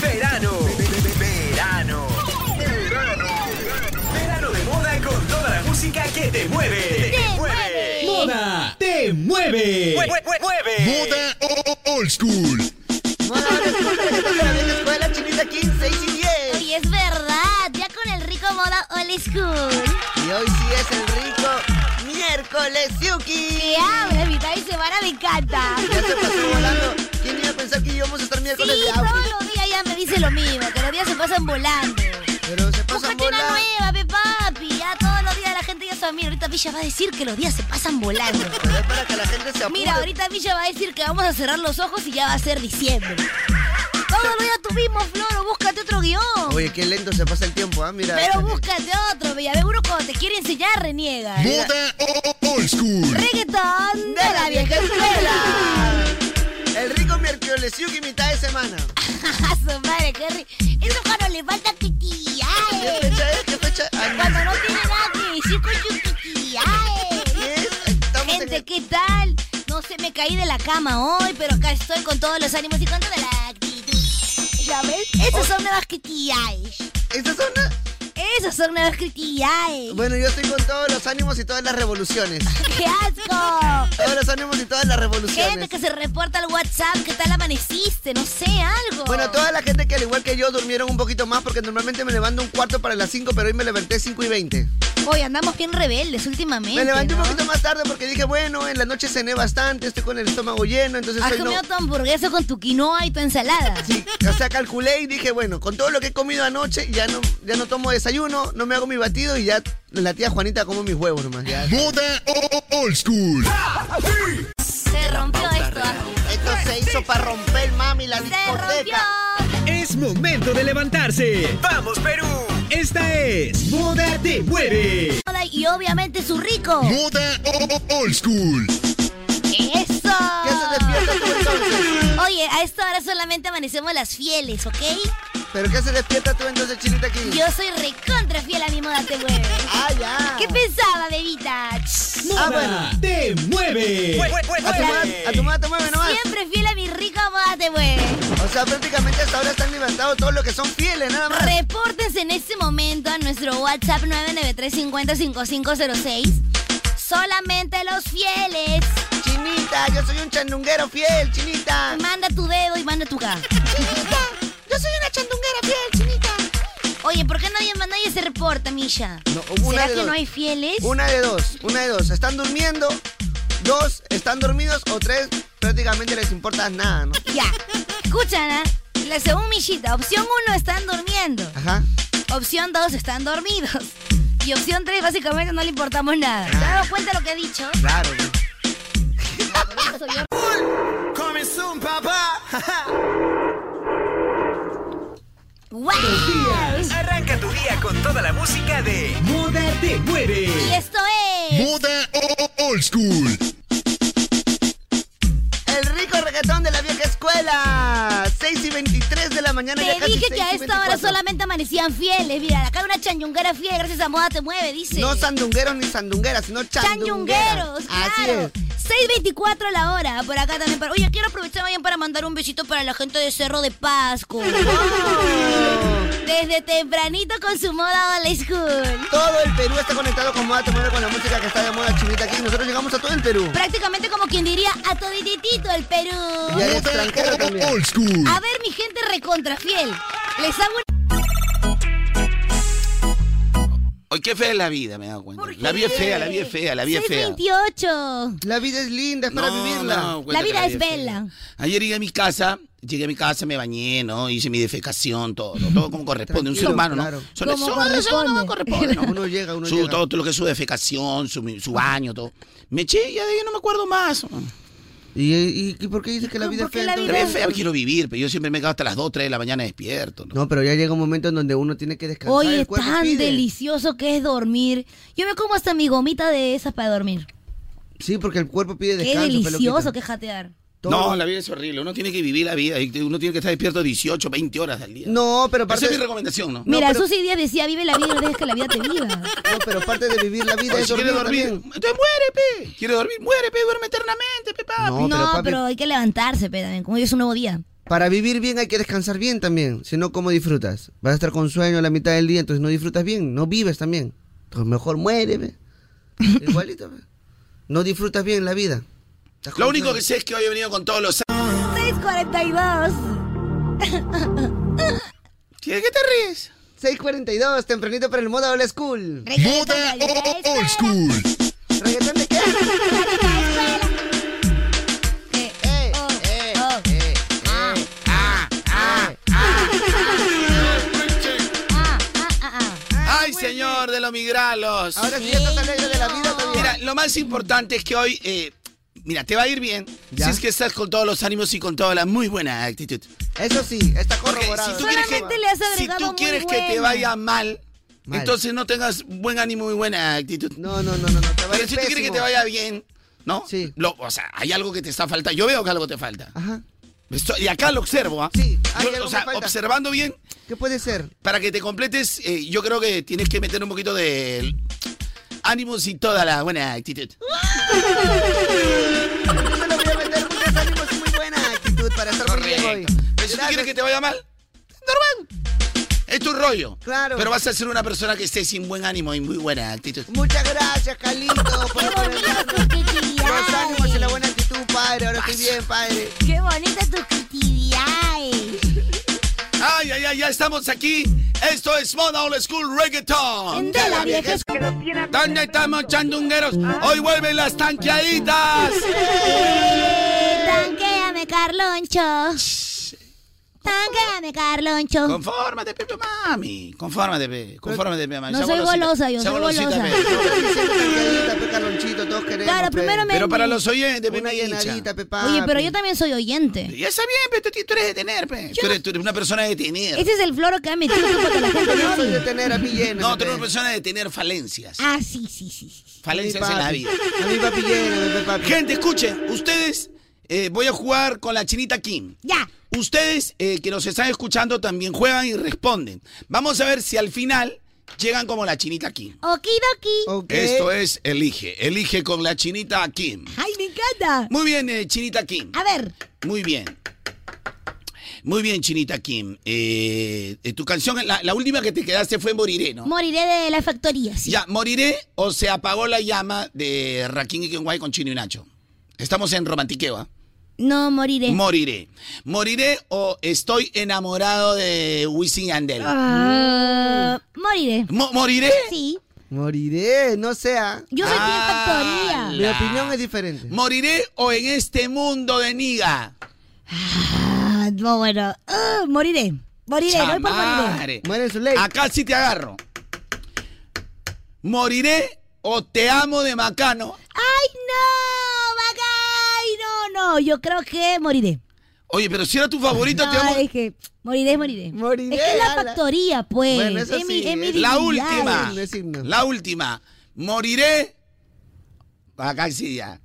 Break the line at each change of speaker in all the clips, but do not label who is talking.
Verano. Verano. Verano. Verano de moda con toda la música que te mueve. Te mueve.
Moda te mueve.
Mue- mue- Mueve.
Moda o- o- old school.
Moda de la escuela chinita 15, 6 y 10.
Oye, es verdad, ya con el rico moda old school.
Y hoy sí es el rico miércoles, Yuki.
Que habla mi y se van a mi cata.
Ya se pasó volando. ¿Quién iba a pensar que íbamos a estar
Sí,
miércoles de
todos
autos?
los días ya me dice lo mismo, que los días se pasan volando.
Pero se pasan
Búscate una
volando.
nueva, pe papi. Ya todos los días la gente ya sabe, mira, ahorita Villa va a decir que los días se pasan volando.
Pero es para que la gente se apure.
Mira, ahorita Villa va a decir que vamos a cerrar los ojos y ya va a ser diciembre. Todos los días tuvimos, Floro, búscate otro guión.
Oye, qué lento se pasa el tiempo, ¿ah? Mira.
Pero búscate otro, Villa. Ve, Uno cuando te quiere enseñar reniega.
Moda o- o- old school.
Reggaetón de la vieja escuela.
El rico miércoles, Yuki, mitad de semana.
A su madre, Kerry. Eso cuando le falta
¿Qué
titillae.
fecha es? ¿Qué fecha? Ah,
Cuando no tiene nada que decir con su titillae.
¿qué es? Estamos en
Gente,
el-
¿qué tal? No sé, me caí de la cama hoy, pero acá estoy con todos los ánimos y con toda la actitud. ¿Ya ves? Esas son nuevas critillaes.
¿Esta zona?
Esas son nuevas critillaes.
Bueno, yo estoy con todos los ánimos y todas las revoluciones.
¡Qué asco!
Todos los ánimos y todas
Gente
las revoluciones.
que se reporta al WhatsApp, ¿qué tal amaneciste? No sé, algo.
Bueno, toda la gente que al igual que yo durmieron un poquito más porque normalmente me levanto un cuarto para las 5, pero hoy me levanté 5 y 20.
Hoy andamos bien rebeldes últimamente.
Me levanté
¿no?
un poquito más tarde porque dije, bueno, en la noche cené bastante, estoy con el estómago lleno, entonces
Has
hoy no...
comido tu hamburguesa con tu quinoa y tu ensalada.
Sí, o sea, calculé y dije, bueno, con todo lo que he comido anoche, ya no, ya no tomo desayuno, no me hago mi batido y ya la tía Juanita como mis huevos nomás. ya.
Moda o- o- old school.
Se rompió esto. ah.
Esto se hizo para romper, mami, la
Se rompió.
discoteca.
Es momento de levantarse.
Vamos, Perú.
Esta es Moda te mueve.
Y obviamente su rico.
Moda o- o- old school.
Eso.
Ya se despierta tú entonces.
Oye, a esta hora solamente amanecemos las fieles, ¿ok?
¿Pero qué se despierta tú entonces, chinita aquí?
Yo soy recontra fiel a mi moda te mueve.
Ah, ya. Ah,
¿Qué pensaba, bebita?
Moda
bueno.
te
Mue-
mueve.
mue- mue-
A tu
mueve.
mamá, a tu mamá te mueve nomás.
Siempre fiel a mi rica moda te mueve.
O sea, prácticamente hasta ahora están levantados todos los que son fieles, nada más.
Repórtense en este momento a nuestro WhatsApp 993505506. Solamente los fieles.
Chinita, yo soy un chandunguero fiel, chinita.
Manda tu dedo y manda tu cara.
Chinita, yo soy una chandunguera fiel, chinita.
Oye, ¿por qué nadie, más nadie se reporta, Misha?
No, una
¿Será
de
que
dos.
no hay fieles?
Una de dos, una de dos. Están durmiendo, dos, están dormidos o tres, prácticamente les importa nada, ¿no?
Ya. Escuchan, ¿ah? La según Mishita, opción 1 están durmiendo.
Ajá.
Opción 2 están dormidos. Y opción 3 básicamente no le importamos nada. ¿Te has dado cuenta de lo que he dicho?
Claro, güey.
¡Wow!
Arranca tu día con toda la música de
Moda te mueve.
Y esto es...
Moda o- o- old school.
El rico reggaetón de la vieja escuela. 6 y 23 de la mañana. ya
Te
casi
dije
seis
que a
y
esta hora
24.
solamente amanecían fieles. Mira, acá hay una chanchunguera fiel, gracias a Moda Te Mueve, dice.
No sandungueros ni sandungueras, sino
Chañungueros,
chandungueras. Así
claro.
es.
6.24 la hora, por acá también. Para... Oye, quiero aprovechar bien para mandar un besito para la gente de Cerro de Pasco. Desde tempranito con su moda old school.
Todo el Perú está conectado con Moda Te Mueve, con la música que está de moda chinita aquí. Nosotros llegamos a todo el Perú.
Prácticamente como quien diría a todititito el Perú.
Y al
Moda
extranjero
o-
también.
o- old school.
A ver, mi gente recontrafiel. Les hago una...
Hoy qué fea es la vida, me he dado cuenta.
¿Por
La vida es
qué?
fea, la vida es fea, la vida es fea.
6.28.
La vida es linda, es para
No,
vivirla.
no, cuenta
La vida
que
es bella.
fea. Ayer llegué a mi casa, llegué a mi casa, me bañé, ¿no? Hice mi defecación, todo, todo como corresponde. un ser
Tranquilo,
humano,
claro.
¿no? Solo
Como
eso, eso no
corresponde.
corresponde. ¿no?
Uno llega, uno
Su-
llega.
Todo, todo lo que es su defecación, su, mi- su baño, todo. Me eché y ya de ahí no me acuerdo más.
¿Y, y, y por qué dices que la
¿Por
vida es
qué
fea?
la
entonces?
vida
También fea quiero vivir, pero yo siempre me quedo hasta las 2, 3 de la mañana despierto. ¿no?
No, pero ya llega un momento en donde uno tiene que descansar.
Oye,
el
es
cuerpo
tan
pide.
delicioso que es dormir. Yo me como hasta mi gomita de esas para dormir.
Sí, porque el cuerpo pide
Qué
descanso.
delicioso
peloquita.
que es jatear.
Todo-
No, la vida es horrible. Uno tiene que vivir la vida. y Uno tiene que estar despierto 18, 20 horas al día.
No, pero
Esa
parte,
es mi recomendación, ¿no?
No,
Mira,
pero-
Susi Díaz decía, vive la vida y no dejes que la vida te viva.
no, pero parte de vivir la vida
Oye,
es
si quieres
dormir,
dormir,
también.
entonces muere, pe. ¿Quieres dormir? Muere, pe. Duerme eternamente, pe, papi.
No,
No,
pero
pero,
papi-
hay que levantarse, pe, también, como hoy es un nuevo día.
Para vivir bien hay que descansar bien también. Si no, ¿cómo disfrutas? Vas a estar con sueño a la mitad del día, entonces no disfrutas bien, no vives también. Entonces mejor muere, ve. Igualito, ve. No disfrutas bien la vida. Estás
Lo
con
único
sueño.
que sé es que hoy he venido con todos los...
6.42.
¿De qué te ríes?
6.42, tempranito para el Moda Old School.
Moda o- o- old school.
¿Reggaetón de qué? Eh, eh, eh, eh.
Ay, señor de los migralos.
Ahora sí ya estás alegre de la vida
Mira,
todavía.
lo más importante es que hoy... eh, Mira, te va a ir bien
¿Ya?
si es que estás con todos los ánimos y con toda la muy buena actitud.
Eso sí, está
Porque
corroborado.
si tú quieres,
Solamente
que,
le has
si
agregado
tú
muy
quieres que
buena.
te vaya mal,
Mal.
entonces no tengas buen ánimo y buena actitud.
No, no, no, no, no, te va a
Pero
ir
si tú quieres que
pésimo.
te vaya bien, ¿no?
Sí.
Lo- o sea, hay algo que te está faltando. Yo veo que algo te falta.
Ajá.
Esto- y acá lo observo, ¿ah?
Sí, hay
Yo,
algo
O
que
sea,
falta.
observando bien,
¿Qué puede ser?
para que te completes, eh, yo creo que tienes que meter un poquito de ánimos y toda la buena actitud.
Yo le voy a meter muchos ánimos y muy buena actitud para estar muy bien hoy.
Correcto. Pero si tú
Gracias.
quieres que te vaya mal, normal. Es tu rollo.
Claro.
Pero vas a ser una persona que esté sin buen ánimo y muy buena actitud.
Muchas gracias, Calito,
¡Qué
por
bonita
conectarnos.
tus
Los ánimos y la
critividades!
buena actitud, padre. Ahora estoy bien, padre.
¡Qué bonita tus critividades!
Ay, ay, ay, ya estamos aquí. Esto es Moda Old School Reggaeton.
De la vieja escuela.
¿Dónde estamos, chandungueros?
Ah.
Hoy vuelven las tanqueaditas.
Tanquéame, Carloncho. Tanquéame, Carloncho.
Confórmate, Pepe Mami. Confórmate, Pepe. Confórmate, Pepe Mami.
No
Sea
soy golosa, yo
sea
soy golosa.
Pepe.
Calita, pe, Carlonchito, todos queremos.
Claro,
pe.
primero me-
Pero para los oyentes, Pepe.
Una
me hincha.
llenadita, pe, papi.
Oye, pero yo también soy oyente.
Ya está bien, Pepe. Tú, tú eres de tener, Pepe. Tú eres, tú eres una persona de tener.
Ese es el floro que ha metido tú para que la gente no
Yo soy de
hable.
tener a mi llena.
No, tú
pe.
eres una persona de tener falencias.
Ah, sí, sí, sí. sí.
Mi
Falencias
papi.
en la vida.
A mi papi llena, pe, papi.
Gente, escuchen. Ustedes, eh, voy a jugar con la chinita Kim.
Ya.
Ustedes eh, que nos están escuchando también juegan y responden. Vamos a ver si al final llegan como la chinita Kim.
Okidoki.
Ok.
Esto es Elige. Elige con la chinita Kim.
Ay, me encanta.
Muy bien, eh, chinita Kim.
A ver.
Muy bien. Muy bien, chinita Kim. Eh, eh, tu canción, la, la última que te quedaste fue Moriré, ¿no?
Moriré de la factoría, sí.
Ya, Moriré o se apagó la llama de Raquín y Kenguay con Chino y Nacho. Estamos en Romantiqueo, ¿ah?
No, moriré.
Moriré. Moriré o estoy enamorado de Wisin y Yandel.
Ah, moriré.
Mo- ¿Moriré?
Sí.
Moriré, no sea.
Yo soy bien factoría.
Mi opinión es diferente.
Ah, ¿Moriré o en este mundo de niga?
Ah, no, bueno. Ah, moriré. Moriré, voy por moriré.
Chamare.
Muere en su ley.
Acá sí te agarro. ¿Moriré o te amo de Macano?
¡Ay, no! ¡Bagay! No, no, yo creo que moriré.
Oye, pero si era tu favorita, te
No,
amo.
es que moriré, moriré.
Moriré,
Es que es la
ala.
factoría, pues.
Bueno, eso
Es mi-
sí,
es mi
es-
La
dignidad.
última.
Es himno.
La última. ¿Moriré? Acá sí ya.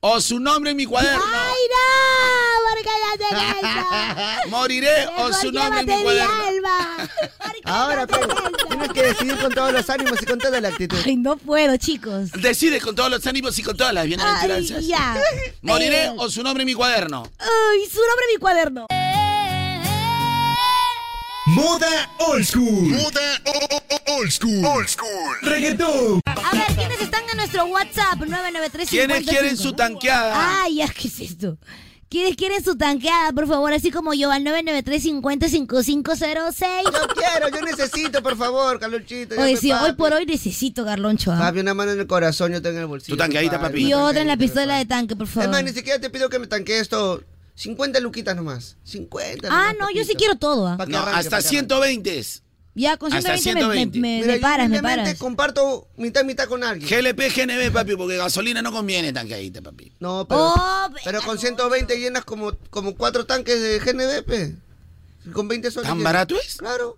¿O su nombre en mi cuaderno?
Ah.
¡Ay, no! Porque ya te cansa.
¿Moriré o su nombre en mi
mi
cuaderno?
alma. Porque
Ahora,
ya
pe,
te cansa.
tienes que decidir con todos los ánimos y con toda la actitud.
Ay, no puedo, chicos.
Decides con todos los ánimos y con todas las
Ay,
bienaventuranzas.
ya.
¿Moriré
Eh,
o su nombre en mi cuaderno?
Ay, su nombre en mi cuaderno.
Moda Old School.
Moda o- o- old school. Old school.
Reggaetón.
A ver, ¿quiénes están en nuestro WhatsApp? 993
¿Quiénes quieren su tanqueada?
Ay, ya, ¿qué es esto? ¿Quiénes quieren su tanqueada? Por favor, así como yo, al 993-50-5506.
Yo quiero, yo necesito, por favor, Carlonchito. ya,
Oye,
pe,
sí, hoy
papi.
por hoy necesito, Garloncho. ¿ah?
Papi, una mano en el corazón, yo tengo en el bolsillo.
Tu tanqueadita, papi.
Y otra en la
tanqueadita,
pistola
pe,
de tanque, por
papi. Es
favor.
más, ni siquiera te pido que me tanque esto. 50 luquitas nomás. 50.
Ah, no,
nomás,
yo sí
papito.
quiero todo. ¿ah?
Pa' que
No,
arranque,
hasta
pa' que
120.
Ya, con
Hasta
120 me- me, me-
Mira,
me
yo
paras, me
simplemente
paras.
comparto mitad mitad con alguien.
GLP, GNB, papi, porque gasolina no conviene tanqueadita, papi.
No, pero,
Oh, ve-
pero con 120 llenas como, como cuatro tanques de GNB, pe. Con 20 soles.
¿Tan
llenas.
barato es?
Claro.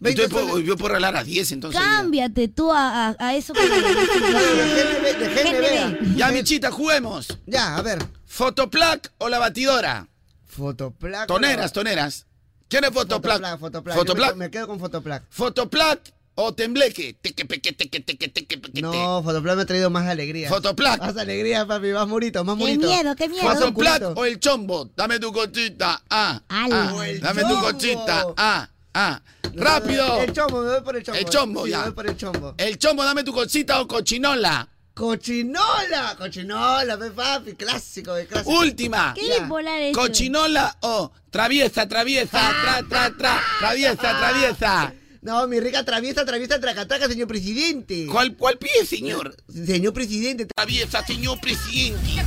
20
Entonces, puedo-
soles.
yo puedo regalar a 10, entonces.
Cámbiate tú a, a- a eso. que-
De GNB, de GNB.
Ya, Ya, michita, juguemos.
Ya, a ver.
¿Fotoplac o la batidora?
Fotoplaca.
Toneras, toneras. ¿Quién es
Fotoplaca,
fotoplac?
fotoplaca. Yo
Fotoplac.
Me, me quedo con fotoplaca.
Fotoplac o tembleque. Teque, peque, teque, teque, teque, peque, te.
No, fotoplaca me ha traído más alegría.
Fotoplac.
Más alegría, papi. Más murito, más
Qué
murito.
miedo, qué miedo.
Paso-
¿Fotoplac
culito.
o el chombo? Dame tu cochita. Ah,
Ala.
ah.
O el
Dame tu
chombo.
cochita. Ah, ah. Rápido.
El chombo, me voy por el chombo.
El chombo,
Sí,
ya.
Me voy por el chombo.
El chombo, dame tu cochita o cochinola.
Cochinola, cochinola, pe, papi. Clásico, de clásico.
Última.
Qué bipolar es.
Cochinola o traviesa, traviesa, tra, tra, tra, traviesa, traviesa.
No, mi rica traviesa, traviesa, tracatraca, señor presidente.
¿Cuál, cuál pide, señor?
Señor presidente.
Traviesa, señor presidente.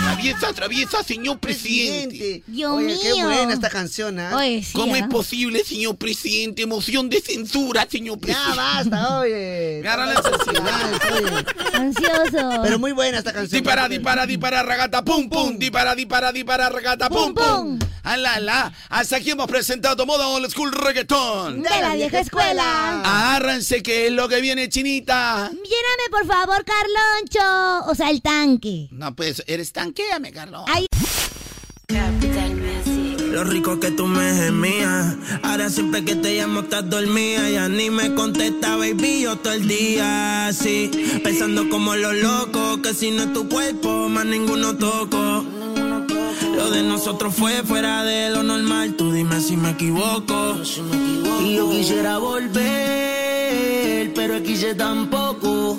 Traviesa, traviesa, señor presidente.
Dios
Oye, qué
mío.
buena esta canción, ¿ah?
Oye, sí,
¿Cómo
¿ah?
es posible, señor presidente? Moción de censura, señor
Ya
presidente.
basta, oye.
Me agarran la ansiedad.
Ay, oye.
Ansioso.
Pero muy buena esta canción.
Dispara, dispara, dispara, ragata, pum, pum. Dispara, dispara, dispara, ragata, pum,
Pum,
pum.
pum.
Ala, la. Hasta aquí hemos presentado Moda Old School Reggaeton.
de la vieja escuela.
Agárrense que es lo que viene, chinita.
Lléname, por favor, Carloncho. O sea, el tanque.
No, pues, eres tanqueame, Carlos.
Ay,
Lo rico que tú me gemías. Ahora siempre que te llamo estás dormida. Ya ni me contesta, baby, yo todo el día así. Pensando como los locos, que si no es tu cuerpo, más ninguno toco. Lo de nosotros fue fuera de lo normal. Tú dime si me equivoco. Y yo quisiera volver, pero quise tampoco.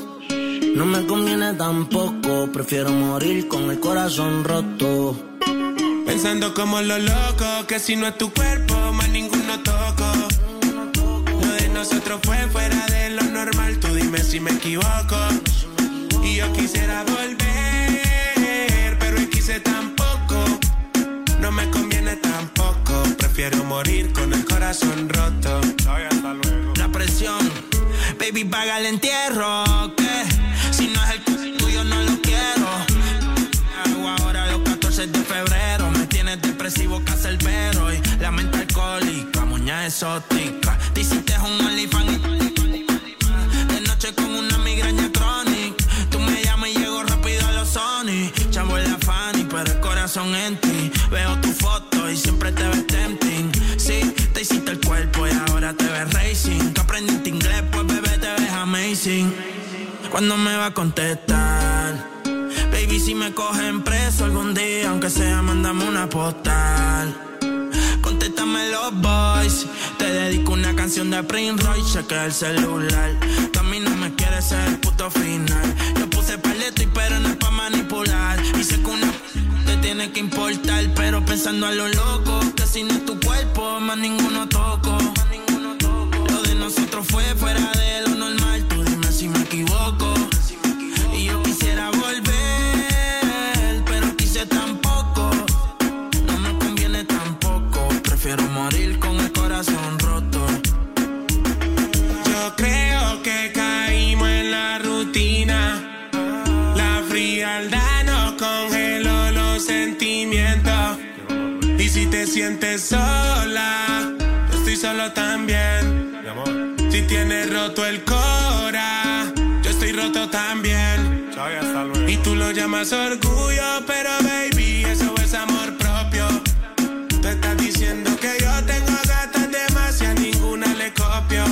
No me conviene tampoco. Prefiero morir con el corazón roto.
Pensando como los locos, que si no es tu cuerpo, más ninguno toco. Lo de nosotros fue fuera de lo normal, tú dime si me equivoco. Y yo quisiera volver, pero el quise tampoco. No me conviene tampoco, prefiero morir con el corazón roto.
la presión. Baby, paga el entierro. Que si no es el caso tuyo, no lo quiero. Hago ahora los 14 de febrero. Me tienes depresivo, cacerbero. Y la mente alcohólica, muña exótica. Dicen que es un olifán. De noche con una migraña crónica. Tú me llamas y llego rápido a los Sony. Chavo en la Fanny, pero el corazón en ti. Veo tu foto y siempre te ves tempting. Sí, te hiciste el cuerpo y ahora te ves racing. Que aprendiste inglés, pues bebé te ves amazing. ¿Cuándo me va a contestar? Baby, si me cogen preso algún día, aunque sea, mándame una postal. Contéstame los boys. Te dedico una canción de Prince Royce. Checa el celular. Tú a mí no me quieres ser el puto final. Yo puse paleto y pero no es pa' manipular. Y sé que una te tiene que importar. Pero pensando a lo loco, que si no es tu cuerpo, más ninguno toco. Lo de nosotros fue fuera de lo normal. Tú dime si me equivoco. Y yo quisiera volver, pero quise tampoco. No me conviene tampoco, prefiero morir con el corazón roto.
Yo creo que caímos en la rutina. La frialdad nos congeló los sentimientos. Y si te sientes sola, yo estoy solo también. Si tienes roto el cora, yo estoy roto también. Y tú lo llamas orgullo, pero baby, eso es amor propio. Tú estás diciendo que yo tengo gatas de más y a ninguna le copio.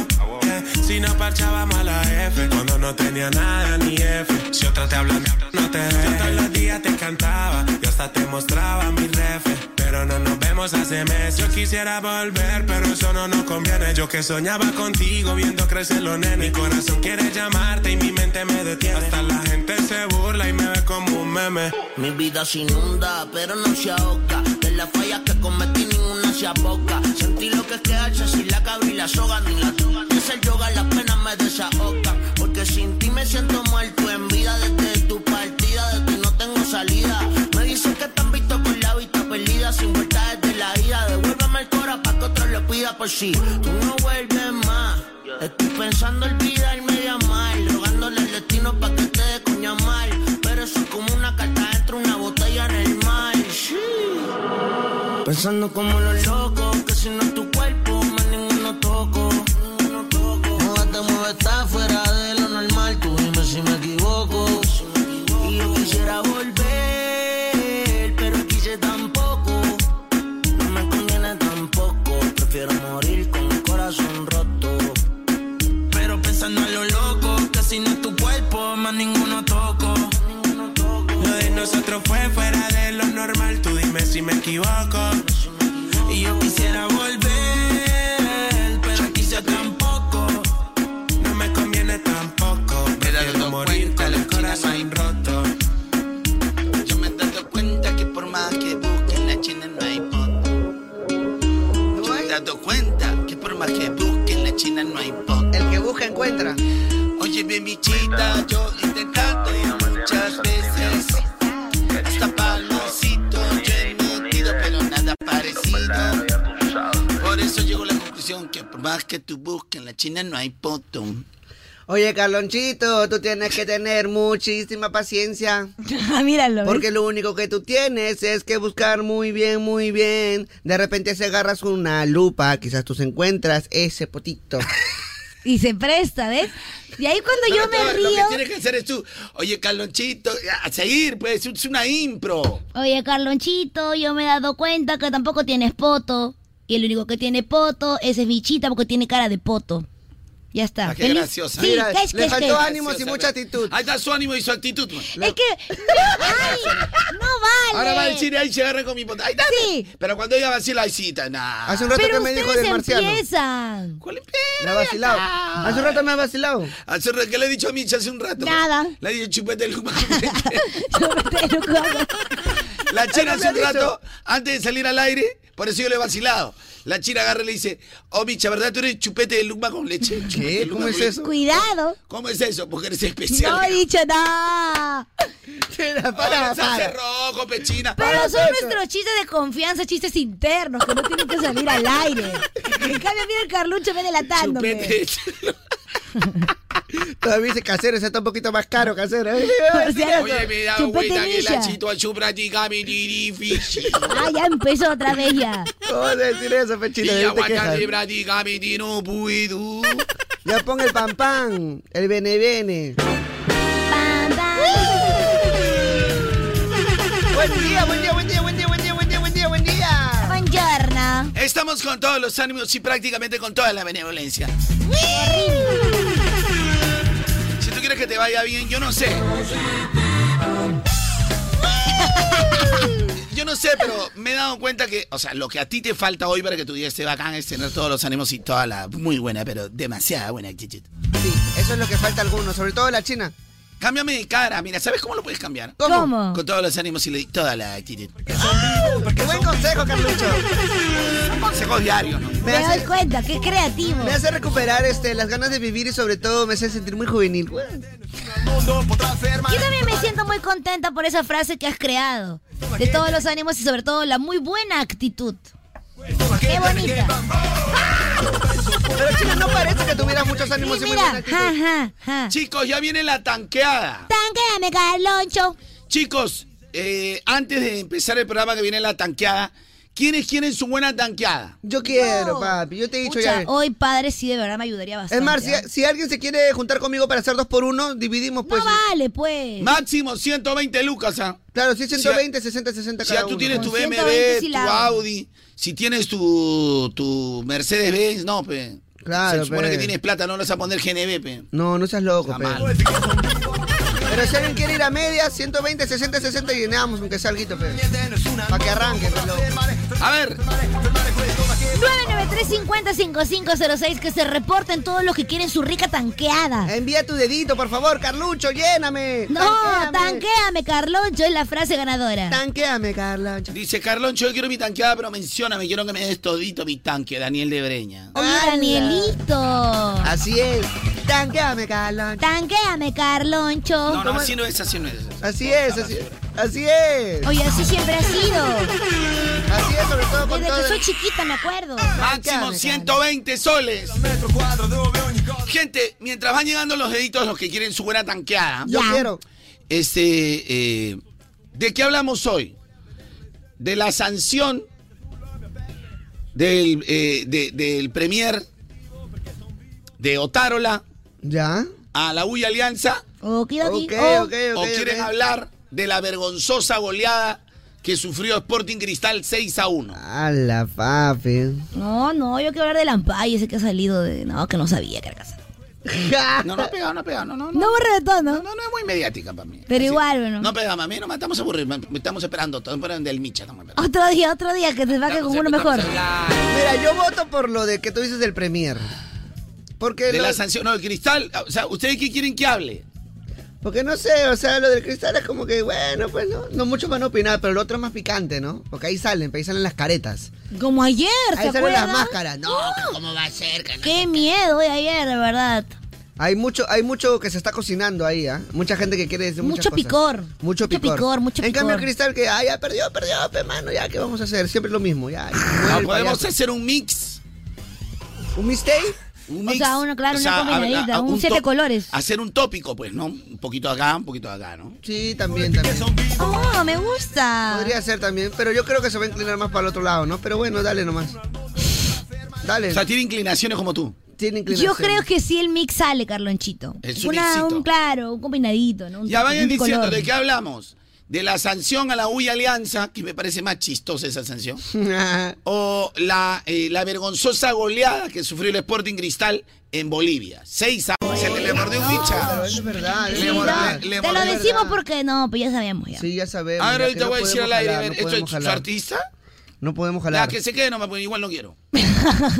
Yeah, Si no parchábamos a la F, cuando no tenía nada ni F. Si otra te hablan, no te ve. Yo todos los días te cantaba y hasta te mostraba mi ref. Pero no nos vemos hace meses. Yo quisiera volver, pero eso no nos conviene. Yo que soñaba contigo viendo crecer los nenes. Mi corazón quiere llamarte y mi mente me detiene. Hasta la gente se burla y me ve como un meme.
Mi vida se inunda, pero no se ahoga. De las fallas que cometí, ninguna se aboca. Sentí lo que es quedarse sin la cabra y la soga, ni la soga. Ni es el yoga, las penas me desahogan. Porque sin ti me siento muerto en vida. Desde tu partida, de ti no tengo salida. Me dicen que te han visto por la vista perdida, sin vuelta desde la ida. Devuélveme el cora pa' que otro lo pida por si tú no vuelves. Pensando como los locos, que si no es tu cuerpo, más ninguno toco. Ninguno toco. Muévete, mueve, está fuera de lo normal. Tú dime si me equivoco. Y yo quisiera volver, pero quise tampoco. No me conviene tampoco. Prefiero morir con el corazón roto. Pero pensando a lo loco, que si no es tu cuerpo, más ninguno toco.
Lo de nosotros fue fuera de lo normal, tú dime si me equivoco.
Y yo quisiera volver, pero quise tampoco.
No me conviene tampoco. Prefiero morir con el corazón roto.
Yo me he dado cuenta que por más que busquen la china no hay pot. Yo me he dado cuenta que por más que busquen la china no hay pot.
El que busca encuentra.
Oye, bien, mi chita, yo he intentado muchas veces. Hasta palocito yo he metido, pero nada parecido.
Por eso llego a la conclusión que por más que tú busques en la China no hay poto.
Oye, Carlonchito, tú tienes que tener muchísima paciencia.
Ah,
Míralo.
Porque lo único que tú tienes es que buscar muy bien, muy bien. De repente si agarras una lupa, quizás tú se encuentras ese potito.
Y se presta, ¿ves? Y ahí cuando
Pero
yo me
todo Lo que
río.
tienes que hacer es tú, oye, Carlonchito, a seguir, pues, es una impro.
Oye, Carlonchito, yo me he dado cuenta que tampoco tienes poto. Y el único que tiene poto ese es mi chita porque tiene cara de poto. Ya está.
Ah, qué
Feliz-
graciosa.
Sí,
Mira,
¿qué es
le
que
faltó
este?
ánimos y mucha actitud. Ahí está su ánimo y su actitud. man.
Es que. ¡Ay! ¡No vale!
Ahora va al cine, ahí se agarra con mi pota. Ahí está. pues.
Sí.
Pero cuando ella vacila, ahí sí, está, nah.
Hace un rato
Pero
que me dijo
ustedes
del marciano.
empiezan.
Me ha vacilado.
Ah.
Hace un rato me ha vacilado.
Hace rato, ¿Qué le he dicho a Micha hace un rato?
Nada.
Le he dicho chupete el humano. La china hace
Eso
un
me ha dicho.
rato, antes de salir al aire, por eso yo le he vacilado. La china agarra y le dice, oh Micha, ¿verdad tú eres chupete de lumba con leche? Chupete de lumba
¿Cómo es
con leche.
eso?
Cuidado.
¿Cómo es eso? Porque eres especial.
No he dicho nada.
China,
Ahora
para,
se hace
para.
rojo, pechina.
Pero son nuestros chistes de confianza, chistes internos que no tienen que salir al aire. En cambio, mira el Carlucho, me delatándome.
Chupete.
Todavía dice casero, ese está un poquito más caro casero. ¿eh?
O sea,
Oye, me da
chupete
cuenta que la
milla.
chito chupra digame dirifishi.
Ah, ya empezó otra vez ya.
¿Cómo vas a decir eso,
Y
Pechino? Ya, te
aguanta
quejas.
libra digame di no puedo.
ya pon el pan pan, el bene bene.
Pam, pam.
Buen día, buen día, buen día, buen día, buen día, buen día, buen día, buen día.
Buongiorno.
Estamos con todos los ánimos y prácticamente con toda la benevolencia. Si tú quieres que te vaya bien, yo no sé. Yo no sé, pero me he dado cuenta que, o sea, lo que a ti te falta hoy para que tu día esté bacán es tener todos los ánimos y toda la muy buena, pero demasiada buena actitud.
Sí, eso es lo que falta a algunos, sobre todo la China.
Cámbiame de cara, mira, ¿sabes cómo lo puedes cambiar?
¿Cómo?
Con todos los ánimos y le- toda la actitud.
Qué buen consejo, Carlucho.
Consejos diarios, ¿no?
Me
Me doy
hace,
cuenta, qué creativo.
me hace recuperar este, las ganas de vivir y sobre todo me hace sentir muy juvenil.
Yo también me siento muy contenta por esa frase que has creado. De todos los ánimos y sobre todo la muy buena actitud. ¡Qué bonita!
Pero China, no parece que tuvieras muchos
Y
ánimos y muy
mira,
buena
ja,
actitud.
ja, ja.
Chicos, ya viene la tanqueada.
Ah. Tanqueame, Carloncho.
Chicos, eh, antes de empezar el programa que viene la tanqueada, ¿quiénes quieren su buena tanqueada?
Yo quiero,
No.
papi. Yo te he dicho
Pucha,
ya.
hoy padre sí de verdad me ayudaría bastante.
Es más, si,
¿ah?
si alguien se quiere juntar conmigo para hacer dos por uno, dividimos
No
pues.
vale, pues.
Máximo 120 lucas, ¿ah?
Claro, si es 120, 60, 60
Si
cada
ya tú
uno.
tienes tu
Con
BMW,
120
tu
sílabas.
Audi, si tienes tu, tu Mercedes-Benz, no, pe.
Claro,
Se supone
pe.
que tienes plata, no le vas a poner GNB, pe.
No, no seas loco,
Está
pe.
mal.
Pero si alguien quiere ir a media, 120, 60, 60 y llenamos, aunque sea alguito, pe. Para que arranque, pe, loco.
A ver,
993-50-5506 que se reporten todos los que quieren su rica tanqueada.
Envía tu dedito, por favor, Carlucho, lléname.
No,
tanque.
tanqueame, Carloncho, es la frase ganadora.
Tanqueame, Carlucho.
dice Carloncho, yo quiero mi tanqueada, pero mencióname, quiero que me des todito mi tanque, Daniel de Breña.
Oye, Oh, Danielito.
Así es. Tanqueame, Carlucho.
Tanqueame, Carloncho.
No, no, así no es, así no es.
Así es, así, así es.
Oye, así siempre ha sido.
Así es, sobre todo con
Desde
todo.
que soy chiquita me acuerdo.
Máximo 120 soles. Gente, mientras van llegando los deditos, los que quieren su buena tanqueada,
Yo
Ya.
quiero.
este, eh, ¿de qué hablamos hoy? De la sanción del, eh, de- del Premier, de Otárola.
¿Ya?
A la Uy Alianza.
Ok, ok, ok,
o quieren
ok.
hablar de la vergonzosa goleada que sufrió Sporting Cristal 6 a 1.
A la papi.
No, no, yo quiero hablar del Ampay, ese que ha salido de. No, que no sabía que era casado.
No, no ha pegado, no ha pegado, no, no,
No me reventó, ¿no?
No, no es muy mediática para mí.
Pero
Así.
igual, bueno.
No pega, mami, no estamos aburridos, mami, estamos esperando, estamos esperando del Micha. estamos esperando.
Otro día, otro día, que te va que con uno mejor.
Mira, yo voto por lo de que tú dices del Premier. Porque
De
lo-
la sanción, no, de Cristal, o sea, ¿ustedes qué quieren que hable?
Porque no sé, o sea, lo del cristal es como que, bueno, pues no, no mucho van a opinar, pero lo otro es más picante, ¿no? Porque ahí salen, ahí salen las caretas.
Como ayer,
Ahí
¿se
salen las
acuerdan?
máscaras. No,
¡Ah!
que ¿cómo va a ser? que no
Qué
sé
miedo de ayer, de verdad.
Hay mucho, hay mucho que se está cocinando ahí, ¿ah? Mucha gente que quiere decir muchas
Mucho
cosas.
picor.
Mucho picor.
picor, mucho
en cambio,
picor.
Cristal, que, ah, ya perdió, perdió, pe, mano, ya, ¿qué vamos a hacer? Siempre lo mismo, ya.
Ah,
el
podemos
payaso.
hacer un mix.
¿Un mistake?
Un
O
mix.
sea, uno, claro,
O
una
sea,
combinadita,
a- a-
un, siete
top-
colores.
Hacer un tópico, pues, ¿no? Un poquito acá, un poquito acá, ¿no?
Sí, también, también.
Oh, me gusta.
Podría ser también, pero yo creo que se va a inclinar más para el otro lado, ¿no? Pero bueno, dale nomás. Dale.
O sea, tiene inclinaciones como tú.
Tiene
Yo
inclinación.
creo que sí el mix sale, Carlonchito.
Es un
Una-
mixito.
un claro, un combinadito, ¿no? Un
Ya vayan
un
diciendo
color.
de qué hablamos. De la sanción a la Uy Alianza, que me parece más chistosa esa sanción. O la, eh, la vergonzosa goleada que sufrió el Sporting Cristal en Bolivia. 6 a Se le mordió un
Pero
ficha.
es verdad, es
Le
verdad.
mordí- le
Te lo
mordí-
decimos porque no, pues ya sabíamos ya.
Sí, ya sabemos.
Ahora
ya
ahorita
que no
voy a decir al
podemos
aire, a ver,
jalar, no
¿esto es
podemos
su
jalar.
artista?
No podemos
Ya,
jalar.
que se quede nomás, porque igual no quiero.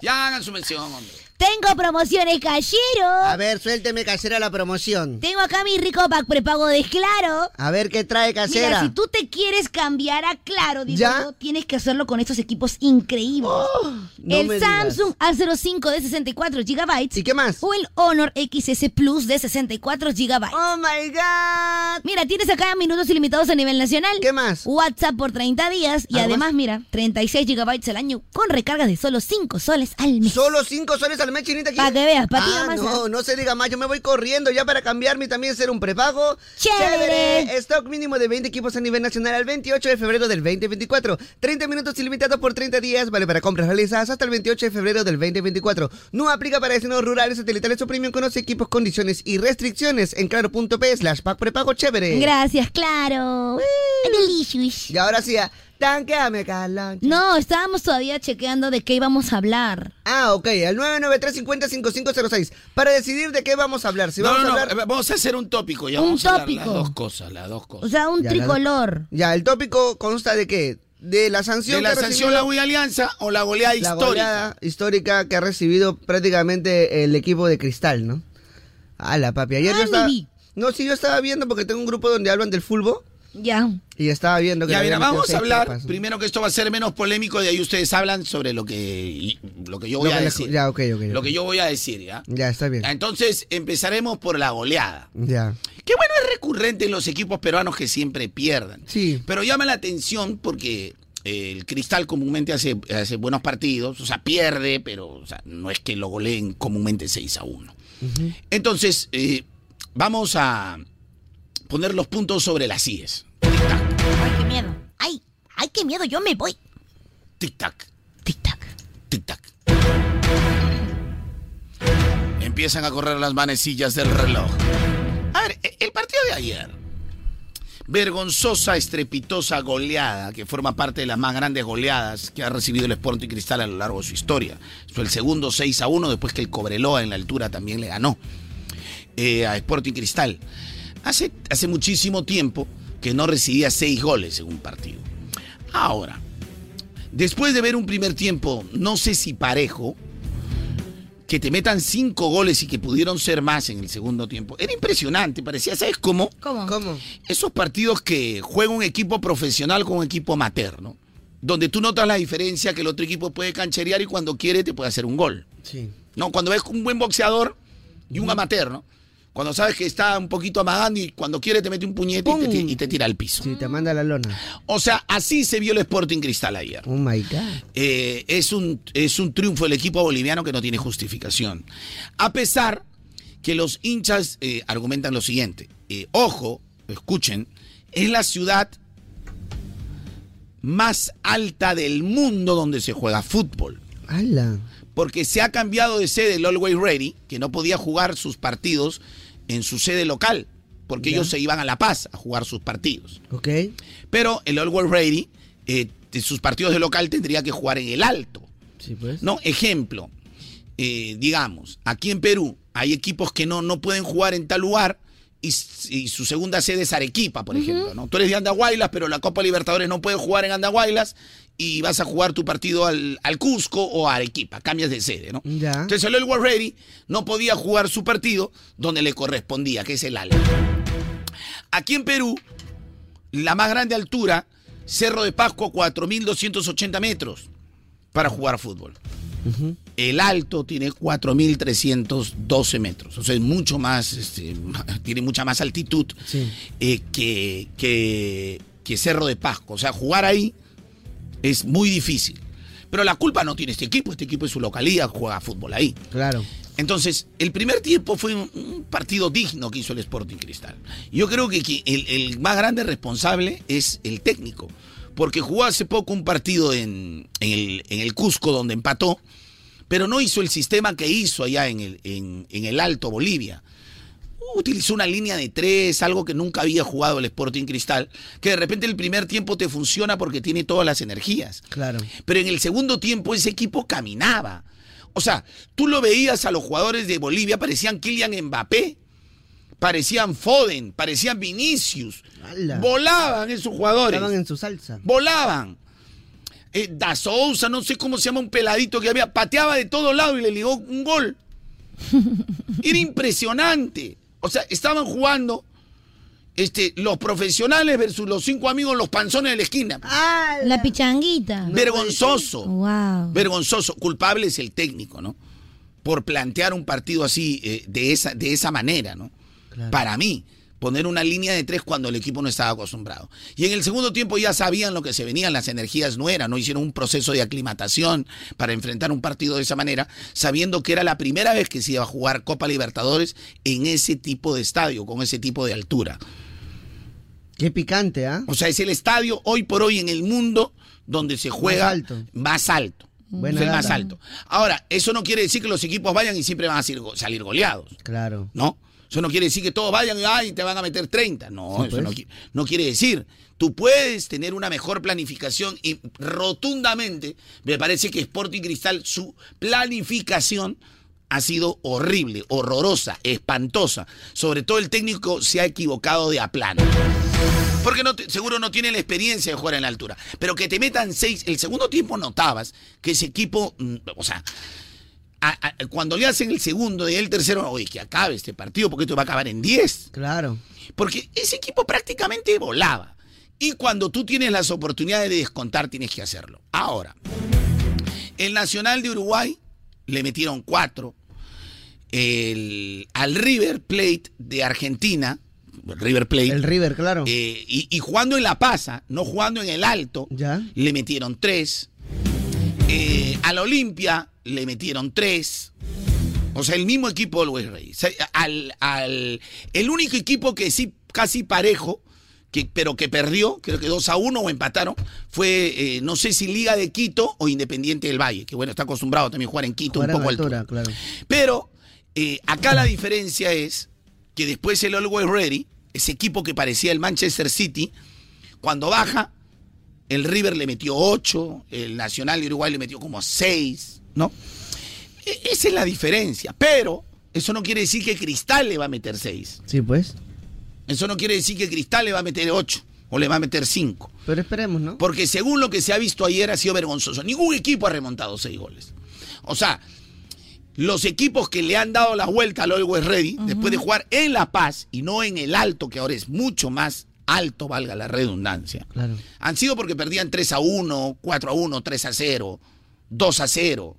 ya hagan su mención, hombre.
Tengo promociones, callero.
A ver, suélteme casera la promoción.
Tengo acá mi rico pack prepago de Claro.
A ver qué trae
Mira,
casera.
si tú te quieres cambiar a Claro, digo
¿Ya? Oh,
yo, tienes que hacerlo con estos equipos increíbles.
no
el
me digas.
Samsung A05 de 64 GB.
¿Y qué más?
O el Honor XS Plus de 64 GB.
Oh my god.
Mira, tienes acá minutos ilimitados a nivel nacional.
¿Qué más?
WhatsApp por 30 días y
¿Algo
además, mira, 36 GB al año con recargas de solo 5 soles al mes.
Solo cinco soles al mes, chinita. aquí.
Pa' que veas, pa' ti
ah,
nomás,
No,
¿ah?
no se diga más. Yo me voy corriendo ya para cambiarme y también ser un prepago.
Chévere.
Stock mínimo de 20 equipos a nivel nacional al 28 de febrero del 2024. 30 minutos ilimitados por 30 días. Vale para compras realizadas hasta el 28 de febrero del 2024. No aplica para destinos rurales, satelitales o premium. Conoce equipos, condiciones y restricciones en claro.p slash pack prepago chévere.
Gracias, Claro. Delicious.
Uh. Y ahora sí, ah, tanqueame, Carlón.
No, estábamos todavía chequeando de qué íbamos a hablar.
Ah, ok, al 993-50-5506. Para decidir de qué vamos a hablar. Si
No,
vamos
no,
a
no,
hablar.
eh, vamos a hacer un tópico. Ya
Un
vamos a hablar
tópico.
las dos cosas, las dos
O
cosas.
sea, un
Ya, la-
tricolor.
Ya, el tópico consta de qué? De la sanción
de la
que ha
sanción
recibido-
la Uy Alianza o la goleada
la
histórica.
goleada histórica que ha recibido prácticamente el equipo de Cristal, ¿no? la papi, ayer
Ah,
yo estaba...
ni vi.
No, sí, yo estaba viendo porque tengo un grupo donde hablan del fútbol
Ya.
y estaba viendo que...
Ya,
le
mira,
habían metido
vamos a
seis
hablar,
papas.
primero que esto va a ser menos polémico, de ahí ustedes hablan sobre lo que, y- lo que yo voy
Lo
a
que la-
decir.
ya, ok, ok,
Lo
ok.
que yo Ah. voy a decir, ¿ya?
Ya, está bien.
Entonces, empezaremos por la goleada.
Ya.
Que bueno, es recurrente en los equipos peruanos que siempre pierdan.
Sí.
Pero llama la atención porque eh, el Cristal comúnmente hace, hace buenos partidos, o sea, pierde, pero o sea, no es que lo goleen comúnmente 6 a 1. Entonces, eh, vamos a poner los puntos sobre las IES.
Ay, qué miedo. Ay, ay, qué miedo. Yo me voy.
Tic-tac.
Tic-tac.
Tic-tac. Empiezan a correr las manecillas del reloj. A ver, e- el partido de ayer. Vergonzosa, estrepitosa goleada que forma parte de las más grandes goleadas que ha recibido el Sporting Cristal a lo largo de su historia. Fue el segundo 6 a 1 después que el Cobreloa en la altura también le ganó eh, a Sporting Cristal. Hace, hace muchísimo tiempo que no recibía seis goles en un partido. Ahora, después de ver un primer tiempo, no sé si parejo, que te metan cinco goles y que pudieron ser más en el segundo tiempo. Era impresionante, parecía, ¿sabes cómo?
¿Cómo?
¿Cómo?
Esos partidos que juega un equipo profesional con un equipo amateur, ¿no? Donde tú notas la diferencia que el otro equipo puede cancherear y cuando quiere te puede hacer un gol.
Sí.
No, cuando ves un buen boxeador y un amateur, ¿no? Cuando sabes que está un poquito amagando y cuando quiere te mete un puñete y te, ti- y te tira al piso.
Sí, te manda la lona.
O sea, así se vio el Sporting Cristal ayer.
Oh my God.
Eh, es, un, es un triunfo del equipo boliviano que no tiene justificación. A pesar que los hinchas eh, argumentan lo siguiente. eh, ojo, escuchen, es la ciudad más alta del mundo donde se juega fútbol.
¡Hala!
Porque se ha cambiado de sede el Always Ready, que no podía jugar sus partidos en su sede local, porque
Ya.
ellos se iban a La Paz a jugar sus partidos.
¿Ok?
Pero el Always Ready, eh, de sus partidos de local tendría que jugar en el Alto.
Sí, pues.
No, ejemplo, eh, digamos, aquí en Perú hay equipos que no, no pueden jugar en tal lugar y, s- y su segunda sede es Arequipa, por ejemplo. ¿no? Tú eres de Andahuaylas, pero la Copa Libertadores no puedes jugar en Andahuaylas y vas a jugar tu partido al, al Cusco o a Arequipa, cambias de sede, ¿no?
Ya.
Entonces el World Ready no podía jugar su partido donde le correspondía, que es el Ale. Aquí en Perú, la más grande altura, Cerro de Pascua, 4.280 metros para jugar fútbol. El alto tiene 4.312 metros, o sea, es mucho más, este, tiene mucha más altitud
Sí.
eh, que, que- que Cerro de Pasco. O sea, jugar ahí es muy difícil. Pero la culpa no tiene este equipo, este equipo es su localidad, juega fútbol ahí.
Claro.
Entonces, el primer tiempo fue un, un partido digno que hizo el Sporting Cristal. Yo creo que, que el, el más grande responsable es el técnico, porque jugó hace poco un partido en, en el, en el Cusco donde empató, pero no hizo el sistema que hizo allá en el, en- en el Alto Bolivia. Utilizó una línea de tres, algo que nunca había jugado el Sporting Cristal, que de repente el primer tiempo te funciona porque tiene todas las energías.
Claro.
Pero en el segundo tiempo ese equipo caminaba. O sea, tú lo veías a los jugadores de Bolivia, parecían Kylian Mbappé, parecían Foden, parecían Vinicius.
¡Hala!
Volaban esos jugadores.
Estaban en su salsa.
Volaban. Eh, da Sousa, no sé cómo se llama un peladito que había, pateaba de todos lados y le ligó un gol. Era impresionante. O sea, estaban jugando este, los profesionales versus los cinco amigos, los panzones de la esquina.
Ah,
La pichanguita.
Vergonzoso.
Wow.
Vergonzoso. Culpable es el técnico, ¿no? Por plantear un partido así, eh, de, esa, de esa manera, ¿no? Para mí, poner una línea de tres cuando el equipo no estaba acostumbrado. Y en el segundo tiempo ya sabían lo que se venían, las energías no eran, no hicieron un proceso de aclimatación para enfrentar un partido de esa manera, sabiendo que era la primera vez que se iba a jugar Copa Libertadores en ese tipo de estadio, con ese tipo de altura.
Qué picante, ¿ah?
O sea, es el estadio hoy por hoy en el mundo donde se juega
Más alto.
Más alto.
Buena
Es el
data.
más alto. Ahora, eso no quiere decir que los equipos vayan y siempre van a salir, go- salir goleados,
Claro.
¿no? Eso no quiere decir que todos vayan y "Ay, te van a meter 30. No,
Sí,
eso
pues.
no, qui- no quiere decir. Tú puedes tener una mejor planificación y rotundamente me parece que Sporting Cristal, su planificación ha sido horrible, horrorosa, espantosa. Sobre todo el técnico se ha equivocado de aplano. Porque no te- seguro no tiene la experiencia de jugar en la altura. Pero que te metan seis. El segundo tiempo notabas que ese equipo. mm, O sea. a- a- cuando le hacen el segundo y el tercero, oye, que acabe este partido, porque esto va a acabar en 10.
Claro.
Porque ese equipo prácticamente volaba. Y cuando tú tienes las oportunidades de descontar, tienes que hacerlo. Ahora, el Nacional de Uruguay le metieron cuatro. El, al River Plate de Argentina, River Plate,
El River, claro.
eh, y, y jugando en La Pasa, no jugando en el Alto,
Ya.
le metieron tres. Eh, al Olimpia le metieron tres. O sea, el mismo equipo Always Ready. O sea, al, al- el único equipo que sí, casi parejo, que, pero que perdió, creo que 2 a 1 o empataron, fue, eh, no sé si Liga de Quito o Independiente del Valle, que bueno, está acostumbrado también a jugar en Quito,
Jugar en
un poco altura.
altura, claro.
Pero eh, acá la diferencia es que después el Always Ready, ese equipo que parecía el Manchester City, cuando baja, el River le metió 8, el Nacional de Uruguay le metió como 6, ¿no? E- esa es la diferencia. Pero eso no quiere decir que Cristal le va a meter 6.
Sí, pues.
Eso no quiere decir que Cristal le va a meter 8 o le va a meter 5.
Pero esperemos, ¿no?
Porque según lo que se ha visto ayer ha sido vergonzoso. Ningún equipo ha remontado seis goles. O sea, los equipos que le han dado la vuelta al Always Ready, después de jugar en La Paz y no en el Alto, que ahora es mucho más alto, valga la redundancia,
Claro.
han sido porque perdían 3 a 1, 4 a 1, 3 a 0, 2 a 0.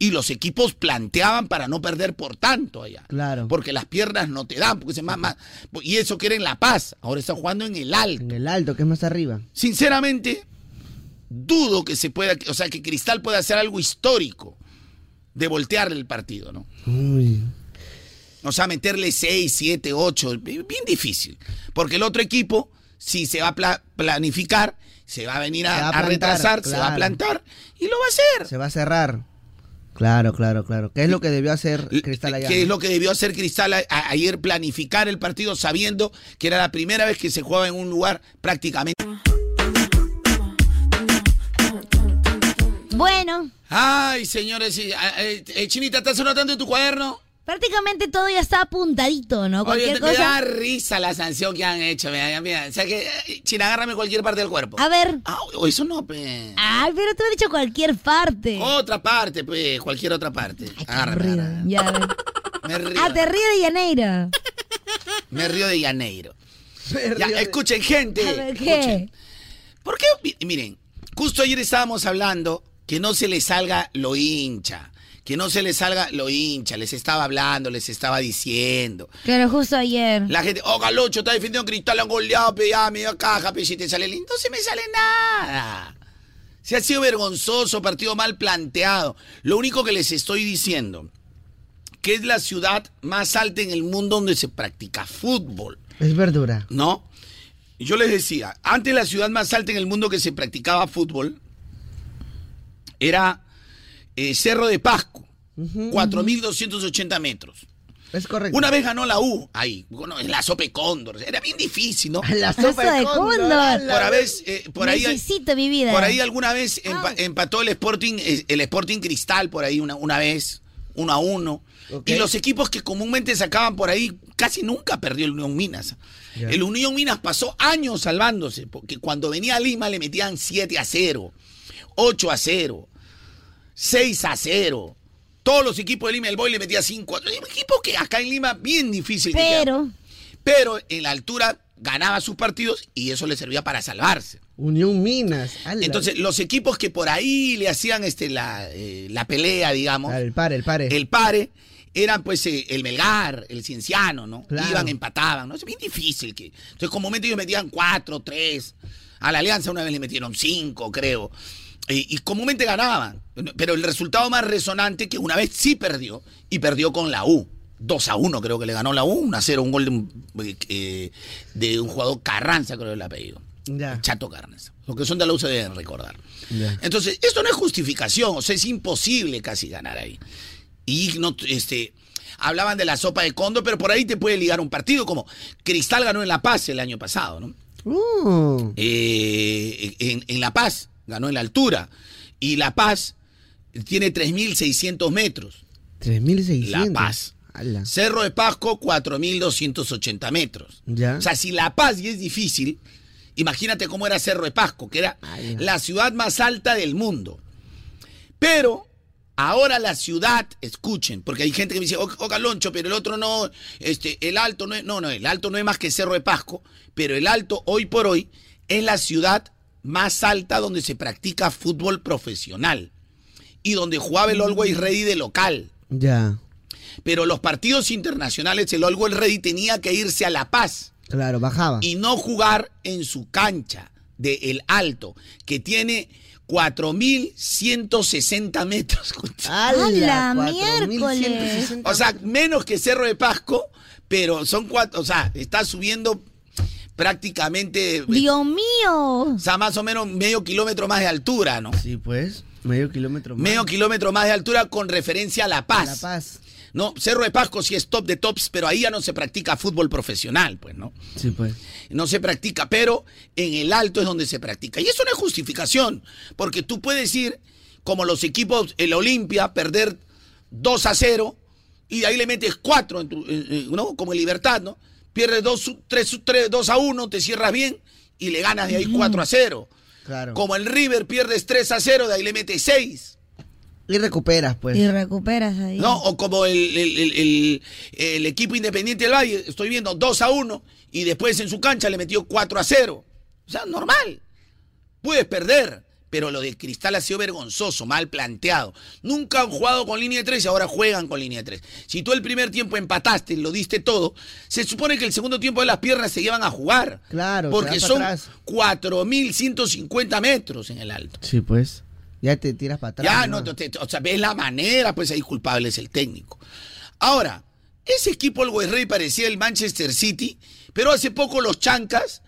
Y los equipos planteaban para no perder por tanto allá.
Claro.
Porque las piernas no te dan, porque se más, más- Y eso que era en La Paz, ahora está jugando en el Alto.
En el alto, que es más arriba.
Sinceramente, dudo que se pueda, o sea, que Cristal pueda hacer algo histórico de voltearle el partido, ¿no?
Uy.
O sea, meterle 6, 7, 8, bien difícil. Porque el otro equipo, si se va a pla- planificar, se va a venir
Se
a,
va a
a
plantar,
retrasar, se va a
claro.
plantar y lo va a hacer.
Se va a cerrar. Claro, claro, claro. ¿Qué es lo que debió hacer Cristal allá?
que es lo que debió hacer Cristal a- a- ayer, planificar el partido sabiendo que era la primera vez que se jugaba en un lugar prácticamente.
Bueno,
Ay, señores, y- a- eh, eh, Chinita, ¿estás anotando en tu cuaderno?
prácticamente todo ya está apuntadito, ¿no?
Oye,
Cualquier
te- me
cosa.
da risa la sanción que han hecho. Mira, mira. O sea que, eh, China, agárrame cualquier parte del cuerpo.
A ver.
Ah, o eso no, pe.
Ay, pero tú has dicho cualquier parte.
Otra parte, pe, cualquier otra parte. Agárrame. agárrame.
Ya, a ver.
Me río,
Ah, te río de Janeiro.
me río de Janeiro. Ya, escuchen, gente.
A ver, ¿qué?
¿Por qué? Mi- Miren, justo ayer estábamos hablando que no se les salga lo hincha. Que no se les salga lo hincha. Les estaba hablando, les estaba diciendo.
Claro, justo ayer.
La gente, oh, Galocho, está defendiendo a Cristal, han goleado, pe, ya, media caja, pe, si te sale lindo. No se me sale nada. Se ha sido vergonzoso, partido mal planteado. Lo único que les estoy diciendo, que es la ciudad más alta en el mundo donde se practica fútbol.
Es verdura.
¿no? Y Yo les decía, antes la ciudad más alta en el mundo que se practicaba fútbol era eh, Cerro de Pasco, 4.280 metros.
Es correcto.
Una vez ganó la U, ahí, bueno, en la Sope Cóndor, era bien difícil, ¿no?
La sopa de
de
cóndor,
cóndor.
a la
Por, a vez, eh, por, ahí,
Necesito mi vida. Ah.
por ahí alguna vez empa- empató el Sporting, eh, el Sporting Cristal por ahí una, una vez, uno a uno.
Ok.
Y los equipos que comúnmente sacaban por ahí, casi nunca perdió el Unión Minas.
Ya.
El Unión Minas pasó años salvándose, porque cuando venía a Lima le metían 7 a 0, 8 a 0, 6 a 0. Todos los equipos de Lima, el Boy le metía 5 a 0. Equipos que acá en Lima bien difícil. que
Pero,
quedaban. Pero en la altura ganaba sus partidos y eso le servía para salvarse.
Unión Minas. a la-
Entonces, los equipos que por ahí le hacían este, la, eh, la pelea, digamos,
Al pare, el pare.
el pare, eran pues eh, el Melgar, el Cienciano, ¿no?
Claro.
Iban, empataban, ¿no? Es bien difícil que. Entonces, comúnmente ellos metían cuatro, tres. A la Alianza una vez le metieron cinco, creo. Eh, y comúnmente ganaban. Pero el resultado más resonante que una vez sí perdió, y perdió con la U. 2 a 1 creo que le ganó la U, 1 a 0, un gol de un, eh, de un jugador Carranza, creo que el apellido.
Ya.
Chato Carnes. Los que son de la U se deben recordar.
ya.
Entonces, esto no es justificación, o sea, es imposible casi ganar ahí. Y no, este, hablaban de la sopa de condo, pero por ahí te puede ligar un partido, como Cristal ganó en La Paz el año pasado, ¿no?
Uh,
Eh, en, en La Paz, ganó en la altura. Y La Paz tiene 3.600 metros.
3.600.
La Paz.
Ala.
Cerro de Pasco, 4.280 metros.
Ya.
O sea, si La Paz ya es difícil, imagínate cómo era Cerro de Pasco, que era
Ala.
la ciudad más alta del mundo. Pero ahora la ciudad, escuchen, porque hay gente que me dice, "Oh, oh, Galoncho, pero el otro no, este, el alto no es, no, no, el alto no es más que Cerro de Pasco, pero el alto hoy por hoy es la ciudad más alta donde se practica fútbol profesional y donde jugaba el Always Ready de local.
Ya.
Pero los partidos internacionales, el Always Ready tenía que irse a La Paz
Claro, bajaba.
y no jugar en su cancha de El Alto, que tiene 4.160 metros. concha.
¡Ala,
4.160.
O sea, menos que Cerro de Pasco, pero son cuatro, o sea, está subiendo prácticamente, o
Dios mío.
sea, más o menos medio kilómetro más de altura, ¿no?
Sí, pues. Medio kilómetro más.
Medio kilómetro más de altura con referencia a La Paz.
La Paz.
No, Cerro de Pasco sí es top de tops, pero ahí ya no se practica fútbol profesional, pues, ¿no?
Sí, pues.
no se practica, pero en el alto es donde se practica. Y eso no es justificación, porque tú puedes ir, como los equipos, el Olimpia, perder 2 a 0, y de ahí le metes 4, en tu- en- en- ¿no? Como en Libertad, ¿no? Pierdes 2, 3, 2 a 1, te cierras bien, y le ganas de ahí 4 a 0.
Claro.
Como el River, pierdes 3 a 0, de ahí le metes 6.
Y recuperas, pues.
Y recuperas ahí.
¿no? O como el, el- el- el- el equipo independiente del Valle, estoy viendo 2 a 1 y después en su cancha le metió 4 a 0. O sea, normal. Puedes perder, pero lo de Cristal ha sido vergonzoso, mal planteado. Nunca han jugado con línea de 3 y ahora juegan con línea de 3. Si tú el primer tiempo empataste, lo diste todo, se supone que el segundo tiempo de las piernas se llevan a jugar.
Claro,
Porque
te vas
son
para atrás.
4.150 metros en el alto.
Sí, pues. Ya te tiras para atrás.
Ya, no, te- te- o sea, ves la manera, pues ahí culpable es el técnico. Ahora, ese equipo, el West Rey, parecía el Manchester City, pero hace poco los Chancas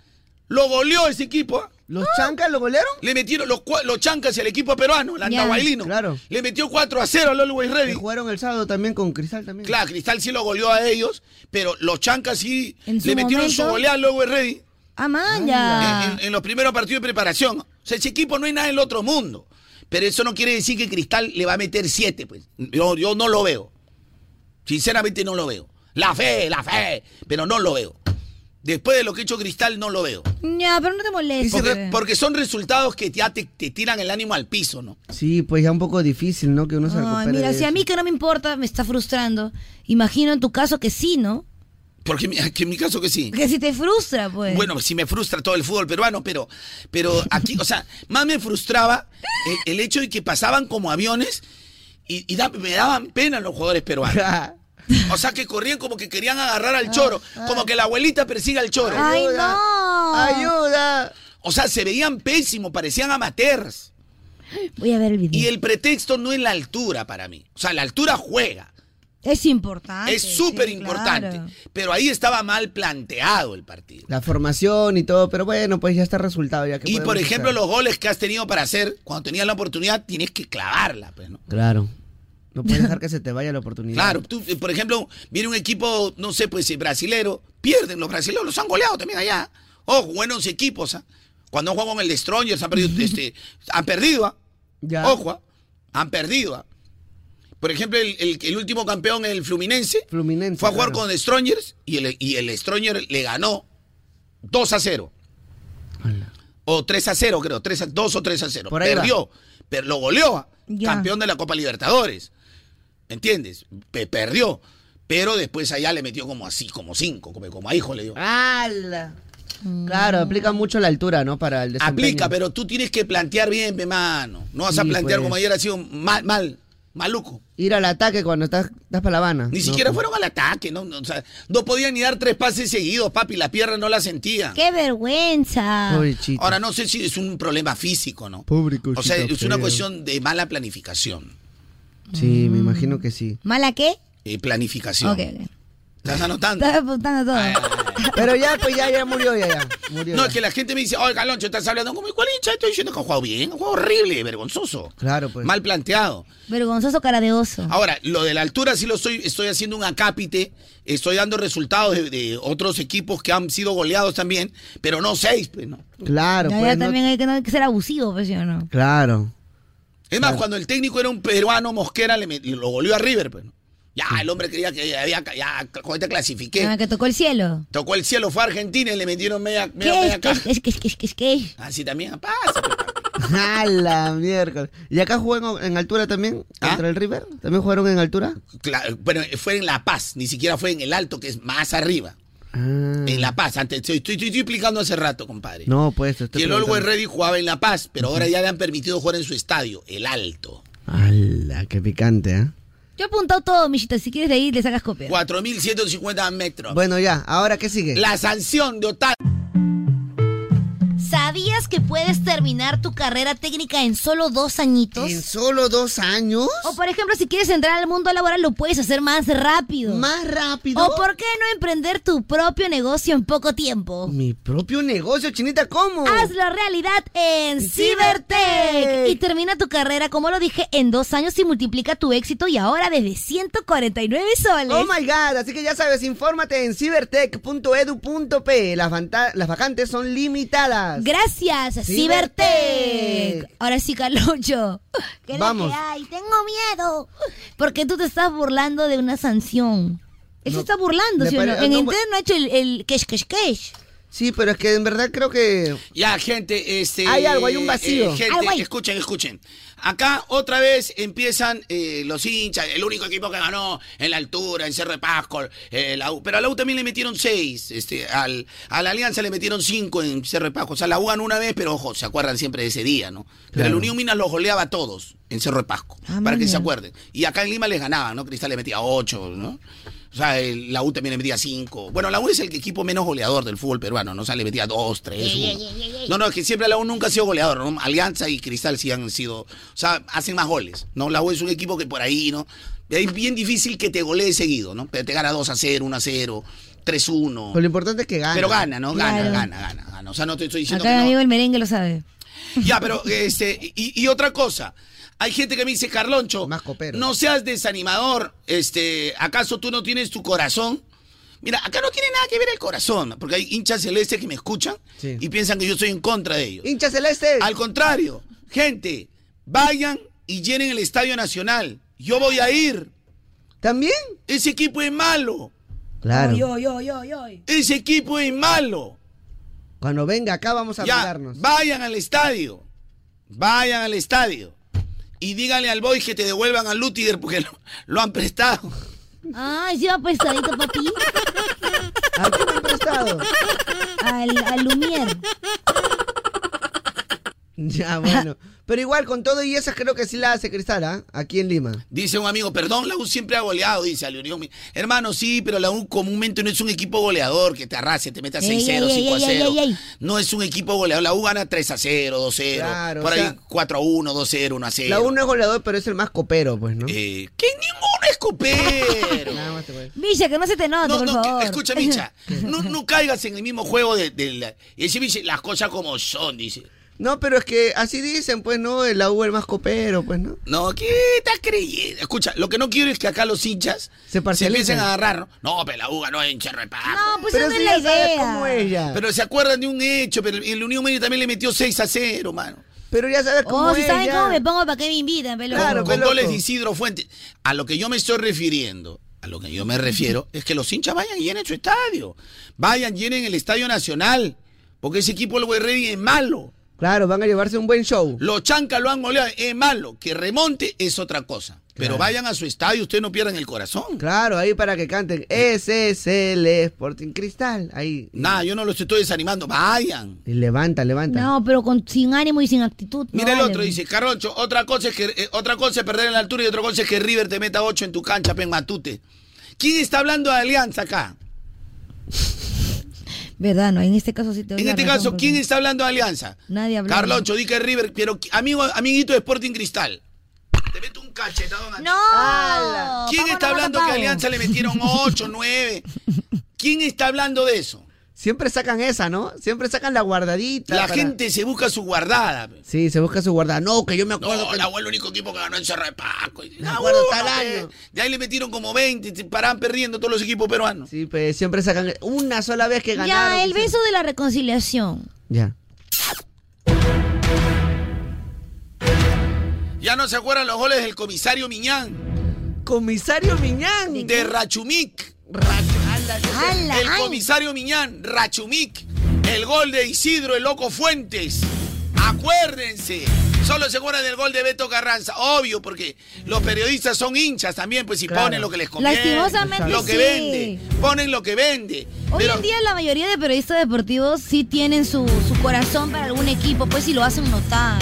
lo goleó ese equipo. ¿ah?
¿Los chancas lo golearon?
Le metieron los, cua- los chancas el equipo peruano, el
Ya.
andahuaylino.
Claro.
Le metió 4 a 0 al Always Ready.
Que jugaron el sábado también con Cristal también.
Claro, Cristal sí lo goleó a ellos, pero los chancas sí
En su
le metieron su
momento.
goleada al Always Ready
Ah,
en,
Amaya.
en- en los primeros partidos de preparación. O sea, ese equipo no hay nada del otro mundo. Pero eso no quiere decir que Cristal le va a meter 7, pues. Yo, yo no lo veo. Sinceramente no lo veo. La fe, la fe, pero no lo veo. Después de lo que ha hecho Cristal, no lo veo.
Ya, pero no te molestes.
Porque, porque son resultados que ya te, te tiran el ánimo al piso, ¿no?
Sí, pues ya un poco difícil, ¿no? Que uno se
Ay,
recupere.
mira,
de
si a
eso.
mí que no me importa, me está frustrando. Imagino en tu caso que sí, ¿no?
Porque mi- que en mi caso que sí.
Que si te frustra, pues.
Bueno, sí me frustra todo el fútbol peruano, pero, pero aquí, o sea, más me frustraba el, el hecho de que pasaban como aviones y, y da- me daban pena los jugadores peruanos. O sea, que corrían como que querían agarrar al choro, como que la abuelita persiga al choro.
Ah, ¡Ay, no!
¡Ayuda!
O sea, se veían pésimos, parecían amateurs.
Voy a ver el video.
Y el pretexto no es la altura para mí. O sea, la altura juega.
Es importante.
Es súper importante.
claro.
Pero ahí estaba mal planteado el partido.
La formación y todo, pero bueno, pues ya está resultado. Ya que
Y por
podemos
ejemplo,
hacer.
los goles que has tenido para hacer, cuando tenías la oportunidad, tienes que clavarla. Pues, ¿no?
Claro. No puedes dejar que se te vaya la oportunidad.
Claro, tú, eh, por ejemplo, viene un equipo, no sé, pues eh, brasilero, pierden los brasileños, los han goleado también allá. Ojo, buenos equipos. ¿ah? Cuando juegan con el de Strongers, han perdido, este, han perdido. ¿ah? Ojo, ¿ah? han perdido. ¿ah? Por ejemplo, el, el- el último campeón, el Fluminense, fue a jugar
claro.
con The Strongers y el, y el Stronger le ganó 2 a 0. O 3 a 0, creo. 3 a, 2 o 3 a 0.
Por ahí va.
Perdió. Pero lo goleó. ¿ah?
Ya.
Campeón de la Copa Libertadores. ¿Entiendes? Pe- perdió. Pero después allá le metió como así, como 5, como, como a hijo le dio.
Ah, ¡Hala! Claro, aplica mucho la altura, ¿no? Para el desempeño.
Aplica, pero tú tienes que plantear bien, mi mano. No vas a
Sí,
plantear
pues.
como ayer ha sido mal, mal, maluco.
Ir al ataque cuando estás, estás para La Habana.
Ni
No,
siquiera
pues.
fueron al ataque, no, no, o sea, no podían ni dar tres pases seguidos, papi, la pierna no la sentía.
¡Qué vergüenza!
Ahora no sé si es un problema físico, ¿no?
Público.
O sea, es una cuestión de mala planificación.
Sí, me imagino que sí.
¿Mala qué?
Eh, planificación.
Ok, ok.
¿Estás anotando?
Estaba apuntando todo.
Pero ya, pues ya, ya murió, ya, ya.
No, es que la gente me dice, oye, Caloncho, estás hablando como igual hincha, estoy diciendo que ha jugado bien, ha jugado horrible, vergonzoso.
Claro, pues.
Mal planteado.
Vergonzoso cara de oso.
Ahora, lo de la altura sí lo estoy, estoy haciendo un acápite, estoy dando resultados de, de otros equipos que han sido goleados también, pero no seis, pues, ¿no?
Claro,
Ya, ya
pues. no-
también hay, que, no hay que ser abusivo, pues, ¿sí o no?
Claro.
Es más, cuando el técnico era un peruano, Mosquera le met- lo volvió a River, pues. ¿no? Ya, el hombre creía que ya había, ya, con este clasifiqué.
Ah, que tocó el cielo.
Tocó el cielo, fue a Argentina y le metieron media, media,
¿Qué es?
media
¿Qué
caja.
es? ¿Qué es? ¿Qué es? ¿Qué es? ¿Qué es? ¿Qué es?
Así también, pa.
¡Hala, miércoles! ¿Y acá juegan en altura también?
¿Ah?
¿Contra el River? ¿También jugaron en altura?
Cla- Bueno, fue en La Paz, ni siquiera fue en el Alto, que es más arriba. En La Paz, antes, estoy, estoy, estoy explicando hace rato, compadre.
No, pues. te estoy
que el Always
preguntando.
Ready jugaba en La Paz, pero ahora ya le han permitido jugar en su estadio, el Alto.
¡Hala, qué picante, ¿eh?
Yo he apuntado todo, Michita. Si quieres de ahí, le sacas copia.
4.150 metros.
Bueno, ya, ¿ahora qué sigue?
La sanción de OTAN.
¿Sabías que puedes terminar tu carrera técnica en solo dos añitos? ¿En
solo dos años?
O por ejemplo, si quieres entrar al mundo laboral, lo puedes hacer más rápido.
¿Más rápido?
¿O por qué no emprender tu propio negocio en poco tiempo?
Oh, Mi propio negocio, chinita, ¿cómo?
Hazlo realidad en Cybertech. Y termina tu carrera, como lo dije, en dos años y multiplica tu éxito y ahora desde 149 soles.
Oh my god, así que ya sabes, infórmate en cibertech.edu.p. Las, vanta- las vacantes son limitadas.
Gracias, Cibertech. Ahora sí, Carlucho. ¿Qué es lo
Vamos.
que hay? Tengo miedo. Porque tú te estás burlando de una sanción. Él se está burlando,
me
¿sí o no?
pare-
En
no,
interno ha hecho el, el cash, cash, cash.
Sí, pero es que en verdad creo que.
Ya, gente, este. eh,
Hay algo, hay un vacío.
gente,
Algo hay.
escuchen, escuchen. Acá otra vez empiezan eh, los hinchas, el único equipo que ganó en la altura, en Cerro de Pasco, eh, la U. Pero a la U también le metieron seis. Este, al, a la Alianza le metieron cinco en Cerro de Pasco. O sea, la U ganó una vez, pero ojo, se acuerdan siempre de ese día, ¿no? Pero
Claro.
el Unión Minas los goleaba a todos en Cerro de Pasco,
Ah,
para que
maña.
se acuerden. Y acá en Lima les ganaban, ¿no? Cristal le metía ocho, ¿no? O sea, el- la U también le metía cinco. Bueno, la U es el equipo menos goleador del fútbol peruano, ¿no? O sea, le metía dos, tres, uno. No, no, es que siempre la U nunca ha sido goleador, ¿no? Alianza y Cristal sí han sido, o sea, hacen más goles, ¿no? La U es un equipo que por ahí, ¿no? Es bien difícil que te golee seguido, ¿no? Pero te gana 2 a 0, 1 a 0, 3 a 1.
Pues lo importante es que gane.
Pero gana, ¿no? Gana,
Claro.
gana, gana, gana. O sea, no te estoy diciendo
Acá mi
que
amigo
no.
el merengue lo sabe.
Ya, pero este, y, y otra cosa. Hay gente que me dice, Carloncho, no seas desanimador. Este, ¿acaso tú no tienes tu corazón? Mira, acá no tiene nada que ver el corazón, porque hay hinchas celestes que me escuchan y piensan que yo estoy en contra de ellos.
¡Hinchas celestes!
Al contrario, gente, vayan y llenen el Estadio Nacional. Yo voy a ir.
¿También?
Ese equipo es malo.
Claro.
Oy, oy, oy, oy, oy.
Ese equipo es malo.
Cuando venga acá vamos a
Ya,
pegarnos.
Vayan al estadio. Vayan al estadio. Y díganle al boy que te devuelvan al Lutiger porque lo, lo han prestado.
Ay, sí va prestadito, papi.
¿A quién han prestado?
Al, al Lumier.
Ya, bueno. Pero igual, con todo y esas creo que sí la hace Cristal, ¿ah? Aquí en Lima.
Dice un amigo, perdón, la U siempre ha goleado, dice al Unión. Hermano, sí, pero la U comúnmente no es un equipo goleador que te arrase, te meta 6-0,
Ey, ey, ey,
5
ey, ey,
0.
ey, ey.
No es un equipo goleador. La U gana 3 0, 2 0.
Claro,
por
o
ahí
sea,
4 1, 2 0, 1 0.
La uno es goleador, pero es el más copero, pues, ¿no?
que ninguno es copero.
Misha, que no se te note,
No,
por
no, que-
favor.
escucha, Micha, no, no caigas en el mismo juego de, de la- y ese dice las cosas como son, dice.
No, pero es que así dicen, pues, ¿no? El La U el más copero, pues, ¿no?
No, ¿qué estás creyendo? Escucha, lo que no quiero es que acá los hinchas
Se
se
parcialicen.
empiecen a agarrar. No, no pero la UGA no es hincha repago.
No, pues
Pero
esa no
si
es la
ya sabes
idea.
cómo es ya.
Pero se acuerdan de un hecho, pero el Unión Medio también le metió 6 a 0, mano.
Pero ya sabes cómo
Oh, si
es
saben
ya. pues,
cómo me pongo, ¿para qué me invitan, pelo?
con goles de Isidro Fuentes. A lo que yo me estoy refiriendo, a lo que yo me refiero, es que los hinchas vayan y llenen su estadio. Vayan, llenen el Estadio Nacional. Porque ese equipo del Ready es malo.
Claro, van a llevarse un buen show.
Los chancas lo han goleado, es malo. Que remonte es otra cosa. Pero
Claro.
vayan a su estadio, ustedes no pierdan el corazón.
Claro, ahí para que canten. Ese es el Sporting Cristal. Ahí.
Nada, yo no los estoy desanimando, vayan.
Y levanta, levanta.
No, pero con, sin ánimo y sin actitud.
Mira
no
el
vale.
otro, dice, Carrocho, otra cosa es que eh, otra cosa es perder en la altura y otra cosa es que River te meta 8 en tu cancha, pen matute. ¿Quién está hablando de alianza acá?
Verdad, no, en este caso sí te doy
En
la
este
razón,
caso,
porque
¿quién está hablando de alianza?
Nadie habló.
Carloncho, di que River, pero qui- amigo, amiguito de Sporting Cristal.
¡No!
¿Quién
Pavo,
está
no,
hablando
Pavo.
que a Alianza le metieron 8, 9? ¿Quién está hablando de eso?
Siempre sacan esa, ¿no? Siempre sacan la guardadita.
La
para-
gente se busca su guardada. pe.
Sí, se busca su guardada. No, que yo me
No,
acuerdo. que-
la U es el único equipo que ganó en Cerro de Pasco. Y- La
acuerdo
U,
tal
no,
año.
pe. De ahí le metieron como 20, se paran perdiendo todos los equipos peruanos.
Sí, pues siempre sacan una sola vez que ganaron.
Ya, el beso de la reconciliación.
Ya.
Ya no se acuerdan los goles del comisario Miñán,
Comisario Miñán.
de Rachumic.
¡Hala!
El comisario Miñán, Rachumic. El gol de Isidro, el loco Fuentes. Acuérdense. Solo se acuerdan del gol de Beto Carranza. Obvio, porque los periodistas son hinchas también, pues si
Claro.
ponen lo que les conviene.
Lastimosamente
Lo que
sí.
vende. Ponen lo que vende.
Hoy
Pero-
en día la mayoría de periodistas deportivos sí tienen su, su corazón para algún equipo, pues si lo hacen notar.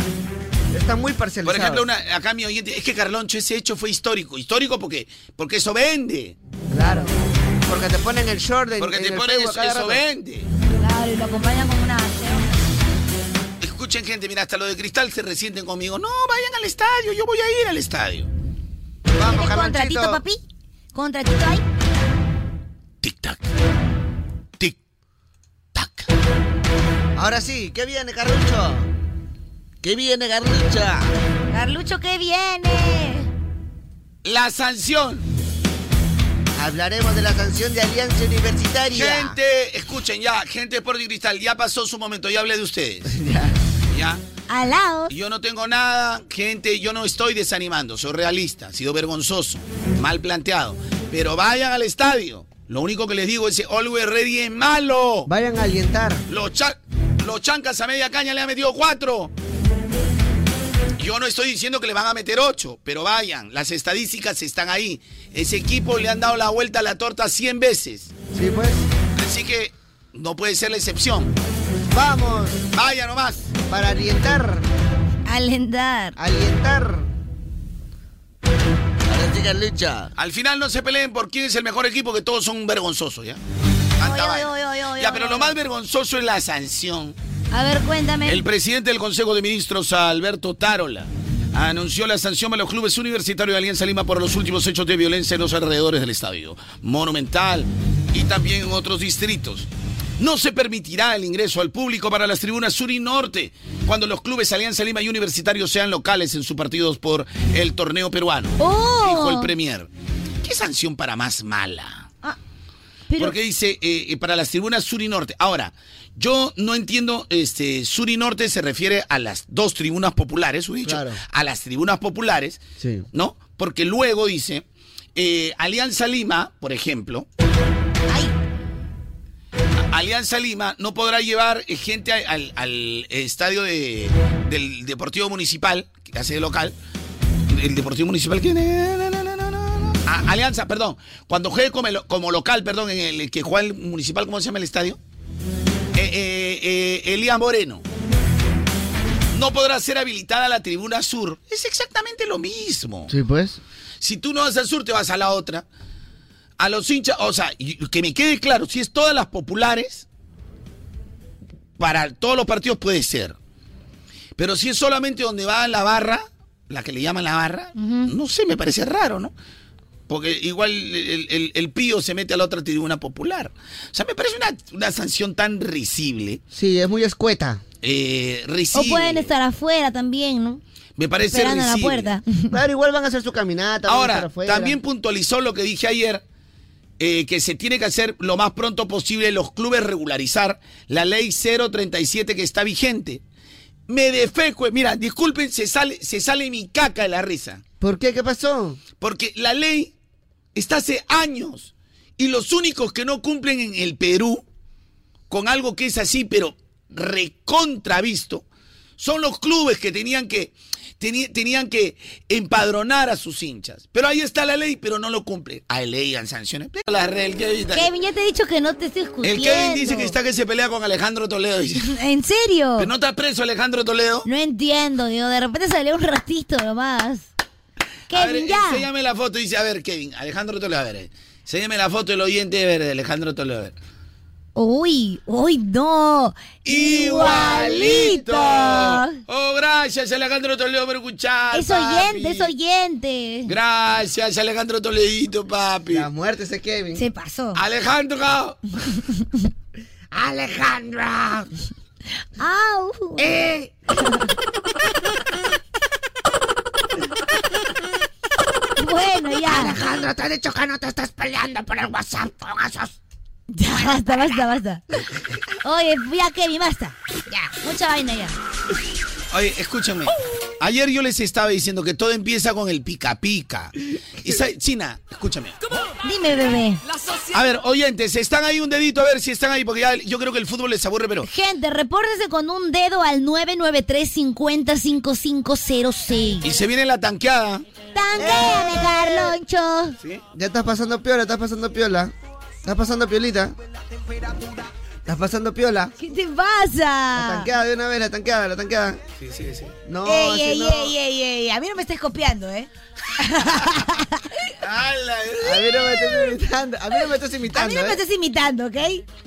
Está muy parcializado.
Por ejemplo, una- acá mi oyente, es que Carloncho, ese hecho fue histórico. Histórico porque, porque eso vende.
Claro. Porque te ponen el short de
Porque te ponen eso, eso vende.
Claro, y lo acompañan con una
Escuchen, gente, mira, hasta lo de cristal se resienten conmigo. No, vayan al estadio, yo voy a ir al estadio.
Vamos,
¿Contratito,
Carlonchito.
papi? ¿Contratito ahí?
Ahora sí, ¿qué viene, Carlucho? ¿Qué viene, Carlucha?
Carlucho, ¿qué viene?
La sanción.
Hablaremos de la sanción de Alianza Universitaria.
Gente, escuchen ya, gente de Sporting Cristal, ya pasó su momento, ya hablé de ustedes. ya.
Alao.
Yo no tengo nada, gente, yo no estoy desanimando, soy realista, ha sido vergonzoso, mal planteado. Pero vayan al estadio. Lo único que les digo es que Always Ready es malo.
Vayan a alientar.
Los, cha- los chancas a media caña le han metido cuatro. Yo no estoy diciendo que le van a meter ocho, pero vayan, las estadísticas están ahí. Ese equipo le han dado la vuelta a la torta 100 veces.
Sí, pues.
Así que no puede ser la excepción.
Vamos,
Vaya nomás.
para alientar.
Alentar.
Alientar.
Ahora sí, Carlucha.
Al final no se peleen por quién es el mejor equipo, que todos son vergonzosos, ¿ya? Tanta vaina. ya, pero lo más vergonzoso es la sanción.
A ver, cuéntame.
El presidente del Consejo de Ministros, Alberto Tarola, anunció la sanción a los clubes universitarios de Alianza Lima por los últimos hechos de violencia en los alrededores del estadio Monumental y también en otros distritos. No se permitirá el ingreso al público para las tribunas sur y norte cuando los clubes Alianza Lima y Universitario sean locales en sus partidos por el torneo peruano. Dijo el Premier. ¿Qué sanción para más mala? Porque dice eh, eh, para las tribunas sur y norte. Ahora, yo no entiendo, este, sur y norte se refiere a las dos tribunas populares, hubiera dicho, a las tribunas populares,
Sí.
¿no? Porque luego dice, eh, Alianza Lima, por ejemplo, Alianza Lima no podrá llevar eh, gente a- al, al estadio de- del Deportivo Municipal, que hace de local, el Deportivo Municipal que... A- Alianza, perdón, cuando juegue como, lo- como local, perdón, en el que juega el Municipal, ¿cómo se llama el estadio? Eh, eh, eh, Elías Moreno. No podrá ser habilitada la tribuna sur. Es exactamente lo mismo.
Sí, pues.
Si tú no vas al sur, te vas a la otra. A los hinchas, o sea, y- que me quede claro, si es todas las populares, para todos los partidos puede ser. Pero si es solamente donde va la barra, la que le llaman la barra, no sé, me parece raro, ¿no? Porque igual el, el- el pío se mete a la otra tribuna popular. O sea, me parece una, una sanción tan risible.
Sí, es muy escueta.
eh,
O
risible.
pueden estar afuera también, ¿no?
me parece
Esperando a la
risible.
puerta.
Claro, igual van a hacer su caminata. van a estar
Ahora,
afuera.
también puntualizó lo que dije ayer, eh, que se tiene que hacer lo más pronto posible los clubes regularizar la ley 037 que está vigente. Me defeco, mira, disculpen, se sale, se sale mi caca de la risa.
¿Por qué? ¿Qué pasó?
Porque la ley está hace años y los únicos que no cumplen en el Perú con algo que es así, pero recontravisto, son los clubes que tenían que, teni- tenían que empadronar a sus hinchas. Pero ahí está la ley, pero no lo cumplen. Hay ley, hay sanciones. pero la re- el Kevin, está-
Kevin, ya te he dicho que no te estoy
el
escuchando.
Kevin dice que está que se pelea con Alejandro Toledo. dice.
¿En serio?
¿Pero no está preso Alejandro Toledo?
No entiendo, digo, de repente salió un ratito nomás.
A ver,
Kevin, ya.
enséñame la foto. Dice, a ver, Kevin, Alejandro Toledo, a ver. eh, Enséñame la foto del oyente de verde, Alejandro Toledo. a ver.
Uy, uy, no.
¡Igualito!
Igualito.
Oh, gracias, Alejandro Toledo, por escuchar.
Es
papi.
oyente, es oyente.
Gracias, Alejandro Toledito, papi.
La muerte ese Kevin.
Se pasó.
Alejandro.
Alejandra.
¡Au! Bueno, ya.
Alejandro, te han dicho que no te estás peleando por el WhatsApp con esos.
Ya, basta, basta, basta. Oye, ya, Kevin, basta. Ya, mucha vaina ya.
Oye, escúchame. Ayer yo les estaba diciendo que todo empieza con el pica pica. Y sa- China, escúchame.
Dime, bebé.
A ver, oyentes, están ahí un dedito, a ver si están ahí, porque ya yo creo que el fútbol les aburre, pero.
Gente, repórtese con un dedo al 993-50-5506.
Y se viene la tanqueada.
Eh.
¡Tanquéame, Carloncho!
Ya estás pasando piola, estás pasando piola. Estás pasando piolita. Estás pasando piola.
¿Qué te
La
pasa?
tanqueada de una vez, la tanqueada, la tanqueada.
Sí, sí, sí.
No,
ey,
si
ey,
no.
ey, ey, ey, a mí no me estés copiando, ¿eh?
eh.
A mí no me estás imitando. A mí no me estás
A mí
imitando.
no me
¿eh?
estés imitando, ¿ok?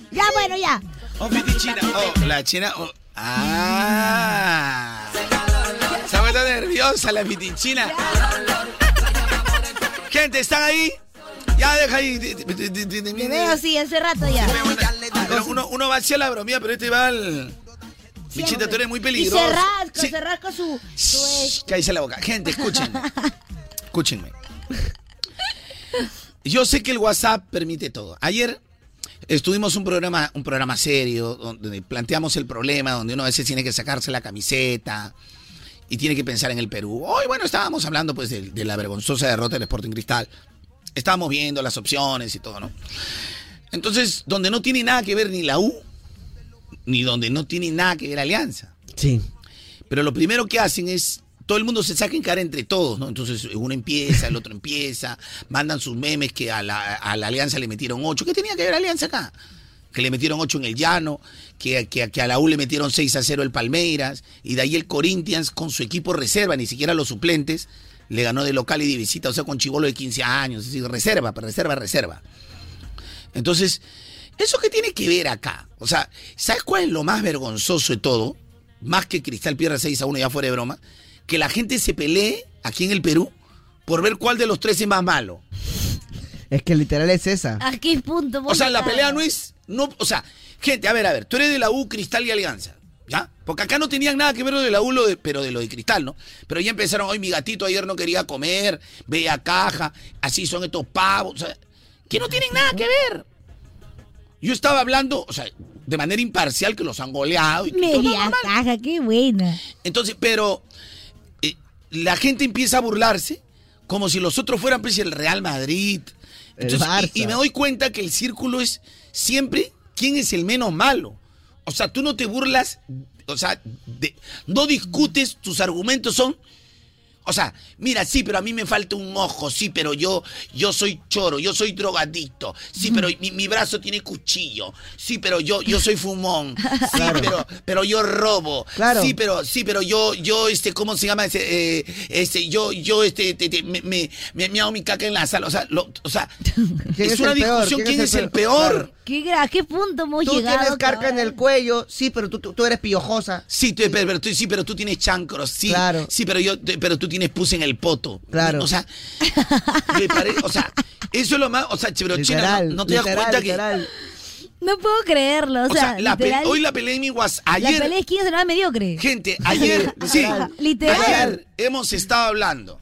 Ya, bueno, ya.
Oh, vete, China. Oh, la China. oh. Ah. Se ha puesto nerviosa la pitichina. Gente, ¿están ahí? Ya deja ahí. De- de- de- de- de-
Te veo así hace rato ya.
Pero uno, uno va hacia la bromía, pero este va al. Bichita, tú eres muy
Y
peligroso.
se rasca,
Sí.
se rasca su... su
Shh, cállese la boca. Gente, escúchenme. Escúchenme. Yo sé que el WhatsApp permite todo. Ayer estuvimos un programa, un programa serio, donde planteamos el problema, donde uno a veces tiene que sacarse la camiseta y tiene que pensar en el Perú. Hoy, bueno, estábamos hablando pues de, de la vergonzosa derrota del Sporting Cristal. Estábamos viendo las opciones y todo, ¿no? Entonces, donde no tiene nada que ver ni la U, ni donde no tiene nada que ver Alianza.
Sí.
Pero lo primero que hacen es, todo el mundo se saca en cara entre todos, ¿no? Entonces uno empieza, el otro empieza, mandan sus memes que a la, a la alianza le metieron ocho. ¿Qué tenía que ver alianza acá? Que le metieron ocho en el llano, que, que- que a la U le metieron 6 a 0 el Palmeiras, y de ahí el Corinthians con su equipo reserva, ni siquiera los suplentes, le ganó de local y de visita, o sea, con Chivolo de 15 años, es decir, reserva, reserva, reserva. Entonces, ¿eso qué tiene que ver acá? O sea, ¿sabes cuál es lo más vergonzoso de todo? Más que Cristal pierda 6 a 1 ya fuera de broma, que la gente se pelee aquí en el Perú por ver cuál de los tres es más malo.
Es que literal es esa.
¿A qué eh, punto?
O sea, la
Puta.
pelea no es no, o sea, Gente, a ver, a ver, tú eres de la U, Cristal y Alianza, ¿ya? Porque acá no tenían nada que ver lo de la U, lo de- pero de lo de Cristal, ¿no? Pero ya empezaron, hoy mi gatito ayer no quería comer, veía caja, así son estos pavos, o sea, que no tienen nada que ver. Yo estaba hablando, o sea, de manera imparcial que los han goleado y todo
Media
normal.
caja, qué buena.
Entonces, pero eh, la gente empieza a burlarse como si los otros fueran pues, el Real Madrid.
El
Entonces,
Barça.
y, y me doy cuenta que el círculo es siempre quién es el menos malo. O sea, tú no te burlas, o sea, de- no discutes, tus argumentos son... O sea, mira, sí, pero a mí me falta un ojo, sí, pero yo, yo soy choro, yo soy drogadicto, sí, pero mi, mi brazo tiene cuchillo, sí, pero yo, yo soy fumón, sí,
Claro.
pero, pero yo robo,
Claro.
Sí, pero sí, pero yo, yo, este, ¿cómo se llama? Ese, eh, este, yo, yo, este, te- te- me, me, me me hago mi caca en la sala. O sea, lo- o sea, es, una discusión quién es el peor.
¿Qué, gra- ¿A qué punto hemos
Tú
llegado?
tienes carca en el cuello, sí, pero tú, tú, tú eres piojosa.
Sí, tú- pero, pero tú, sí, pero tú tienes chancros, sí,
Claro.
sí, pero yo, te- pero tú tienes pus en el poto.
Claro.
O sea, me pare- o sea, eso es lo más, o sea, pero China,
Literal,
no, no te das
literal,
cuenta
literal.
No puedo creerlo. O
que, o
sea,
sea, la pe-
literal,
hoy la pelea en mi guas,
la
ayer,
pelea es quién será mediocre.
Gente, ayer, sí,
Literal. Literal.
ayer hemos estado hablando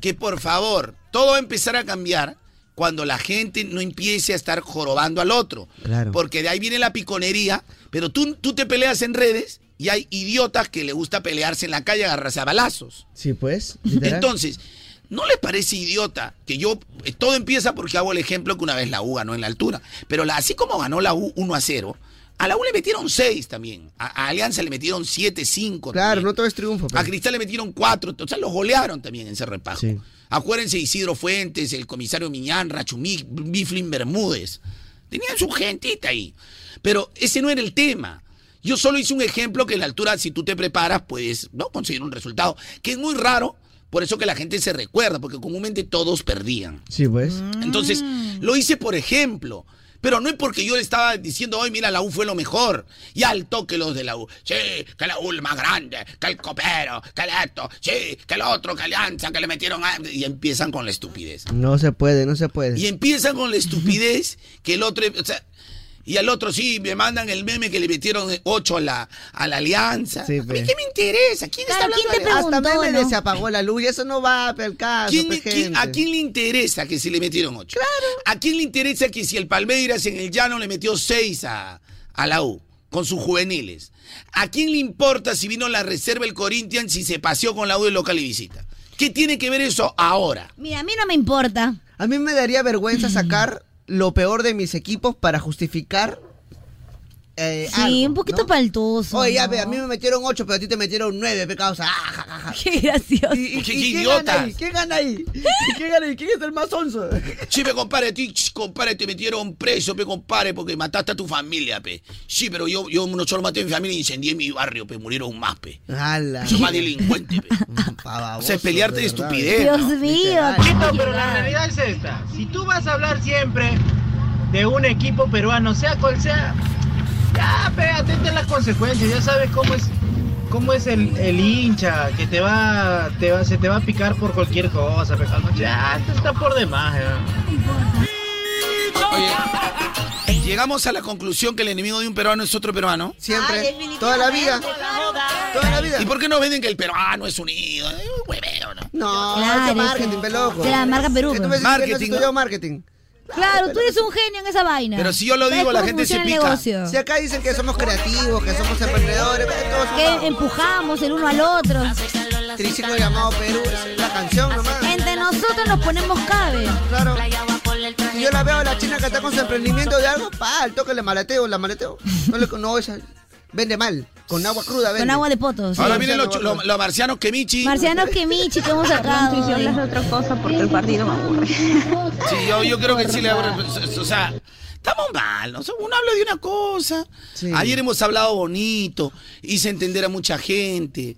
que por favor, todo va a empezar a cambiar cuando la gente no empiece a estar jorobando al otro.
Claro.
Porque de ahí viene la piconería, pero tú, tú te peleas en redes y hay idiotas que le gusta pelearse en la calle y agarrarse a balazos.
Sí, pues. literal.
Entonces, ¿no les parece idiota que yo... eh, todo empieza porque hago el ejemplo que una vez la U ganó en la altura, pero la- así como ganó la U 1 a 0, a la U le metieron 6 también, a, a Alianza le metieron 7, 5.
Claro, no todo es triunfo.
A
pues.
Cristal le metieron cuatro, o sea, los golearon también en ese repajo.
Sí.
Acuérdense Isidro Fuentes, el comisario Miñán, Rachumic, Biflin Bermúdez. Tenían su gentita ahí. Pero ese no era el tema. Yo solo hice un ejemplo que en la altura, si tú te preparas, puedes ¿no? conseguir un resultado, que es muy raro, por eso que la gente se recuerda, porque comúnmente todos perdían.
Sí, pues.
Entonces, lo hice por ejemplo. Pero no es porque yo le estaba diciendo, hoy mira, la U fue lo mejor. Y al toque los de la U. Sí, que la U es más grande, que el copero, que el esto, sí, que el otro, que Alianza, que le metieron... a-". Y empiezan con la estupidez.
No se puede, no se puede.
Y empiezan con la estupidez que el otro... o sea, y al otro sí, me mandan el meme que le metieron 8 a la, a la Alianza.
Sí, pues.
¿A mí
pe.
qué me interesa? ¿Quién está
Claro,
hablando
¿quién te
de-
Hasta
preguntó,
meme
no?
de se apagó la luz, y eso no va al caso.
¿Quién-
pues,
quién-
gente.
¿A quién le interesa que si le metieron 8? Claro. ¿A quién le interesa que si el Palmeiras en el llano le metió 6 a, a la U con sus juveniles? ¿A quién le importa si vino la reserva el Corinthians si se paseó con la U de local y visita? ¿Qué tiene que ver eso ahora?
Mira, a mí no me importa. Mm.
A mí me daría vergüenza sacar lo peor de mis equipos para justificar. eh,
Sí,
algo,
un poquito
¿no?
paltoso.
Oye, ya
¿no?
ve, a mí me metieron 8, pero a ti te metieron 9, pe causa. Ah, ja, ja, ja.
Qué gracioso.
¿Y, y-
Qué
y
idiotas.
¿Quién gana ahí? ¿Quién gana ahí? ¿Quién gana ahí? ¿Quién es el más onzo?
Sí, me compare, a ti, ch, compare, te metieron preso, pe, compare, porque mataste a tu familia, pe. Sí, pero yo, yo no solo maté a mi familia, incendié mi barrio, pe, murieron más, pe.
¡Hala!
Son más delincuentes, pe. O sea, es pelearte de
eh.
estupidez.
Dios
¿no?
mío. ¿a qué hemos
pero la
llegado?
realidad es esta. Si tú vas a hablar siempre de un equipo peruano, sea cual sea, ya, pe, atente a las consecuencias. Ya sabes cómo es, cómo es el, el hincha que te va, Ah, te va, se te va a picar por cualquier cosa. pe, calma. ya, esto está por demás. eh. ya.
Oye, llegamos a la conclusión que el enemigo de un peruano es otro peruano.
Ah,
Siempre.
definitivamente,
toda la vida.
claro.
Toda la vida.
¿Y por qué no venden que el peruano es unido? Eh, un hueveo, ¿no?
No,
Claro,
eso es
eso.
marketing, peloco.
De la marca Perú, pues.
¿Qué tú
pe.
me dices que no has
Marketing,
estudiado
¿no?
marketing?
Claro, tú eres un genio en esa vaina.
Pero si yo lo digo, la
¿Sabes
gente se
cómo funciona el
pica.
negocio?
Si acá dicen que somos creativos, que somos emprendedores, ve, todos somos
Que empujamos el uno al otro.
triciclo llamado Perú, es la canción nomás.
Entre nosotros nos ponemos cabe.
Claro. Y yo la veo a la china que está con su emprendimiento de algo, pa, al toque le maleteo, la maleteo. No le no, esa vende mal, con agua cruda vende.
Con agua de potos.
Ahora
Pues sí,
vienen
sí,
los,
sí.
los- los marcianos que Michi.
Marcianos que Michi, que hemos sacado.
otra cosa porque el partido me aburre.
Sí, yo, yo creo que sí le abro- O sea, estamos mal. ¿no? O sea, uno habla de una cosa.
Sí.
Ayer hemos hablado bonito, hice entender a mucha gente.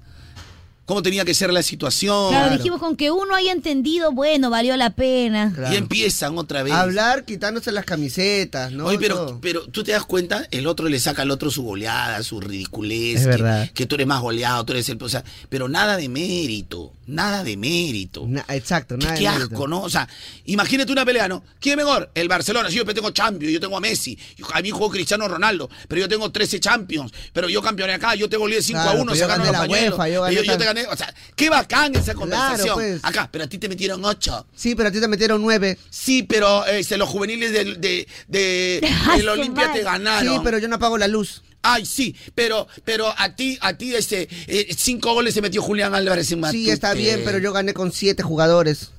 cómo tenía que ser la situación.
Claro, dijimos con que uno haya entendido, bueno, valió la pena.
Y empiezan otra vez.
Hablar quitándose las camisetas, ¿no?
Oye, pero,
Todo.
pero tú te das cuenta, el otro le saca al otro su goleada, su ridiculez.
Es
que-
verdad.
Que, tú eres más goleado, tú eres el. O sea, pero nada de mérito, nada de mérito.
Na- exacto,
Qué,
nada.
qué
de mérito.
asco, ¿no? O sea, imagínate una pelea, ¿no? ¿Quién es mejor? El Barcelona. Sí, yo tengo Champions, yo tengo a Messi. yo- A mí juego Cristiano Ronaldo, pero yo tengo 13 Champions. Pero yo campeoné acá, yo te goleé 5
Claro,
a 1,
pero yo
sacaron los
gané la
pañuelos,
UEFA, yo gané
yo, yo te
tal.
gané. O sea, qué bacán esa conversación.
pues.
Acá, pero a ti te metieron 8.
Sí, pero a ti te metieron nueve.
Sí, pero este, los juveniles del- de, de,
Ay,
del
qué
Olimpia
mal.
te ganaron.
Ah, Sí, pero yo no apago la luz.
Ay, sí, pero, pero a ti, a ti, este, eh, cinco goles se metió Julián Álvarez en Matute.
Sí, está bien, pero yo gané con siete jugadores.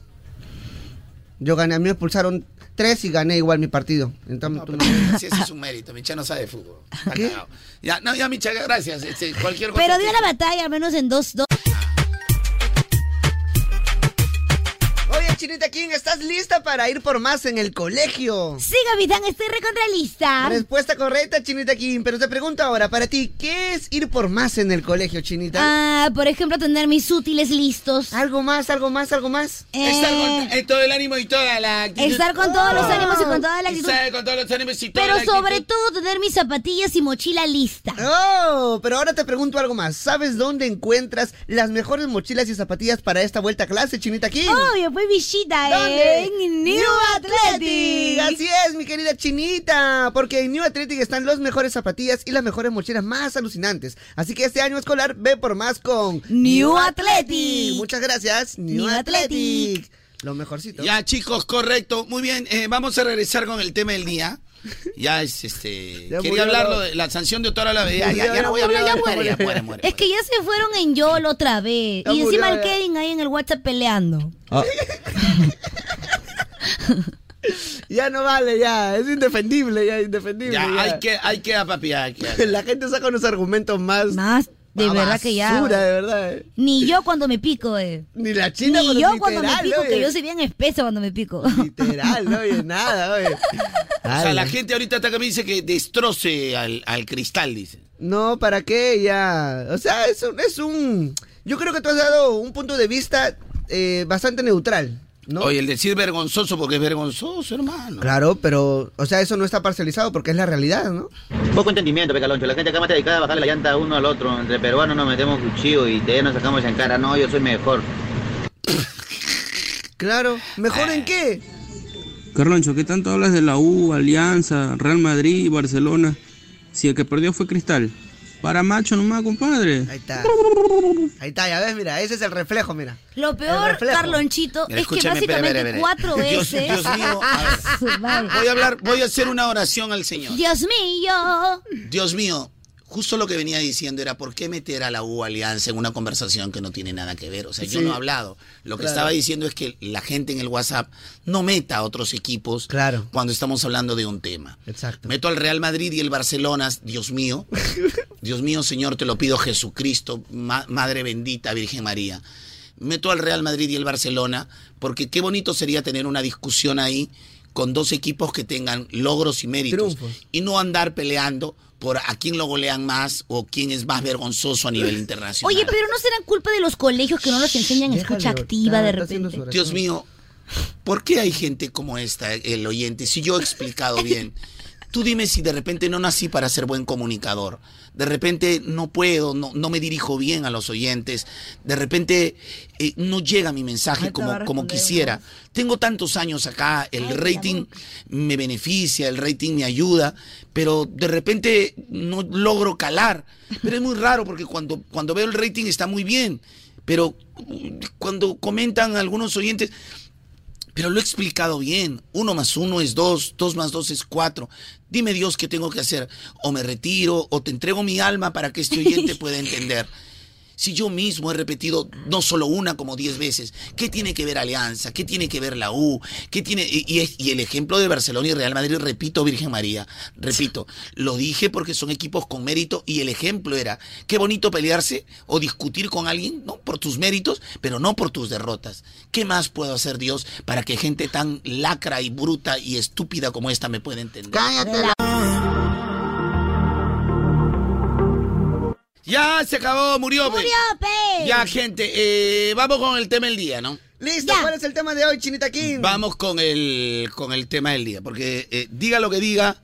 Yo gané, a mí me expulsaron tres y gané igual mi partido. Entonces, tú me-
Sí, ese es un mérito, Micha no sabe de fútbol.
¿Ah,
Está cagado. Ya, no, ya, Micha, gracias. Este, cualquier cosa
Pero
te-
dio la batalla, al menos en dos, dos.
Oye, Chinita King, ¿estás lista para ir por más en el colegio?
Sí, Gavitán, estoy recontra lista.
Respuesta correcta, Chinita King. Pero te pregunto ahora, para ti, ¿qué es ir por más en el colegio, Chinita?
Ah, por ejemplo, tener mis útiles listos.
Algo más, algo más, algo más.
Estar con eh, todo el ánimo y toda la actitud.
Estar con todos los
Oh.
ánimos y con toda la actitud.
Estar con todos los ánimos y toda
Pero
la
sobre
actitud.
todo tener mis zapatillas y mochila lista.
Oh, pero ahora te pregunto algo más. ¿Sabes dónde encuentras las mejores mochilas y zapatillas para esta vuelta a clase, Chinita King?
Obvio, pues visita
¿Dónde?
en New Athletic.
Así es, mi querida Chinita, porque en New Athletic están los mejores zapatillas y las mejores mochilas más alucinantes. Así que este año escolar ve por más con
New Athletic.
Muchas gracias, New,
New
Athletic.
Athletic.
Lo mejorcito.
Ya, chicos, correcto. Muy bien, eh, vamos a regresar con el tema del día. Ya es este.
Ya murió
quería hablarlo
la-
de la sanción de autor a la
Murió,
Ya, ya, ya
ya
no voy a hablar, ya
murió.
muere, ya muere, muere.
Es que ya se fueron en YOL otra vez.
Ya
y encima
murió,
el
ya.
Kevin ahí en el WhatsApp peleando.
Ya no vale, ya. Es indefendible, ya, indefendible.
Ya,
ya.
hay que, hay que, ah, papi, hay que.
La gente saca unos argumentos más.
Más, de verdad que ya.
de verdad. eh.
Ni yo cuando me pico, eh.
Ni la china
Ni
cuando-
yo
literal,
cuando me pico, que
oye.
yo soy bien espesa cuando me pico.
Literal, no oye, nada, oye.
O sea,
Ay.
la gente ahorita hasta que me dice que destroce al, al cristal, dice.
No, ¿para qué? Ya. O sea, es un, es un. Yo creo que tú has dado un punto de vista eh, bastante neutral. ¿No?
Oye, el decir vergonzoso porque es vergonzoso, hermano.
Claro, pero. O sea, eso no está parcializado porque es la realidad, ¿no?
Poco entendimiento, Pecaloncho. La gente acá más está dedicada a bajarle la llanta uno al otro. Entre peruanos nos metemos cuchillo y te nos sacamos en cara. No, yo soy mejor.
Claro. ¿Mejor en qué?
Carloncho, ¿qué tanto hablas de la U, Alianza, Real Madrid, Barcelona? Si el que perdió fue Cristal. Para macho nomás, compadre.
Ahí está. Ahí está, ya ves, mira, ese es el reflejo, mira.
Lo peor,
reflejo.
Carlonchito,
Mira,
es que
escúchame, espera,
básicamente
espera, espera.
cuatro
Dios-
veces.
Dios mío,
a su madre.
Voy a hablar, voy a hacer una oración al Señor.
Dios mío.
Dios mío, justo lo que venía diciendo era por qué meter a la U Alianza en una conversación que no tiene nada que ver. O sea, yo
Sí.
no he hablado. Lo que
Claro.
estaba diciendo es que la gente en el WhatsApp no meta a otros equipos cuando estamos hablando de un tema.
Exacto.
Meto al Real Madrid y el Barcelona, Dios mío. Dios mío, Señor, te lo pido Jesucristo, ma- Madre bendita, Virgen María. Meto al Real Madrid y el Barcelona, porque qué bonito sería tener una discusión ahí con dos equipos que tengan logros y méritos. Y no andar peleando por a quién lo golean más o quién es más vergonzoso a nivel internacional.
Oye, pero no será culpa de los colegios que no los enseñan escucha activa de repente.
Dios mío, ¿por qué hay gente como esta, el oyente? Si yo he explicado bien, tú dime si de repente no nací para ser buen comunicador. De repente no puedo, no, no me dirijo bien a los oyentes. De repente eh, no llega mi mensaje como, como quisiera. Tengo tantos años acá, el rating me beneficia, el rating me ayuda, pero de repente no logro calar. Pero es muy raro porque cuando, cuando veo el rating está muy bien. Pero mm, cuando comentan algunos oyentes, pero lo he explicado bien. Uno más uno es dos, dos más dos es cuatro. Dime Dios qué tengo que hacer. O me retiro, o te entrego mi alma para que este oyente pueda entender. Si yo mismo he repetido no solo una como diez veces, ¿qué tiene que ver Alianza? ¿Qué tiene que ver la U? ¿Qué tiene? Y, y es- y el ejemplo de Barcelona y Real Madrid, repito, Virgen María, repito, lo dije porque son equipos con mérito y el ejemplo era, qué bonito pelearse o discutir con alguien, ¿no? Por tus méritos, pero no por tus derrotas. ¿Qué más puedo hacer Dios para que gente tan lacra y bruta y estúpida como esta me pueda entender?
Cállate.
Ya se acabó, murió. pe.
Murió, pues.
pues.
pe.
Ya, gente, eh, vamos con el tema del día, ¿no?
Listo, ¿cuál es el tema de hoy, Chinita King?
Vamos con el, con el tema del día, porque eh, diga lo que diga,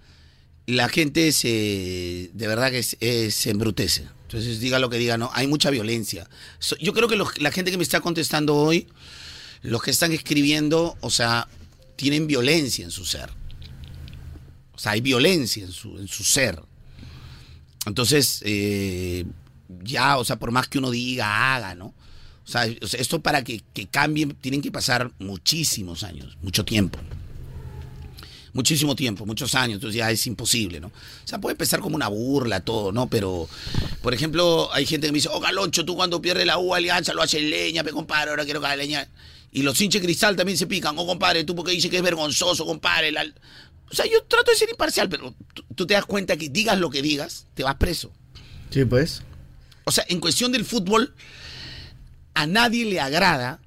la gente se, de verdad que se, eh, se embrutece. Entonces, diga lo que diga, no, hay mucha violencia. So- yo creo que los- la gente que me está contestando hoy, los que están escribiendo, o sea, tienen violencia en su ser. O sea, hay violencia en su, en su ser. Entonces, eh, ya, o sea, por más que uno diga, haga, ¿no? O sea, o sea, esto para que, que cambie tienen que pasar muchísimos años, mucho tiempo. Muchísimo tiempo, muchos años, entonces ya es imposible, ¿no? O sea, puede empezar como una burla, todo, ¿no? Pero, por ejemplo, hay gente que me dice, oh, Galoncho, tú cuando pierdes la U Alianza lo haces leña, pe, compadre, ahora quiero que haga leña. Y los hinches cristal también se pican, oh, compadre, tú porque dices que es vergonzoso, compadre. la- O sea, yo trato de ser imparcial, pero tú- tú te das cuenta que digas lo que digas, te vas preso.
Sí, pues.
O sea, en cuestión del fútbol, a nadie le agrada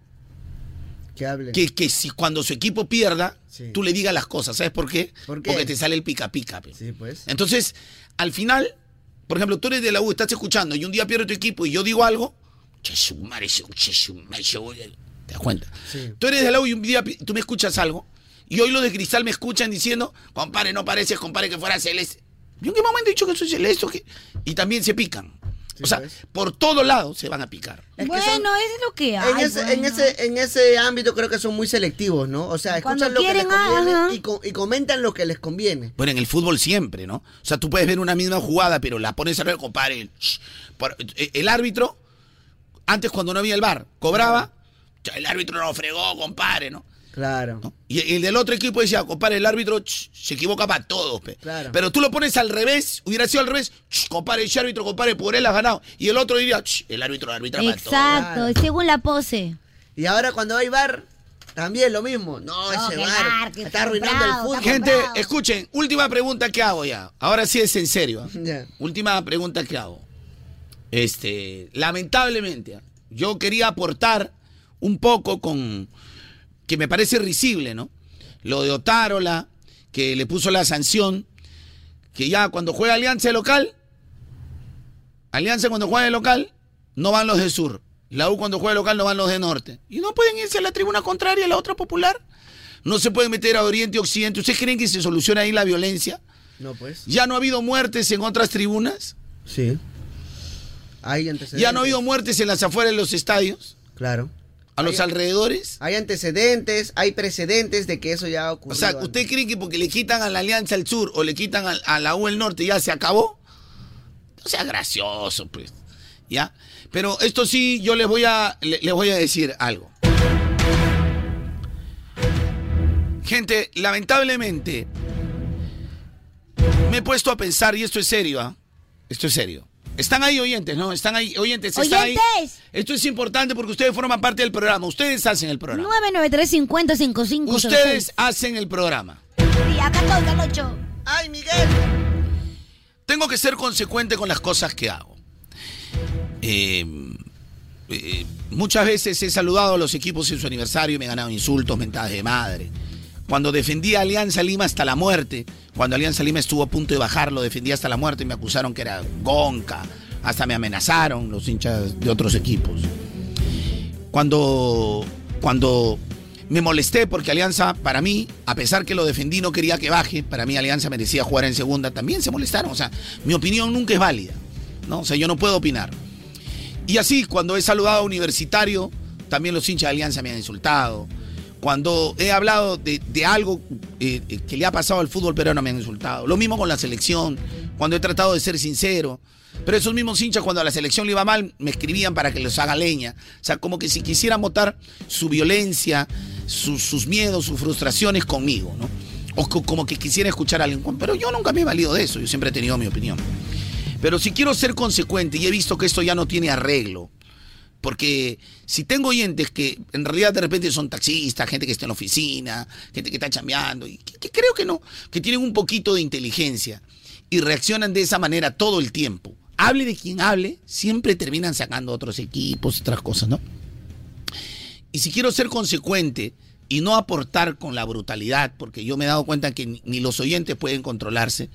Que hable.
que, que si cuando su equipo pierda, tú le digas las cosas. ¿Sabes por qué?
qué?
Porque te sale el pica pica. pe.
Sí, pues.
Entonces, al final, por ejemplo, tú eres de la U, estás escuchando y un día pierde tu equipo y yo digo algo, che, su madre, su- che, su madre, su- ¿te das cuenta?
Sí.
Tú eres de la U y un día pi- tú me escuchas algo y hoy los de Cristal me escuchan diciendo, compadre, no pareces, compadre, que fuera celeste. Yo en qué momento he dicho que soy celeste o qué? y también se pican. o sea, por todos lados se van a picar.
bueno, eso es lo que hay.
En ese, en,
bueno.
ese, en ese ámbito creo que son muy selectivos, ¿no? O sea,
Cuando
escuchan lo que les
quieren, ah,
conviene
ajá.
y, co- y comentan lo que les conviene.
Bueno, en el fútbol siempre, ¿no? O sea, tú puedes ver una misma jugada, pero la pones a ver, compadre. el- shh, por- eh, El árbitro, antes cuando no había el bar, cobraba. "Cha, El árbitro no fregó, compadre, ¿no?
Claro.
Y el del otro equipo decía, compadre, el árbitro shh, se equivoca para todos, pe".
Claro.
Pero tú lo pones al revés, hubiera sido al revés, "Shh, compadre, ese árbitro, compadre, por él has ganado. Y el otro diría, "Shh, el árbitro arbitra para todos.
Exacto, y según la pose.
Y ahora cuando hay bar, también lo mismo. No, ese
que el
bar,
bar, que
está
está
arruinando el
comprado,
fútbol.
Gente, escuchen, última pregunta que hago ya. Ahora sí es en serio. ¿ah?
Ya.
Última pregunta que hago. Este, lamentablemente, ¿ah? yo quería aportar un poco con que me parece risible, ¿no? Lo de Otárola, que le puso la sanción, que ya cuando juega Alianza de local, Alianza cuando juega de local, no van los de sur. La U cuando juega de local no van los de norte. Y no pueden irse a la tribuna contraria, a la otra popular. No se pueden meter a Oriente y Occidente. ¿Ustedes creen que se soluciona ahí la violencia?
No, pues.
¿Ya no ha habido muertes en otras tribunas?
Sí. Hay antecedentes.
¿Ya no ha habido muertes en las afueras de los estadios?
Claro.
¿A los
Hay-
alrededores?
Hay antecedentes, hay precedentes de que eso ya ha
O
ocurrido.
sea, ¿usted cree que porque le quitan a la Alianza el Sur o le quitan al- a, la U el Norte ya se acabó? No sea gracioso, pues. ¿Ya? Pero esto sí, yo les voy a, le- les voy a decir algo. Gente, lamentablemente, me he puesto a pensar, y esto es serio, ¿ah? Esto es serio. Están ahí oyentes, ¿no? Están ahí oyentes, están ahí.
¡Oyentes!
Esto es importante porque ustedes forman parte del programa. Ustedes hacen el programa.
993 50 55
Ustedes hacen el programa.
acá todo, Carlocho.
¡Ay, Miguel!
tengo que ser consecuente con las cosas que hago. Eh, eh, muchas veces he saludado a los equipos en su aniversario y me he ganado insultos, mentadas de madre. Cuando defendí a Alianza Lima hasta la muerte, cuando Alianza Lima estuvo a punto de bajar, lo defendí hasta la muerte y me acusaron que era gonca. Hasta me amenazaron los hinchas de otros equipos. Cuando, cuando me molesté porque Alianza, para mí, a pesar que lo defendí, no quería que baje. Para mí, Alianza merecía jugar en segunda. También se molestaron. O sea, mi opinión nunca es válida. ¿no? O sea, yo no puedo opinar. Y así, cuando he saludado a Universitario, también los hinchas de Alianza me han insultado. Cuando he hablado de, de algo eh, eh, que le ha pasado al fútbol peruano, me han insultado. Lo mismo con la selección, cuando he tratado de ser sincero. Pero esos mismos hinchas, cuando a la selección le iba mal, me escribían para que los haga leña. O sea, como que si quisieran votar su violencia, su- sus miedos, sus frustraciones conmigo, ¿no? O co- como que quisiera escuchar a alguien. Pero yo nunca me he valido de eso, yo siempre he tenido mi opinión. Pero si quiero ser consecuente y he visto que esto ya no tiene arreglo, porque si tengo oyentes que en realidad de repente son taxistas, gente que está en la oficina, gente que está chambeando, y que, que creo que no, que tienen un poquito de inteligencia y reaccionan de esa manera todo el tiempo. Hable de quien hable, siempre terminan sacando otros equipos, otras cosas, ¿no? Y si quiero ser consecuente y no aportar con la brutalidad, porque yo me he dado cuenta que ni- ni los oyentes pueden controlarse,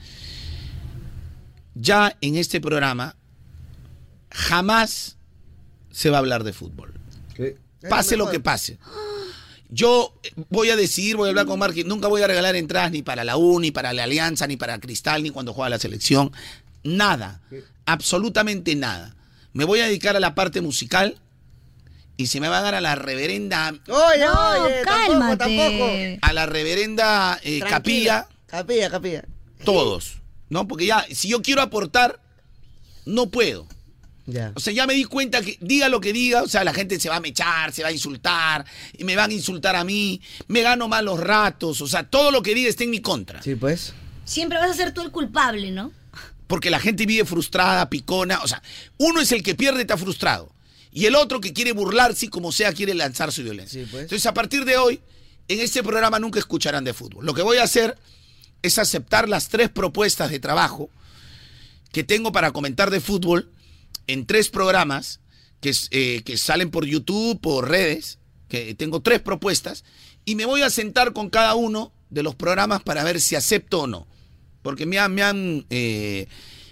ya en este programa jamás se va a hablar de fútbol. Pase lo que pase. Yo voy a decidir, voy a hablar con Marqui, nunca voy a regalar entradas ni para la U, ni para la Alianza, ni para Cristal, ni cuando juega la selección. Nada, absolutamente nada. Me voy a dedicar a la parte musical y se me va a dar a la reverenda...
Oye,
No,
oye,
cálmate.
tampoco, tampoco.
A la reverenda eh, capilla.
Capilla, capilla.
Todos, ¿no? Porque ya, si yo quiero aportar, no puedo.
Ya.
O sea, ya me di cuenta que diga lo que diga, o sea, la gente se va a mechar, se va a insultar, y me van a insultar a mí, me gano malos ratos, o sea, todo lo que diga está en mi contra.
Sí, pues.
Siempre vas a ser tú el culpable, ¿no?
Porque la gente vive frustrada, picona, o sea, uno es el que pierde, está frustrado, y el otro que quiere burlarse y como sea quiere lanzar su violencia. Entonces, a partir de hoy, en este programa nunca escucharán de fútbol. Lo que voy a hacer es aceptar las tres propuestas de trabajo que tengo para comentar de fútbol en tres programas que, es, eh, que salen por YouTube, por redes, que tengo tres propuestas, y me voy a sentar con cada uno de los programas para ver si acepto o no. Porque me han, me han, eh,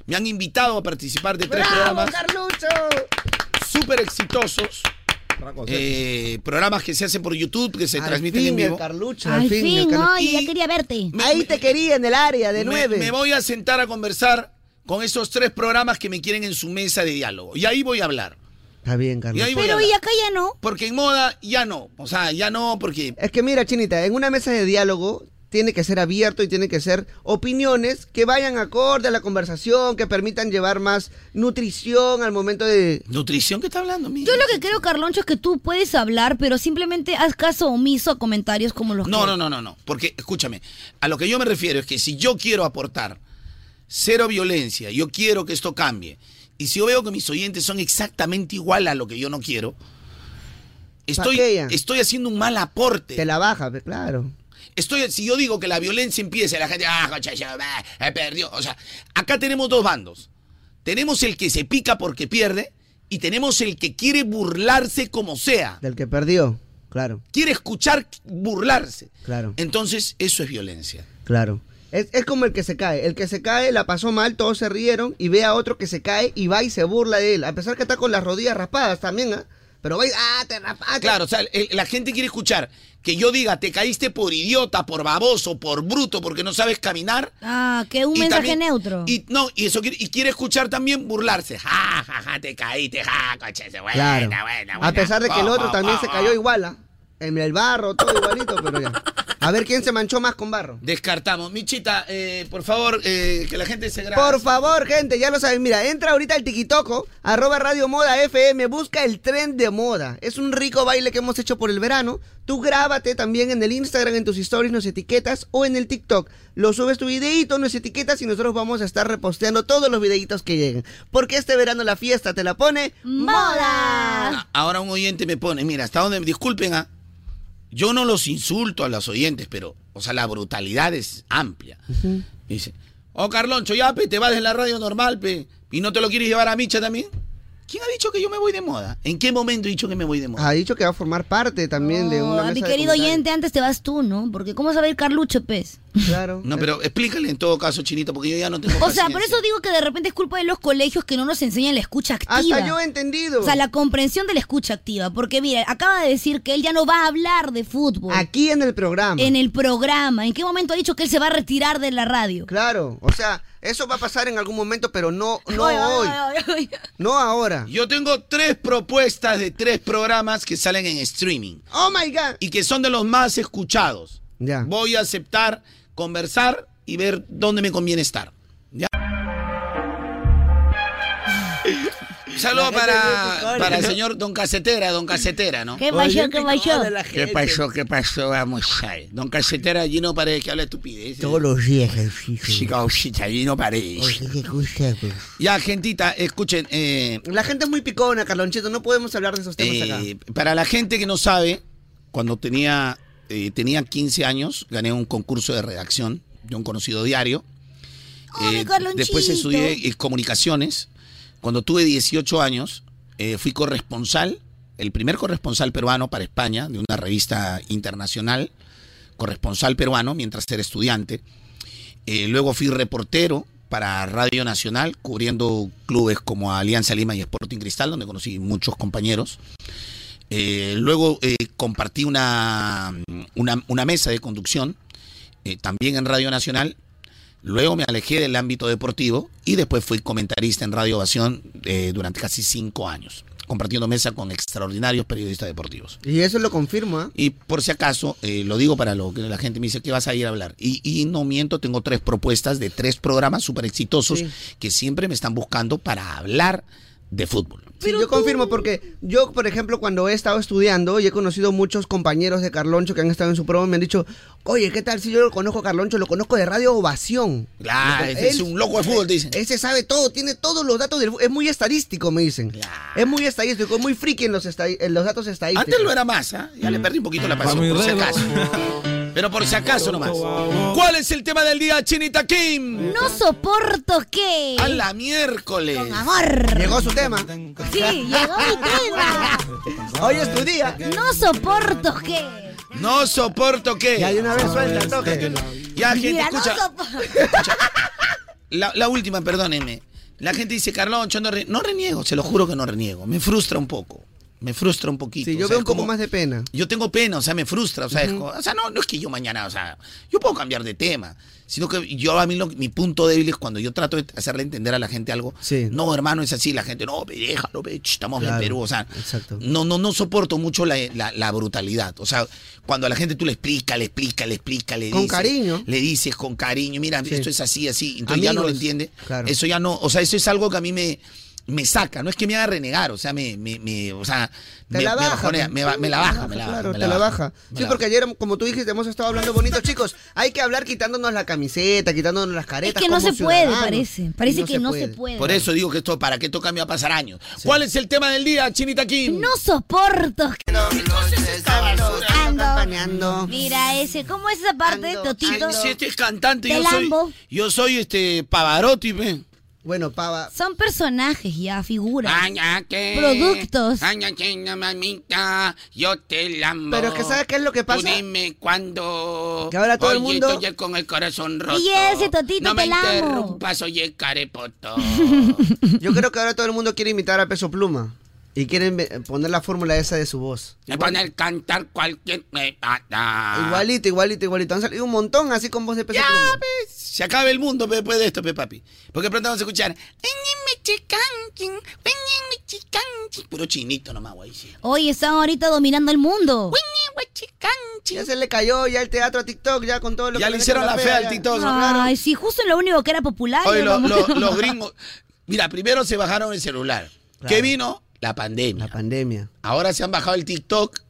me han invitado a participar de tres
¡Bravo,
programas
Carlucho!
súper exitosos. eh, programas que se hacen por YouTube, que se
Al
transmiten
fin,
en vivo.
el Carlucho, al Al fin, el fin, Carlucho. ay, ya
quería
verte.
Ahí te quería en el área de
Me-
nueve.
Me, voy a sentar a conversar con esos tres programas que me quieren en su mesa de diálogo. Y ahí voy a hablar.
Está bien, Carlos.
Y ahí voy a
Pero
hablar.
y acá ya no.
Porque en moda ya no. O sea, ya no, porque.
Es que mira, Chinita, en una mesa de diálogo tiene que ser abierto y tiene que ser opiniones que vayan acorde a la conversación, que permitan llevar más nutrición al momento de...
¿Nutrición qué está hablando, mi?
Yo lo que creo, Carloncho, es que tú puedes hablar, pero simplemente haz caso omiso a comentarios como los
No,
que...
no, no, no, no. Porque, escúchame, a lo que yo me refiero es que si yo quiero aportar cero violencia, yo quiero que esto cambie, y si yo veo que mis oyentes son exactamente igual a lo que yo no quiero, estoy,
Paquea.
estoy haciendo un mal aporte.
Te la baja, pe- claro.
Estoy, si yo digo que la violencia empieza, la gente, ah, concha, ya, bah, eh, perdió. O sea, acá tenemos dos bandos. Tenemos el que se pica porque pierde y tenemos el que quiere burlarse como sea.
Del que perdió. Claro,
Quiere escuchar burlarse.
claro,
Entonces, eso es violencia.
claro. Es, es como el que se cae. El que se cae la pasó mal, todos se rieron y ve a otro que se cae y va y se burla de él. A pesar que está con las rodillas raspadas también, ¿ah? Pero va y... ¡Ah, te raspaste!
Claro, o sea, el- la gente quiere escuchar que yo diga, te caíste por idiota, por baboso, por bruto, porque no sabes caminar.
Ah, que un
Y
mensaje
también-
neutro.
Y no, y eso quiere, y quiere escuchar también burlarse. Ah, Ja, ja, ja, te caíste, ja, coche, buena,
Claro.
buena, buena.
A pesar de que el
Ah, Pa,
otro
pa,
también
pa,
se
pa.
cayó igual, ¿ah? En el barro, todo igualito, pero ya. A ver quién se manchó más con barro.
Descartamos. Michita, eh, por favor, eh, que la gente se grabe.
Por favor, gente, ya lo saben. Mira, entra ahorita al tikitoco, arroba Radio Moda FM, busca el tren de moda. Es un rico baile que hemos hecho por el verano. Tú grábate también en el Instagram, en tus stories, nos etiquetas o en el TikTok. Lo subes tu videito, nos etiquetas y nosotros vamos a estar reposteando todos los videitos que lleguen. Porque este verano la fiesta te la pone moda.
Ahora un oyente me pone, mira, hasta donde, disculpen, ah, yo no los insulto a los oyentes, pero, o sea, la brutalidad es amplia. Dice, oh, Carloncho, ya, pe, te vas de la radio normal, pe, y no te lo quieres llevar a Micha también. ¿Quién ha dicho que yo me voy de moda? ¿En qué momento he dicho que me voy de moda?
Ha dicho que va a formar parte también de
No,
una
a
mesa
mi
de
querido
comentarios.
oyente, antes te vas tú, ¿no? Porque ¿cómo sabe ir Carlucho, pez?
Claro.
No, pero explícale en todo caso, Chinito, porque yo ya no tengo
O sea,
paciencia.
por eso digo que de repente es culpa de los colegios que no nos enseñan la escucha activa.
Hasta yo he entendido.
O sea, la comprensión de la escucha activa. Porque mira, acaba de decir que él ya no va a hablar de fútbol.
Aquí en el programa.
En el programa. ¿En qué momento ha dicho que él se va a retirar de la radio?
Claro, o sea, eso va a pasar en algún momento, pero no, no hoy, no ahora.
Yo tengo tres propuestas de tres programas que salen en streaming.
Oh my god.
y que son de los más escuchados.
Ya.
Voy a aceptar, conversar y ver dónde me conviene estar. ¿Ya? Saludo
La gente
para,
es bien picona,
para el
¿no?
señor Don Casetera, Don Casetera, ¿no?
¿Qué pasó? ¿Qué pasó?
¿Qué pasó? ¿Qué pasó? Vamos a ver. Don Casetera, Gino Paredes, que habla estupidez.
Todos los días, Alfito.
Sí, cauchita, Gino Paredes.
Oye, ¿qué cosa, pues?
Ya, gentita, escuchen. eh,
La gente es muy picona, Carlonchito, no podemos hablar de esos temas acá.
Eh, para la gente que no sabe, cuando tenía, eh, tenía 15 años, gané un concurso de redacción de un conocido diario.
mi
Eh,
Carlonchito.
después estudié eh, comunicaciones. Cuando tuve 18 años, eh, fui corresponsal, el primer corresponsal peruano para España, de una revista internacional, corresponsal peruano, mientras era estudiante. Eh, luego fui reportero para Radio Nacional, cubriendo clubes como Alianza Lima y Sporting Cristal, donde conocí muchos compañeros. Eh, luego eh, compartí una, una, una mesa de conducción, eh, también en Radio Nacional. Luego me alejé del ámbito deportivo y después fui comentarista en Radio Ovación eh, durante casi cinco años, compartiendo mesa con extraordinarios periodistas deportivos.
Y eso lo confirmo, ¿ah?
Y por si acaso, eh, lo digo para lo que la gente me dice, ¿qué vas a ir a hablar? Y, y no miento, tengo tres propuestas de tres programas súper exitosos que siempre me están buscando para hablar de fútbol.
Sí, yo confirmo porque yo, por ejemplo, cuando he estado estudiando y he conocido muchos compañeros de Carloncho que han estado en su programa, me han dicho, oye, ¿qué tal si yo lo conozco a Carloncho? Lo conozco de Radio Ovación.
Claro,
Lo-
ese es
él-
un loco de fútbol, dicen.
Ese sabe todo, tiene todos los datos del fu- Es muy estadístico, me dicen. Es muy estadístico, es muy friki en los, esta- en los datos estadísticos.
Antes lo era más, ¿ah? Ya le
Mm.
perdí un poquito la pasión, por si acaso. Pero por si acaso nomás. ¿Cuál es el tema del día, Chinita Kim?
No soporto que.
A la miércoles. Con
amor.
Llegó su tema.
Sí, llegó mi tema.
Hoy es tu día.
No soporto que.
No soporto que. Ya
de una vez suelta el toque.
Ya, gente,
Mira, no
escucha.
soporto.
La, la última, perdónenme. La gente dice, Carloncho, no, re- no reniego, se lo juro que no reniego. Me frustra un poco. Me frustra un poquito.
Sí, yo
O sea, es
veo un poco
como-
más de pena.
Yo tengo pena, o sea, me frustra, o sea, es
Ujú.
co- o sea no, no es que yo mañana, o sea, yo puedo cambiar de tema, sino que yo a mí lo- mi punto débil es cuando yo trato de hacerle entender a la gente algo, no, hermano, es así, la gente, no, pe, déjalo, pe, ch, estamos en
Claro,
Perú, o sea, no, no, no soporto mucho la, la- la brutalidad, o sea, cuando a la gente tú le explicas, le explicas, le explicas, le
Con
dices,
cariño.
le dices con cariño, mira, esto es así, así, entonces ya no lo
Amigos.
entiende,
Claro.
eso ya no, o sea, eso es algo que a mí me... Me saca, no es que me haga renegar, o sea, me, me, me- o sea,
Te
me,
la
me
baja,
bajonea,
pues.
me ba- me la baja, me la baja.
Claro,
me
te la baja.
me
Sí,
la
porque ayer, como tú dijiste, hemos estado hablando bonito, chicos. Hay que hablar quitándonos la camiseta, quitándonos las
Es
caretas.
que no
como
se puede,
ciudadanos.
parece.
Y
Parece que no se puede.
Por eso digo que esto, ¿para qué toca me va a pasar años? ¿Cuál es el tema del día, Chinita Kim?
No soporto que.
Ando.
Mira ese, ¿cómo es esa parte, Totito?
Si este es cantante,
De
yo soy,
Lambo.
yo soy este Pavarotti, ve.
Bueno, Pava.
Son personajes ya, figuras.
que-
Productos.
Ah. mamita, yo te la amo.
Pero es que ¿sabes qué es lo que pasa?
dime cuándo.
Que ahora todo el
Oye,
mundo-
estoy con el corazón roto.
Y ese Totito,
No me
te la amo.
interrumpas, oye, carepoto.
Yo creo que ahora todo el mundo quiere imitar a Peso Pluma. Y quieren ve- poner la fórmula esa de su voz.
Me pone el cantar cualquier... me mata.
Igualito, igualito, igualito. Han salido un montón así con voz de Peso Pluma.
Se acaba el mundo pe, después de esto, pe, papi. Porque pronto vamos a escuchar. Puro chinito nomás, güey. sí.
Hoy están ahorita dominando el mundo.
Ya se le cayó ya el teatro a TikTok, ya con todo lo
Ya
que
le
meten
hicieron la fea al
ya.
TikTok, ¿no?
Ay, sí, justo en lo único que era popular.
Oye,
ya
lo-
vamos-
lo- los gringos. Mira, primero se bajaron el celular. ¿Qué vino? La pandemia.
La pandemia.
Ahora se han bajado el TikTok.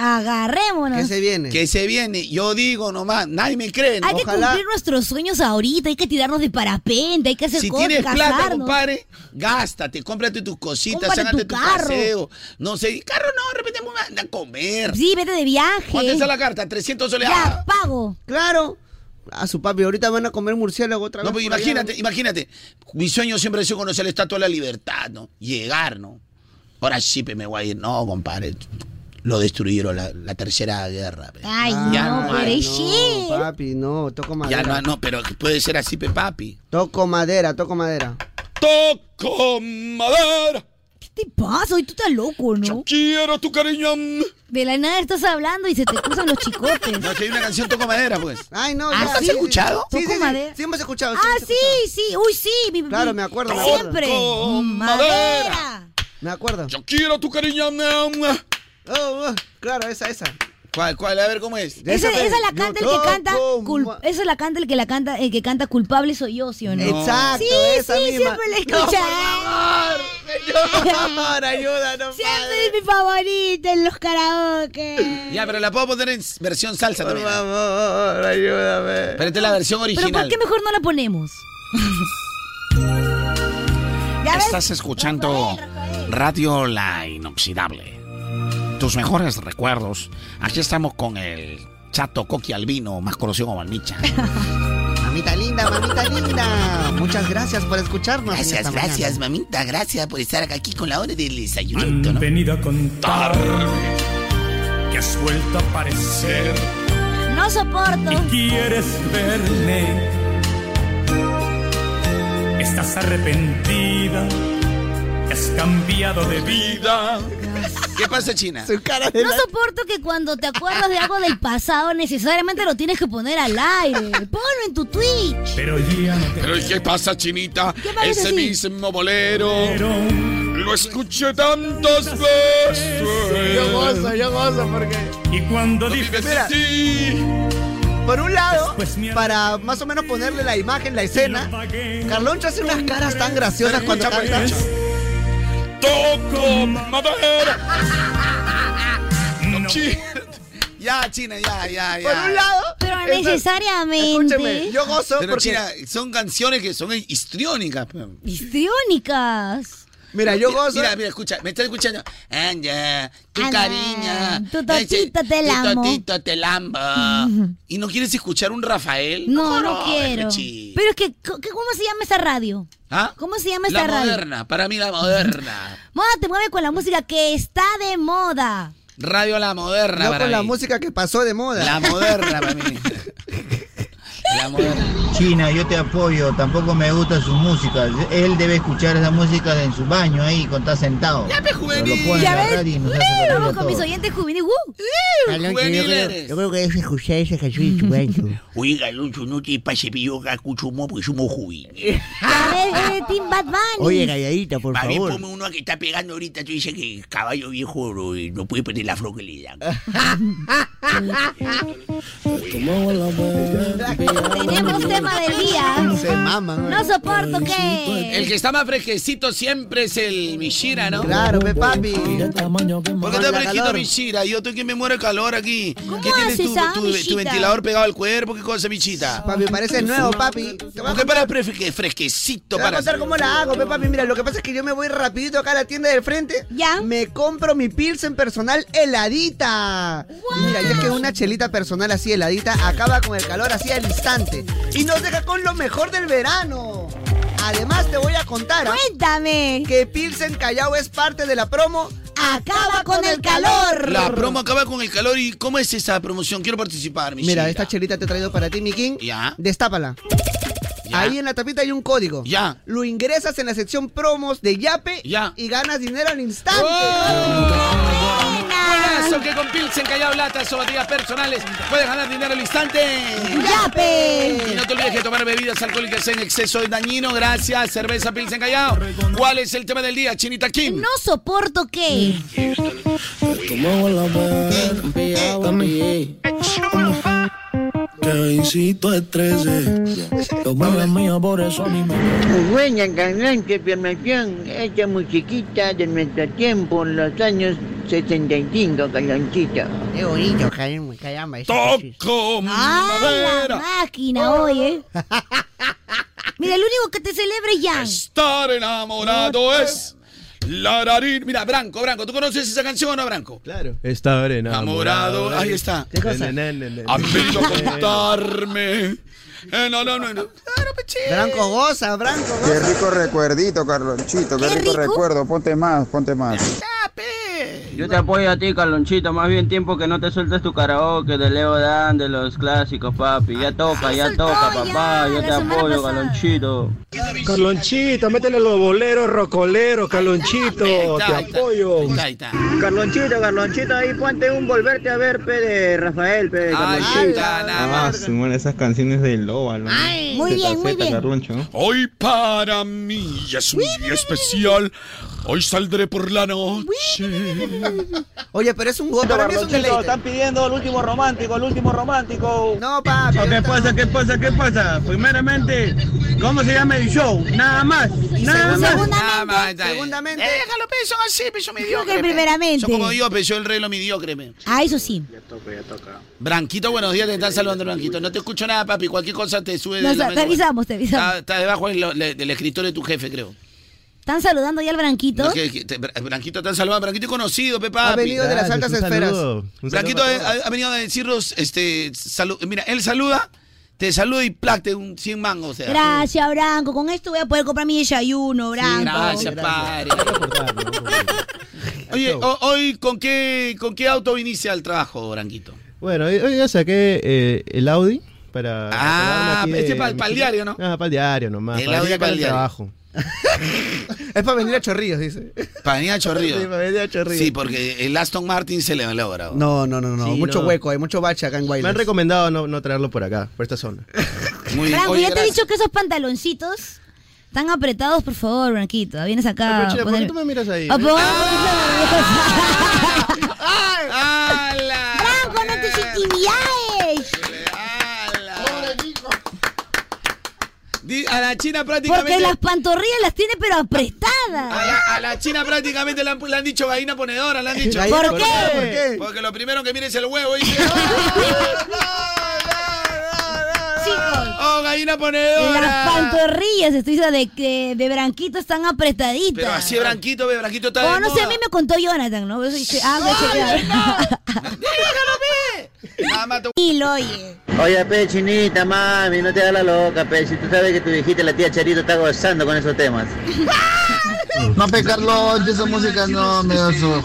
Agarrémonos.
¿Qué se viene?
Que se viene. Yo digo nomás, nadie me cree. ¿no?
Hay que cumplir nuestros sueños ahorita, hay que tirarnos de parapente, hay que hacer
Si
cosas,
tienes plata,
casarnos.
compadre, gástate, cómprate tus cositas,
Cómprate
sácate
tu
tu,
carro.
paseo. No sé, carro no, de repente vamos a- a comer.
sí, vete de viaje.
¿Cuánto está la carta? 300 soles.
Ya,
Ah.
pago.
Claro. A su papi, ahorita van a comer murciélago otra vez.
No, pero
por allá.
imagínate, imagínate. Mi sueño siempre ha sido conocer la Estatua de la Libertad, ¿no? Llegar, ¿no? Ahora sí pe, me voy a ir. No, compadre. Lo destruyeron la, la tercera guerra. pe.
Ay,
Ya
no,
no
pero
hay,
es shit.
No, papi, no, toco madera.
Ya no, no, pero puede ser así, pe, papi.
Toco madera, toco madera.
Toco madera.
¿Qué te pasa? Hoy tú estás loco, ¿no? Yo
quiero tu cariño.
De la nada estás hablando y se te cruzan los chicotes.
No, es que hay una canción Toco Madera, pues.
Ay, no,
¿Ah,
ya.
sí?
Sí, sí,
escuchado?
Sí, sí,
Toco
sí,
madera.
sí, hemos escuchado. sí,
Ah,
hemos
sí, sí. Uy, sí. mi- mi-
Claro, me acuerdo, me acuerdo.
Siempre.
Toco
madera.
Me acuerdo.
Yo quiero tu cariño.
Oh, oh, claro, esa, esa.
¿Cuál, cuál? A ver cómo es.
Esa, esa la
No,
canta el que canta
toco
cul- esa la canta el que la canta el que canta culpable soy yo, ¿sí o no?
Exacto,
Sí,
esa
sí,
misma.
siempre la
No, por
escuché.
favor, señor, ayuda, no
siempre es mi favorita en los karaoke.
Ya, pero la puedo poner en versión salsa también.
Por favor, ayúdame.
Pero esta es la versión
Pero ¿por
original.
qué mejor no la ponemos? ¿Ya ves?
Estás escuchando Radio La Inoxidable. Tus mejores recuerdos. Aquí estamos con el chato Coqui Albino, más conocido como Almicha.
Mamita linda, mamita linda. Muchas gracias por escucharnos. en
Gracias,
esta
gracias,
mañana.
mamita. Gracias por estar aquí con la hora del desayuno.
Han venido a contarme que has vuelto a aparecer
No soporto.
y quieres verme. Estás arrepentida, te has cambiado de vida.
¿Qué pasa, China?
No soporto que cuando te acuerdas de algo del pasado necesariamente lo tienes que poner al aire. Ponlo en tu Twitch.
Pero ya no te...
Pero ¿qué pasa, Chinita?
parece
Ese
así?
mismo bolero. Lo escuché tantas veces.
Yo gozo,
yo gozo
porque... Y cuando dices...
Mira, por un lado, para más o menos ponerle la imagen, la escena, Carloncho hace unas caras tan graciosas cuando
Escucha,
canta.
Toco madera. Chi- Ya, China, ya, ya, ya.
Pero
eso-
necesariamente.
escúcheme, yo gozo
Pero,
porque-
China, son canciones que son histriónicas. pe.
Histriónicas.
Mira, yo gozo.
Mira, mira, escucha, me estás escuchando. Anda, tu
Anda,
cariña.
Ah, tu totito te
tu
lamo.
totito te lamba. ¿Y no quieres escuchar un Rafael?
No,
¿Cómo
no quiero.
Pechi?
Pero es que, co- que- ¿cómo se llama esa radio?
¿Ah?
¿Cómo se llama
La
esta radio?
moderna, para mí la moderna.
Moda te mueve con la música que está de moda.
Radio La Moderna
No
para
con la
mí.
música que pasó de moda.
La moderna para mí. La moderna.
China, yo te apoyo, tampoco me gusta su música. Él debe escuchar esa música en su baño ahí cuando está sentado.
Ya me
Pero Lo pone en
Ya
la
ves.
radio y nos hace
Uy,
perder
Vamos
todo.
con mis oyentes juveniles. ¡Uh!
Carloncho, yo, creo, yo creo que debes escuchar esa canción en tu baño.
Oye, Galoncho, no te pase pillo que escucho porque somos jóvenes.
Ya ves, eh, Team Bad Bunny.
Oye, calladita, por
Más bien,
favor.
ponme uno que está pegando ahorita. Tú dices que caballo viejo no,
eh,
no puede perder la flor que le
Eh.
dan.
pues.
Tenemos tema del día.
Se maman.
No soporto que.
El que está más fresquecito siempre es el Mishira, ¿no?
Claro, pe papi.
¿Por qué
Con
está
la
fresquito
calor.
Mishira? Yo estoy que me muero de calor aquí. ¿Qué
haces,
tienes tu,
ah,
tu- tu
Michita?
ventilador pegado al cuerpo? ¿Qué cosa, Michita?
Papi, parece nuevo, papi.
¿Por qué para fresque- fresquecito?
Te voy a
para
contar cómo la hago, pe, papi. Mira, lo que pasa es que yo me voy rapidito acá a la tienda del frente.
Ya.
Me compro mi pilsen personal heladita. Y mira, ya que una chelita personal así heladita acaba con el calor así al instante. Y nos deja con lo mejor del verano. Además, te voy a contar. ¿ah?
Cuéntame.
Que Pilsen Callao es parte de la promo.
Acaba con el calor.
La promo acaba con el calor y ¿cómo es esa promoción? Quiero participar, Michita.
Mira, esta chelita te he traído para ti, mi king.
Ya.
Destápala. Ahí en la tapita hay un código.
Ya.
Lo ingresas en la sección promos de Yape y ganas dinero al instante.
¡Ah! Buenazo que con Pilsen, Callao, latas o baterías personales puedes ganar dinero al instante.
¡Yape!
Y no te olvides que tomar bebidas alcohólicas en exceso es dañino. Gracias, cerveza Pilsen Callao. ¿Cuál es el tema del día, Chinita Kim?
No soporto que.
Que incito a 13. Los barras míos por eso a mí me.
Buena cantante afirmación, hecha muy chiquita de nuestro tiempo, en los años 65, Calonchito.
Qué bonito, caramba, caramba. esa canción.
¡Ah, la máquina, oye! Mira, el único que te celebra es Jan.
Estar enamorado es. Lararín. Mira, Branco, Branco. ¿Tú conoces esa canción o no, Branco? Claro.
Está
Enamorado. Ahí está.
¿Qué cosa?
Han venido a contarme. Eh, no, no, no. no.
pues, Branco goza, Branco goza.
Qué rico recuerdito, Carlonchito. Qué, rico, recuerdo. Ponte más, ponte más.
Yo te apoyo a ti, Carlonchito. Más bien tiempo que no te sueltes tu karaoke de Leo Dan, de los clásicos, papi. Ya toca, ya toca, papá. Yo te apoyo, Carlonchito.
Carlonchito, métele los boleros, rocoleros, Carlonchito, te apoyo.
Carlonchito, Carlonchito, ahí ponte un volverte a ver, pe de Rafael, pe de Carlonchito.
Ah, Simón, esas canciones de Loba, ¿no?
Muy
Zeta,
bien, muy
Zeta,
bien.
Carloncho, ¿no?
Hoy para mí es un día especial. Hoy saldré por la noche.
Oye, pero es un gol. Para mí es un deleite. Están
pidiendo el último romántico, el último romántico.
No, papi.
¿Qué pasa, pues, qué pasa, qué pasa? Primeramente, ¿cómo se llama el show? Nada más, nada más.
Nada más, está bien.
Segundamente.
Eh, déjalo, pe, son así, pe, son
que
mediocres. pe.
primeramente.
Son como yo, pe, yo el rey lo mediocre, pe.
Ah, eso sí.
Branquito, buenos días, te están saludando, Branquito. No te escucho nada, papi. Cualquier cosa te sube de
Nos-
la
te
mesa.
avisamos, te avisamos.
Está, está debajo en lo- le- del escritorio de tu jefe, creo.
¿Están saludando ya al branquito?
No, que- que te- Branquito te han saludado. Branquito es conocido, pe, papi.
Ha venido de las altas esferas.
Branquito ha, ha venido a decirnos, este, salu- mira, él saluda, te saluda y plac, te un 100 mangos. o sea.
Gracias, Branco. Con esto voy a poder comprar mi desayuno, Branco.
Gracias, padre. Ah, Oye, ho- hoy, ¿con qué, ¿con qué auto viniste al trabajo, Branquito?
Bueno, hoy hoy ya saqué eh, el Audi
para.
Ah,
programa aquí
este
de-
pa- pa'l diario, ¿no?
Ah, para el diario nomás.
El
para venir
audio
para
pa'l
el
diario.
trabajo.
Es para venir a Chorrillos, dice.
Para venir a Chorrillo.
Sí, para venir a Chorrillo.
Sí, porque el Aston Martin se le logra.
No, no, no, no.
Sí,
mucho
no.
hueco, hay mucho bache acá en
Me han
Guaylas.
recomendado no, no traerlo por acá, por esta zona.
Muy
Franco, ya te he dicho que esos pantaloncitos están apretados, por favor, Branquito. Vienes acá.
Pero, Chile,
a
¿por qué
poner-
tú me miras ahí?
a poner-
Ah.
¡Franco,
no te chiquilláis!
Di- A la China prácticamente.
Porque las pantorrillas las tiene pero
A
apretadas.
la, a la China prácticamente le han, le han dicho gallina ponedora, le han dicho.
¿Por ¿Por qué?
qué?
Porque lo primero que mira es el huevo y dice, ¡Oh, gallina ponedora!
Las pantorrillas, estoy diciendo, de, que de Branquito están apretaditas.
Pero así Branquito, ve, Branquito está de
Oh, no sé, a
moda.
mí me contó Jonathan, ¿no? Eso dice, ah, voy a chequear. Y lo oye.
Oye, pe, chinita, mami, no te hagas la loca, pe. Si tú sabes que tu viejita, la tía Charito, está gozando con esos temas.
No, pe, Carlos, esa música no me da su...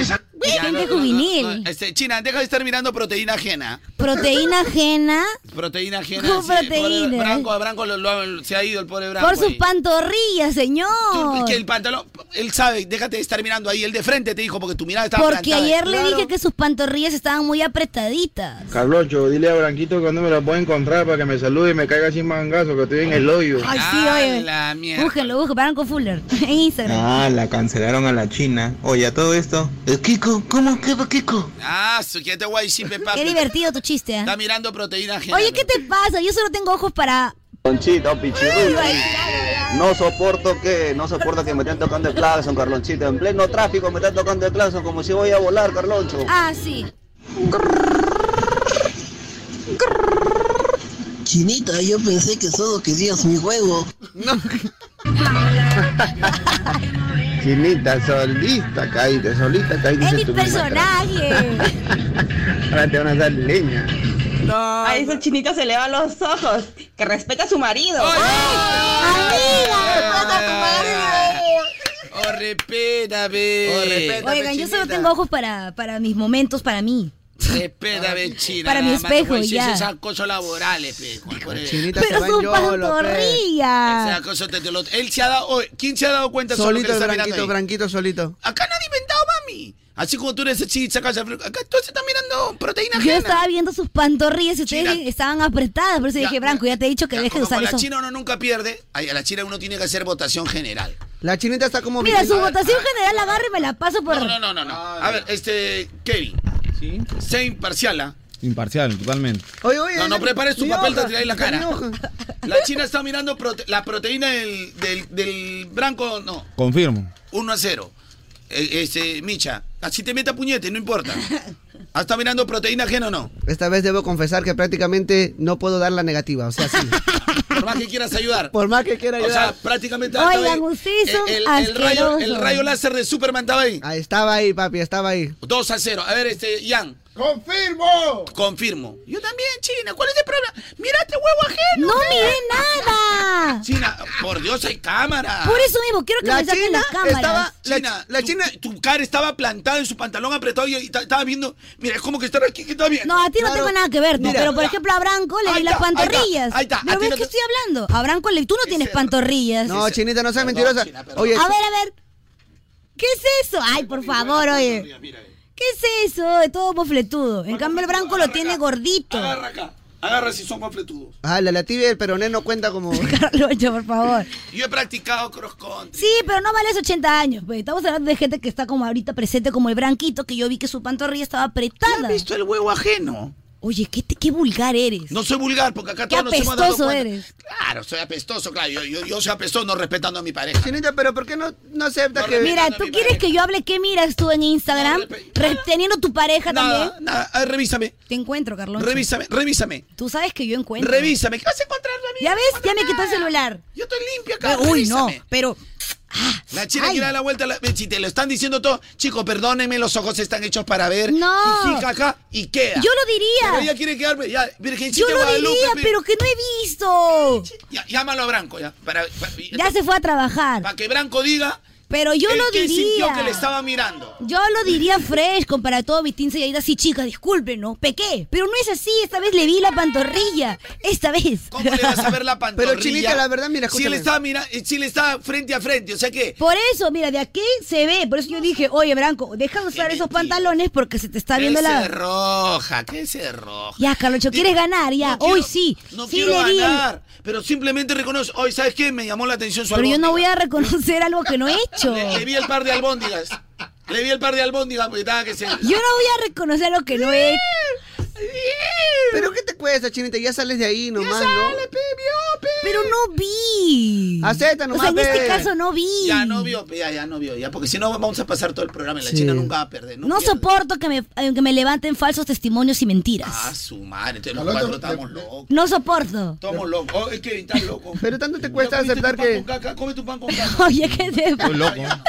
Ya,
Gente
no, no, no,
juvenil.
no. Este, China, deja de estar mirando proteína ajena.
Proteína ajena
Proteína ajena.
¿Cómo
sí, el pobre
proteína?
Branco, a Branco lo- lo- se ha ido el pobre Branco.
por sus
ahí.
pantorrillas,
Tú,
señor.
que el pantalón, él sabe, déjate de estar mirando ahí. Él de frente te dijo porque tu mirada estaba
Porque
plantada.
ayer le
Claro.
dije que sus pantorrillas estaban muy apretaditas.
Carlocho, dile a Branquito cuando me lo puedo encontrar para que me salude y me caiga sin mangazo, que estoy en el hoyo.
Ay, sí, oye. Búsquenlo, búsquenlo. Branco Fuller en Instagram.
Ah, la cancelaron a la China. Oye, a todo esto. eh, Kiko, ¿cómo que va Kiko?
Ah, su que te guay, sí, pe, papi.
Qué divertido tu chiste. ¿eh?
Está mirando proteína ajena.
Oye, ¿qué te pasa? Yo solo tengo ojos para.
Carlonchito, pichirrulo.
Ay,
No soporto que, no soporto que me estén tocando el claxon, Carlonchito. En pleno tráfico me están tocando el claxon como si voy a volar, Carloncho.
Ah, sí.
Chinita, yo pensé que solo querías mi juego.
Chinita, solista caíste, solista caíste.
Es
dice
mi
tu mamá.
personaje.
Ahora te van a dar leña.
A esa chinita se le van los ojos. Que respeta a su marido.
Oh, respeta, pe.
Oh, Oigan, yo solo tengo ojos para, para mis momentos, para mí.
Respeta, pe, China.
Para mi
nada más,
espejo,
güey, si
ya.
Esas cosas laborales, pe. Juan, por eso.
Chinita Pero se va en sus yolo, pe. pantorrillas.
Esas cosas te- te lo- Él se ha dado. oye, ¿Quién se ha dado cuenta de
Solito,
eso?
el branquito, branquito, solito.
Acá nadie ha inventado, mami. Así como tú eres chicha, acá tú estás mirando proteína
Yo
ajena.
estaba viendo sus pantorrillas y ustedes estaban apretadas. Por eso dije, Branco, ya te he dicho que deje de
Como
usar
la
eso.
China uno nunca pierde, a la China uno tiene que hacer votación general.
La chinita está como.
Mira, su
A ver,
votación general la agarro y me la paso por.
No, no, no, no. A ver, este, Kevin. Sí. Sé imparcial, ¿ah?
Imparcial, totalmente.
Oye, oye.
No, no
esa-
prepares tu
mi
papel,
hoja,
te tiras en la
esa es mi
cara.
hoja.
La China está mirando prote- la proteína del, del, del branco, no,
Confirmo.
1 a 0. Eh, este, Micha, así te meta puñete, no importa. Ah, ¿Está mirando proteína ajena o no?
Esta vez debo confesar que prácticamente no puedo dar la negativa. O sea, sí.
Por más que quieras ayudar.
Por más que quiera
O sea,
ayudar.
prácticamente.
Oigan,
estaba ahí.
ustedes son
Eh, el, el rayo, el
asquerosos.
rayo láser de Superman estaba ahí.
Ah, estaba ahí, papi, estaba ahí.
2 a 0. A ver, este, Jan. ¡Confirmo! Confirmo. Yo también, China. ¿Cuál es el problema? ¡Mira este huevo ajeno!
¡No
mira.
miré nada!
China, por Dios, hay cámara.
Por eso mismo, quiero que me saquen las cámaras.
China, la, China, tu, tu cara estaba plantada en su pantalón apretado y, y ta- estaba viendo. Mira, es como que estar aquí, que está bien.
No, a ti no tengo nada que ver, tú,
Mira,
pero por
mira.
ejemplo a Branco le
Ahí
vi las
está, ahí está,
pantorrillas.
ahí está, a
Pero
ti
ves
no
que
te-
estoy hablando. A Branco le tú no tienes pantorrillas.
No, chinita, no seas mentirosa. Oye,
a ver, a ver. ¿Qué es eso? Ay, por favor, oye. ¿Qué es eso? De todo mofletudo. En cambio el Branco lo tiene gordito.
Agarra acá. Agarra si son completudos.
Ah, la, la tibia del peroné no cuenta como.
Carlocho, por favor.
Yo he practicado cross country.
Sí, pero no vales 80 años, pues. Estamos hablando de gente que está como ahorita presente, como el Branquito, que yo vi que su pantorrilla estaba apretada. ¿Has visto
el huevo ajeno?
Oye, qué, te- qué vulgar eres.
No soy vulgar, porque acá
Qué
todos nos hemos dado
apestoso
cuenta.
eres.
Claro, soy apestoso, claro. Yo, yo, yo soy apestoso no respetando a mi pareja.
Chinita, pero ¿por qué no, no aceptas que.
Mira, ¿tú quieres que yo hable qué miras tú en Instagram? Re- Teniendo tu pareja
Nada,
también.
nada. A ver, revísame.
Te encuentro, Carlón.
Revísame, revísame.
Tú sabes que yo encuentro.
Revísame. ¿Qué vas a
¿Ya ves? Ya me quitó el celular. Ah,
Yo estoy limpia acá.
Uy, no,
revísame.
pero. ah,
La china quiere dar la vuelta. a la- Si te lo están diciendo todo, chicos, perdónenme, los ojos están hechos para ver.
No.
Jijica acá y queda.
Yo lo diría.
Pero ella quiere quedarme. Ya, Virgencita
Yo lo
Guadalupe,
diría,
pe-
pero que no he visto.
Ya, llámalo a Branco, ya. Para, para-
Ya se fue a trabajar.
para que Branco diga
Pero yo
El
lo
que sintió
diría.
que le estaba mirando.
Yo lo diría fresco para todo mi team Señorita, sí, chica, disculpen, ¿no? Pequé, pero no es así, esta vez le vi la pantorrilla, esta vez.
¿Cómo le vas a ver la pantorrilla? Si él
escúchame.
estaba mira, eh, si él estaba frente a frente, o sea que
Por eso, mira, de aquí se ve, por eso yo dije, oye, Branco, deja de usar esos pantalones porque se te está
¿Qué
viendo la...
se roja? ¿Qué se roja?
Ya, Carloncho, ¿quieres ganar? Ya, hoy sí.
No
sí
quiero
le di el-
ganar, pero simplemente reconoce, hoy, ¿sabes qué? Me llamó la atención su
Pero yo no
albóndiga.
voy a reconocer algo que no he hecho.
Le vi el par de albóndigas. Le vi el par de albóndigas porque estaba que se...
Yo no voy a reconocer lo que no he
¿Pero qué te cuesta, chinita? Ya sales de ahí nomás, ¿no?
Pero no vi.
Acepta nomás. pe.
este no vi.
Ya no vio, ya, ya no vio, ya, porque si no vamos a pasar todo el programa y la China nunca va a perder.
No soporto que me, eh, que me levanten falsos testimonios y mentiras.
A Ah, su madre, entonces los cuatro estamos locos.
No soporto.
Estamos locos. Oh, es que estás loco.
Pero tanto te cuesta aceptar que.
Come tu pan con
Oye, ¿qué te pasa?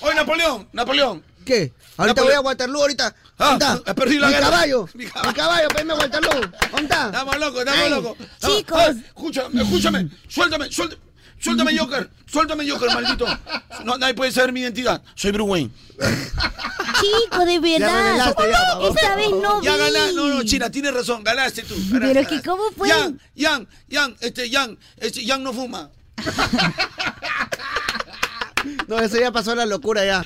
Oye, Napoleón, Napoleón.
¿Qué? Ahorita voy a Waterloo, ahorita.
Ah,
¿Dónde
eh,
está?
perdí la
Mi
guerra.
caballo.
Mi
Mi
caballo. pues,
caballo, pedime Waterloo. ¿Dónde está?
Estamos locos, estamos
Ay,
locos. Estamos-
Chicos.
Ay, escúchame, escúchame. Suéltame, suéltame. Suéltame, Joker. Suéltame, Joker, maldito. No, nadie puede saber mi identidad. Soy Bruce Wayne.
Chico, de verdad.
revelaste, ya, por favor.
Esta vez no vi.
Ya ganaste. No, no, China, tienes razón. Ganaste tú. Ganaste,
Pero es que
ganaste.
¿cómo fue?
Yang, Yang, Yang, este, Yang, este, Yang no fuma.
No, eso ya pasó la locura ya.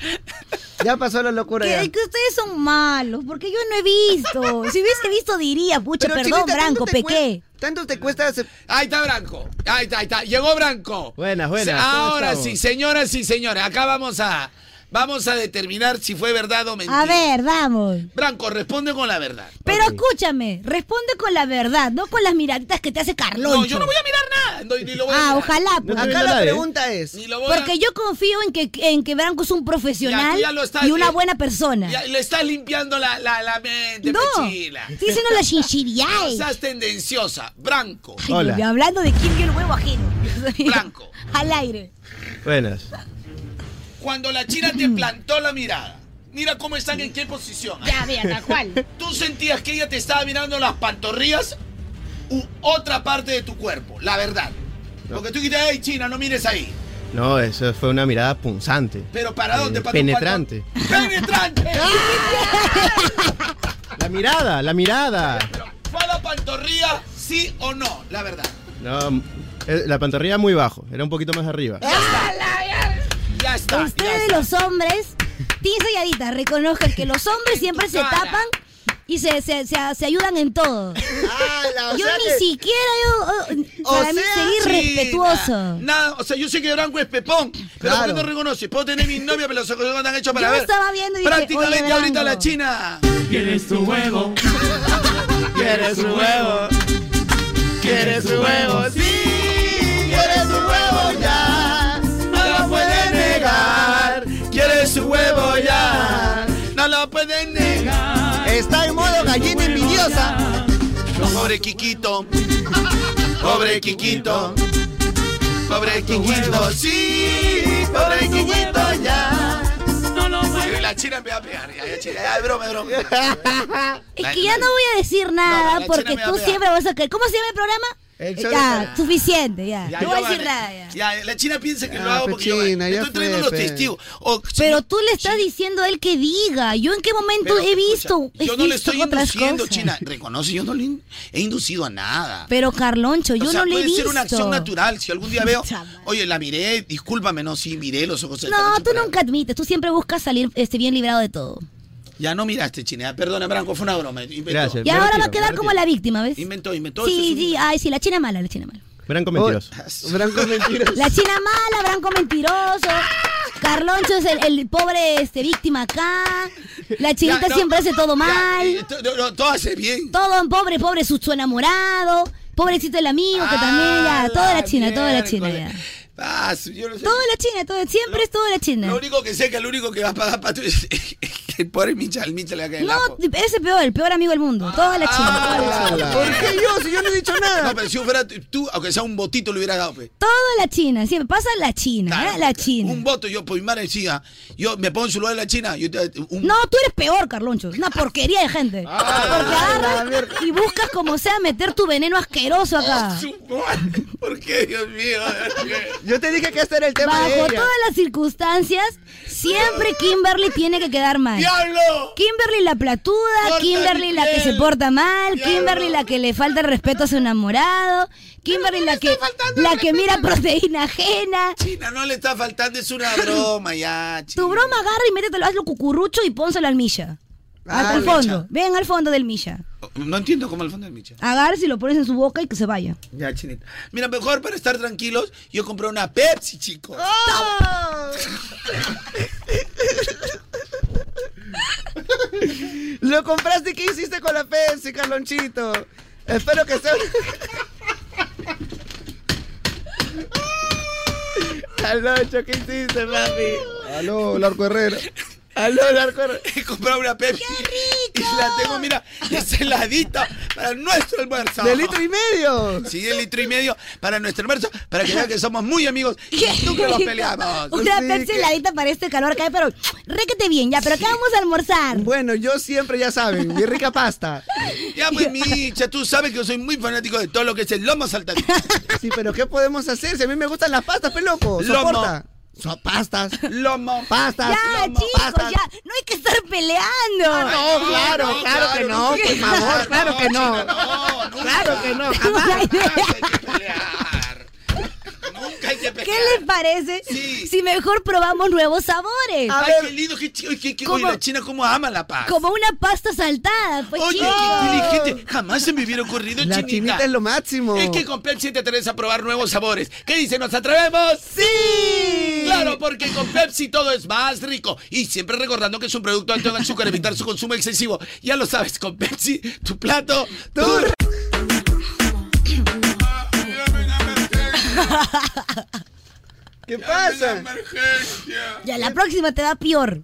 Ya pasó la locura
Que,
ya.
que ustedes son malos, porque yo no he visto. Si hubiese visto, diría, pucha,
Pero,
perdón,
Chinita,
Branco,
¿tanto te
pequé.
Tanto te cuesta hacer.
Ahí está Branco. Ahí está, ahí está. Llegó Branco.
Buenas, buenas.
Se-
¿Cómo
Ahora
estamos?
sí, señoras y señores, acá vamos a vamos a determinar si fue verdad o mentira.
A ver, vamos.
Branco, responde con la verdad.
Pero escúchame, responde con la verdad, no con las miraditas que te hace Carlón.
No, yo no voy a mirar nada. no, ni lo voy a
Ah,
mirar.
ojalá. porque-
Acá la pregunta
¿eh?
es.
Porque yo confío en que, en que Branco es un profesional
Ya, ya lo estás-
y una
ya-
buena persona.
Ya, le estás limpiando la, la, la mente,
No,
pechila.
estoy diciendo la chinchiriay.
No seas tendenciosa. Branco.
Ay, Dios mío, Hablando de Kim, yo el huevo ajeno.
Blanco.
Al aire.
Buenas.
Cuando la china te plantó la mirada. Mira cómo están, en qué posición. ¿ah?
Ya, vea, tal cual.
¿Tú sentías que ella te estaba mirando las pantorrillas u otra parte de tu cuerpo? La verdad. Porque tú dijiste, hey, china, no mires ahí.
No, eso fue una mirada punzante.
Pero ¿para dónde?
Eh,
¿Para tu
penetrante. ¡Ah!
pantor- ¡Penetrante!
La mirada, la mirada.
¿Fue a la pantorrilla, sí o no? La verdad.
No, eh, la pantorrilla muy bajo, era un poquito más arriba.
Ya está.
Ustedes los hombres, Tinza y Adita, reconozcan que los hombres siempre se tapan y se, se, se, se ayudan en todo.
o
yo
sea
ni
que-
siquiera, yo, oh, para mí seguir
Sí, na-
respetuoso.
Nada, o sea, yo sé que Branco es pepón, pero ¿por
Claro.
qué no reconoce? Puedo tener mis novias, pero los ojos no están hechos para
Yo
ver.
estaba viendo y dije,
Prácticamente
"Oye,
ahorita
Branco".
la China.
¿Quieres tu huevo?
¿Quieres
su huevo?
¿Quieres
su huevo?
Sí,
quieres su huevo ya.
No lo pueden negar. Quieres su huevo ya. No lo pueden negar.
Está en modo gallina envidiosa.
Pobre Kikito. Pobre Kikito. Pobre Kikito. Sí. Pobre Kikito ya. No lo pueden. La China me va a pegar. Ya, ya, China. Ya, es broma, es broma.
Es que ya no voy a decir nada
la china
porque
me va a
tú
pegar.
siempre vas a creer. ¿Cómo se llama el programa?
El
Eh,
show de
ya,
Carlón.
suficiente, ya.
Ya,
no
yo
voy a decir
gané.
nada.
Ya, la China piensa que lo
Ah,
hago
pues,
porque yo
China, ya
estoy trayendo los
fue, pe.
testigos. O-
Pero tú le estás diciendo a él que diga. Yo en qué momento
Pero,
he
escucha,
visto. he
yo no le
visto
estoy
otras
induciendo,
cosas.
China. Reconoce, yo no le in- he inducido a nada.
Pero Carloncho, yo
o sea,
no le he
puede
visto.
ser una acción natural. Si algún día veo,
Chama.
oye, la miré, discúlpame, no, sí, miré los ojos.
No, tú nunca admites. Tú siempre buscas salir este, bien librado de todo.
Ya no miraste, China. Perdona, Branco, fue una broma. Inventó.
Gracias.
Y ahora va a quedar como la víctima, ¿ves?
Inventó, inventó.
Sí,
Eso es
sí, ay, sí, la china mala, la china mala.
Branco mentiroso.
Branco mentiroso.
La china mala, Branco mentiroso. Carloncho es el, el pobre este, víctima acá. La chinita
Ya, no,
siempre hace todo mal.
un- T- no, no, todo hace bien.
Todo en pobre, pobre su, su enamorado. Pobrecito el amigo, que también ya. Todo Ah, la china, todo la china ya.
Ah, su- yo no sé.
Todo la china, todo, siempre es todo la china.
Lo único que sé es que el único que va a pagar para tu el pobre Micha, el Micha le va a caer el
No,
ajo.
ese peor, el peor amigo del mundo. Toda la
Ah,
China.
la-
Toda la China.
yo? Si yo no he dicho nada.
No, pero si fuera tú- tú, aunque sea un botito, le hubiera dado, fe.
Toda la China. Siempre pasa la China, ¿eh? La China.
Un voto, yo, por mi madre decía, yo me pongo en su lugar de la China, yo te- un-
No, tú eres peor, Carloncho. Es una porquería de gente. Porque agarras y buscas como sea meter tu veneno asqueroso acá.
¿Por qué, Dios mío?
Yo te dije que este era el tema
Bajo
de ella.
todas las circunstancias, siempre Kimberly tiene que quedar mal.
¡Diablo!
Kimberly la platuda,
Corta
Kimberly
mi
la que
piel.
se porta mal, Kimberly la que le falta el respeto a su enamorado, Kimberly la que la que mira proteína ajena.
China no le está faltando, es una broma ya. chi-
Tu broma agarra y métetelo, hazlo cucurucho y pónselo al Misha.
Ah,
al
Misha.
fondo, ven al fondo del Misha.
No entiendo cómo al fondo del Micha.
Agarras y lo pones en su boca y que se vaya.
Ya, chinita. Mira, mejor para estar tranquilos, yo compré una Pepsi, chicos.
Lo compraste, ¿qué hiciste con la Pepsi, Carlonchito? Espero que sea. Carloncho, ¿qué hiciste, papi?
Aló, Larco Herrera.
Aló, Larco Herrera.
He comprado una Pepsi. ¡Qué rico! Y la tengo, mira, es heladita para nuestro almuerzo.
De litro y medio.
Sí, de litro y medio para nuestro almuerzo, para que vean que somos muy amigos y nunca nos peleamos.
Una Pepsi heladita para este calor cae, pero réquete bien ya, pero acá vamos a almorzar.
Bueno, yo siempre, ya saben, mi rica pasta.
Ya, pues, Micha, tú sabes que yo soy muy fanático de todo lo que es el lomo saltante.
Sí, pero ¿qué podemos hacer? Si a mí me gustan las pastas, pe loco.
Lomo.
Soporta. So- pastas.
Lomo.
Pastas.
Ya,
Lomo.
chicos, ya, no hay que estar peleando.
Ah, no, claro, claro, que no, por favor, claro que no. Claro que no,
Tengo
jamás.
una idea.
hay que
¿Qué les parece si mejor probamos nuevos sabores?
Ay, qué lindo, qué chido, qué, qué, oye,
Eh, ¿Cómo?
la China cómo ama la paz.
Como una pasta saltada, pues
Oye,
chicos.
qué inteligente. Jamás se me hubiera ocurrido,
La
chinita.
chinita es lo máximo.
Es que con Pepsi te atreves a probar nuevos sabores. ¿Qué dice? ¿Nos atrevemos?
¡Sí!
Claro, porque con Pepsi todo es más rico. Y siempre recordando que es un producto alto en azúcar, evitar su consumo excesivo. Ya lo sabes, con Pepsi, tu plato, tu...
¿Qué pasa?
Ya la próxima te va peor.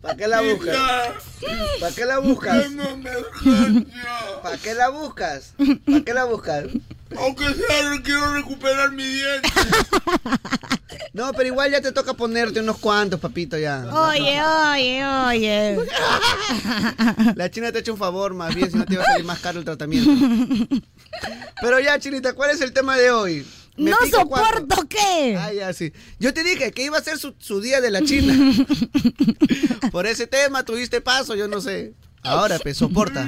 ¿Para qué la buscas? ¿Para qué la buscas? ¿Para qué la buscas? ¿Para qué la buscas?
Aunque sea, quiero recuperar mi diente.
No, pero igual ya te toca ponerte unos cuantos, papito, ya.
Oye, oye, oye.
La china te ha hecho un favor, más bien, si no te iba a salir más caro el tratamiento. Pero ya, chinita, ¿cuál es el tema de hoy?
No
pica cuatro.
soporto qué.
Ah, ya, sí. Yo te dije que iba a ser su, su día de la China. Por ese tema tuviste paso, yo no sé. Ahora, pues, soporta.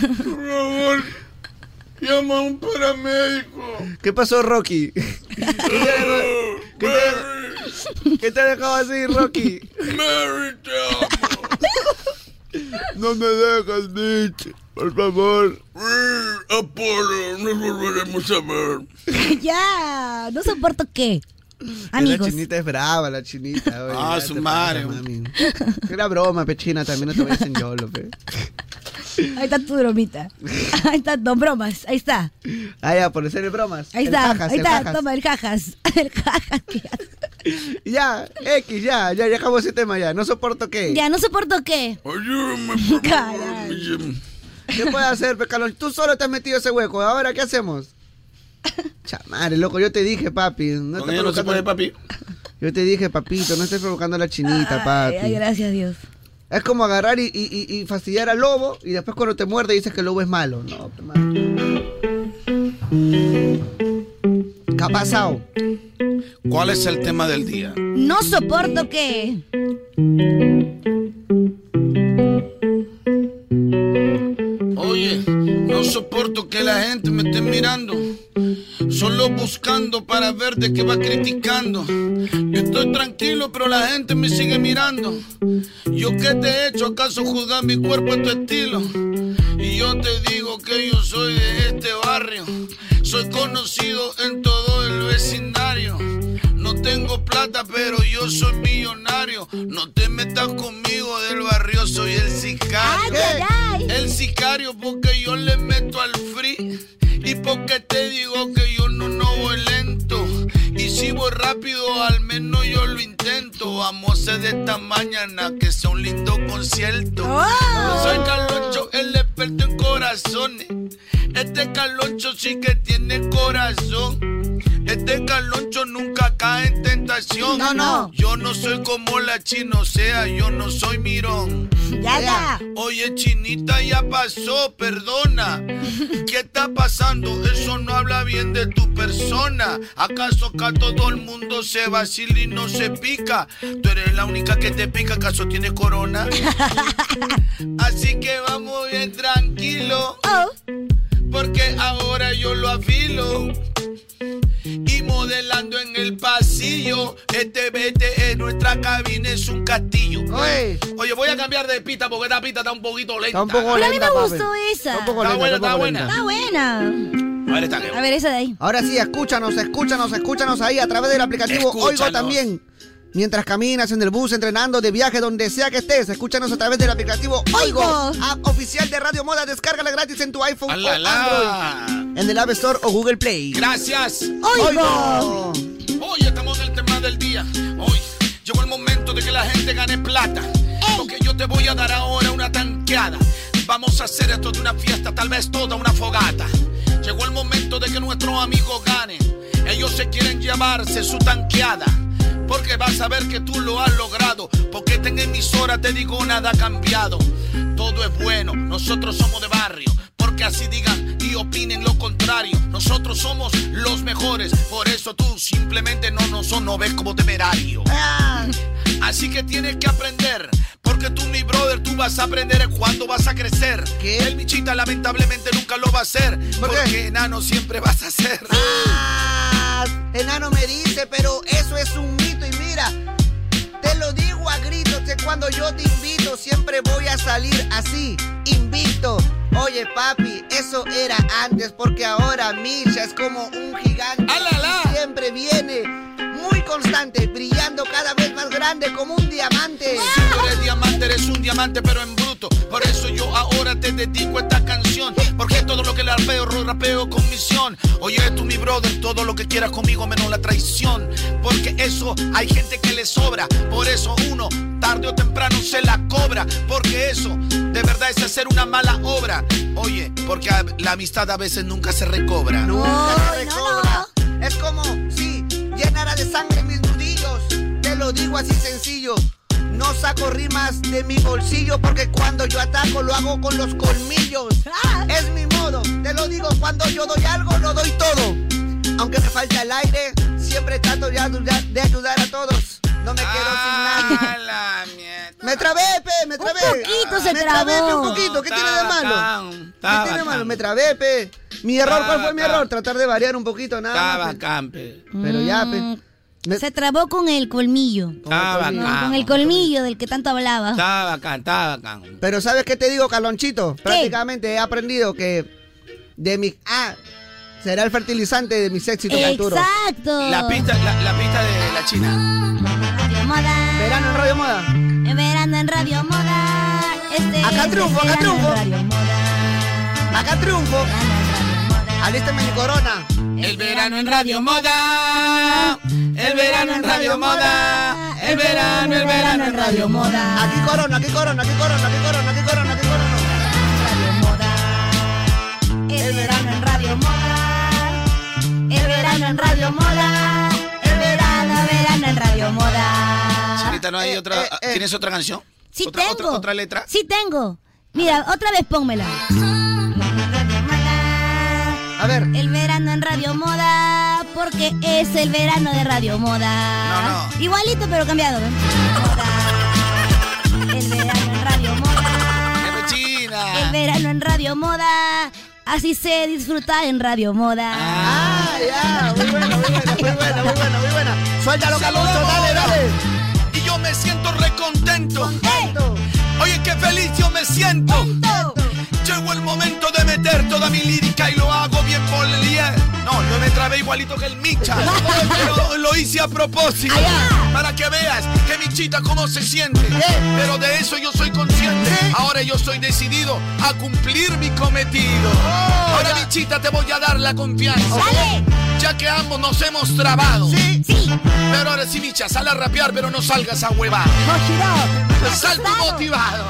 Por favor, llama a un paramédico.
¿Qué pasó, Rocky? ¿Qué te, qué te- qué te ha dejado así, Rocky?
Mary, te amo.
No me dejas, Mitch. Por favor.
Apolo, nos volveremos a ver.
ya, no soporto qué.
La
Amigos.
chinita es brava, Ah, la chinita. oye,
Ah,
ya
su
te
madre.
pasas, mami. Era broma, pechina, también no te vayas en yolo, pe.
Ahí está tu bromita. Ahí está, dos bromas. Ahí está.
Ah, ya, por hacerle bromas.
Ahí
El
está.
jajas,
ahí
el
está.
jajas.
Toma el jajas. El jajas.
Ya, X, ya, ya, ya acabó ese tema, ya. No soporto qué.
Ya, no soporto qué. Ah, Caray.
¿Qué puedes hacer, Pecalón? Tú solo te has metido ese hueco. Ahora, ¿qué hacemos? Chamare, loco, yo te dije, papi. No
Con
estés
ella no se
provocando-
puede, papi.
Yo te dije, papito, no estés provocando a la chinita,
Ay,
papi.
ay, gracias Dios.
Es como agarrar y, y- y- y fastidiar al lobo y después cuando te muerde dices que el lobo es malo. No, pe, man. ¿Qué ha pasado?
¿Cuál es el tema del día?
No soporto qué.
Oye, no soporto que la gente me esté mirando. Solo buscando para ver de qué va criticando. Yo estoy tranquilo, pero la gente me sigue mirando. ¿Yo qué te he hecho? ¿Acaso juzgar mi cuerpo en tu estilo? Y yo te digo que yo soy de este barrio. Soy conocido en todo el vecindario. No tengo plata, pero yo soy millonario. No te metas conmigo del barrio, soy el sicario. El sicario porque yo le meto al free. Y porque te digo que yo no, no voy lento. Y si voy rápido, al menos yo lo intento. Vamos a hacer de esta mañana que sea un lindo concierto. Yo soy Carloncho, el experto en corazones. Este Carloncho sí que tiene corazón. Este Carloncho nunca cae en tentación.
No, no.
Yo no soy como la chino, o sea, yo no soy mirón.
Ya, ya.
Oye, chinita, ya pasó, perdona. ¿Qué está pasando? Eso no habla bien de tu persona. ¿Acaso que a todo el mundo se vacila y no se pica? Tú eres la única que te pica, ¿acaso tienes corona? Así que vamos bien tranquilo.
Oh.
Porque ahora yo lo afilo. Y modelando en el pasillo, este vete en nuestra cabina es un castillo. Oye, voy a cambiar de pista porque esta pista está un poquito lenta.
Está un poco
Pero a mí
lenta,
me
papi.
gustó esa.
Está un poco
Está
lenta,
buena,
un poco
está buena.
lenta.
Está buena.
A ver, esta que-
A ver, esa de ahí.
Ahora sí, escúchanos, escúchanos, escúchanos ahí a través del aplicativo Oigo
Escúchanos.
también. Mientras caminas en el bus, entrenando, de viaje, donde sea que estés, escúchanos a través del aplicativo Oigo, app oficial de Radio Moda. Descárgala gratis en tu iPhone o Android, en el App Store o Google Play. Oh.
Gracias.
Oigo.
Hoy estamos en el tema del día. Hoy llegó el momento de que la gente gane plata. Porque yo te voy a dar ahora una tanqueada. Vamos a hacer esto de una fiesta, tal vez toda una fogata. Llegó el momento de que nuestros amigos ganen. Ellos se quieren llevarse su tanqueada. Porque vas a ver que tú lo has logrado. Porque esta en emisora te digo nada ha cambiado. Todo es bueno, nosotros somos de barrio. Porque así digan y opinen lo contrario. Nosotros somos los mejores. Por eso tú simplemente no nos no ves como temerario.
Ah.
Así que tienes que aprender. Porque tú, mi brother, tú vas a aprender cuando vas a crecer. El bichita lamentablemente nunca lo va a hacer. Porque enano siempre vas a ser.
Ah, enano me dice, pero eso es un mito y mira, te lo digo a gritos que cuando yo te invito siempre voy a salir así, invicto. Oye papi, eso era antes porque ahora Misha es como un gigante. Siempre viene muy constante, brillando cada vez más grande como un diamante.
Si tú eres diamante, eres un diamante, pero en bruto. Por eso yo ahora te dedico esta canción. Porque todo lo que le rapeo, lo rapeo con misión. Oye, tú, mi brother, todo lo que quieras conmigo, menos la traición. Porque eso hay gente que le sobra. Por eso uno, tarde o temprano, se la cobra. Porque eso, de verdad, es hacer una mala obra. Oye, porque a- la amistad a veces nunca se recobra.
recobra. Es como si llenara de sangre mis nudillos. Te lo digo así sencillo. No saco rimas de mi bolsillo porque cuando yo ataco lo hago con los colmillos.
Ah.
Es mi modo, te lo digo, cuando yo doy algo lo doy todo. Aunque me falta el aire, siempre trato de ayudar, de ayudar a todos. No me quedo sin nada. Me trabé, pe, me trabé.
poquito se
me trabé, pe,
trabó.
Ah, un poquito. ¿Qué tiene de
Estaba
malo?
bacán,
¿Qué
estaba
tiene de malo?
bacán.
Me trabé, pe. Mi error,
Estaba
¿cuál fue mi
bacán.
error? Tratar de variar un poquito, nada. más, pe. Pero
Mm.
ya, pe.
Mm, Se trabó con el colmillo.
Ah,
Con el colmillo.
bacán.
Con el colmillo del que tanto hablaba.
Estaba bacán, estaba bacán.
Pero ¿sabes qué te digo, Calonchito? Prácticamente he aprendido que de mi... Ah, será el fertilizante de mis éxitos futuros.
Exacto.
La pista, la, la pista de la China.
Radio Moda.
Verano en Radio Moda.
En verano en Radio Moda. Este
Acá
es
triunfo, acá
verano en
triunfo.
Radio Moda.
Acá triunfo. Alístame mi corona.
El verano en Radio Moda. El verano en Radio Moda. Ah, El verano, el verano en Radio Moda.
Aquí corona, aquí corona, aquí corona, aquí corona, aquí corona, aquí corona.
El verano en Radio Moda. El verano en Radio Moda. El verano, verano en Radio Moda.
Ah,
Chinita, ¿no hay
eh,
otra?
ah,
¿Tienes otra canción?
Sí
¿Otra,
tengo.
otra, otra letra?
Sí tengo. Mira, otra vez pónmela.
A ver.
El verano en Radio Moda, porque es el verano de Radio Moda. Igualito pero cambiado. ¿ven? Moda. El verano en Radio Moda. El verano en Radio Moda. Así se disfruta en Radio Moda.
Ah, ya. Muy buena, muy buena, muy buena, muy buena, muy buena. Suéltalo, Caloncho, dale, dale.
Y yo me siento recontento. Ey. Oye, qué feliz yo me siento. Llegó el momento de meter toda mi lírica y lo hago bien por el día. No, yo me trabé igualito que el Micha. Pero lo hice a propósito. Para que veas que mi chita cómo se siente.
Eh.
Pero de eso yo soy consciente. Ahora yo soy decidido a cumplir mi cometido.
Oh,
Ahora, bichita, te voy a dar la confianza. Ya que ambos nos hemos trabado. Sí, sí. Pero ahora sí, bicha, sal a rapear, pero no salgas a huevar. Sal tú motivado.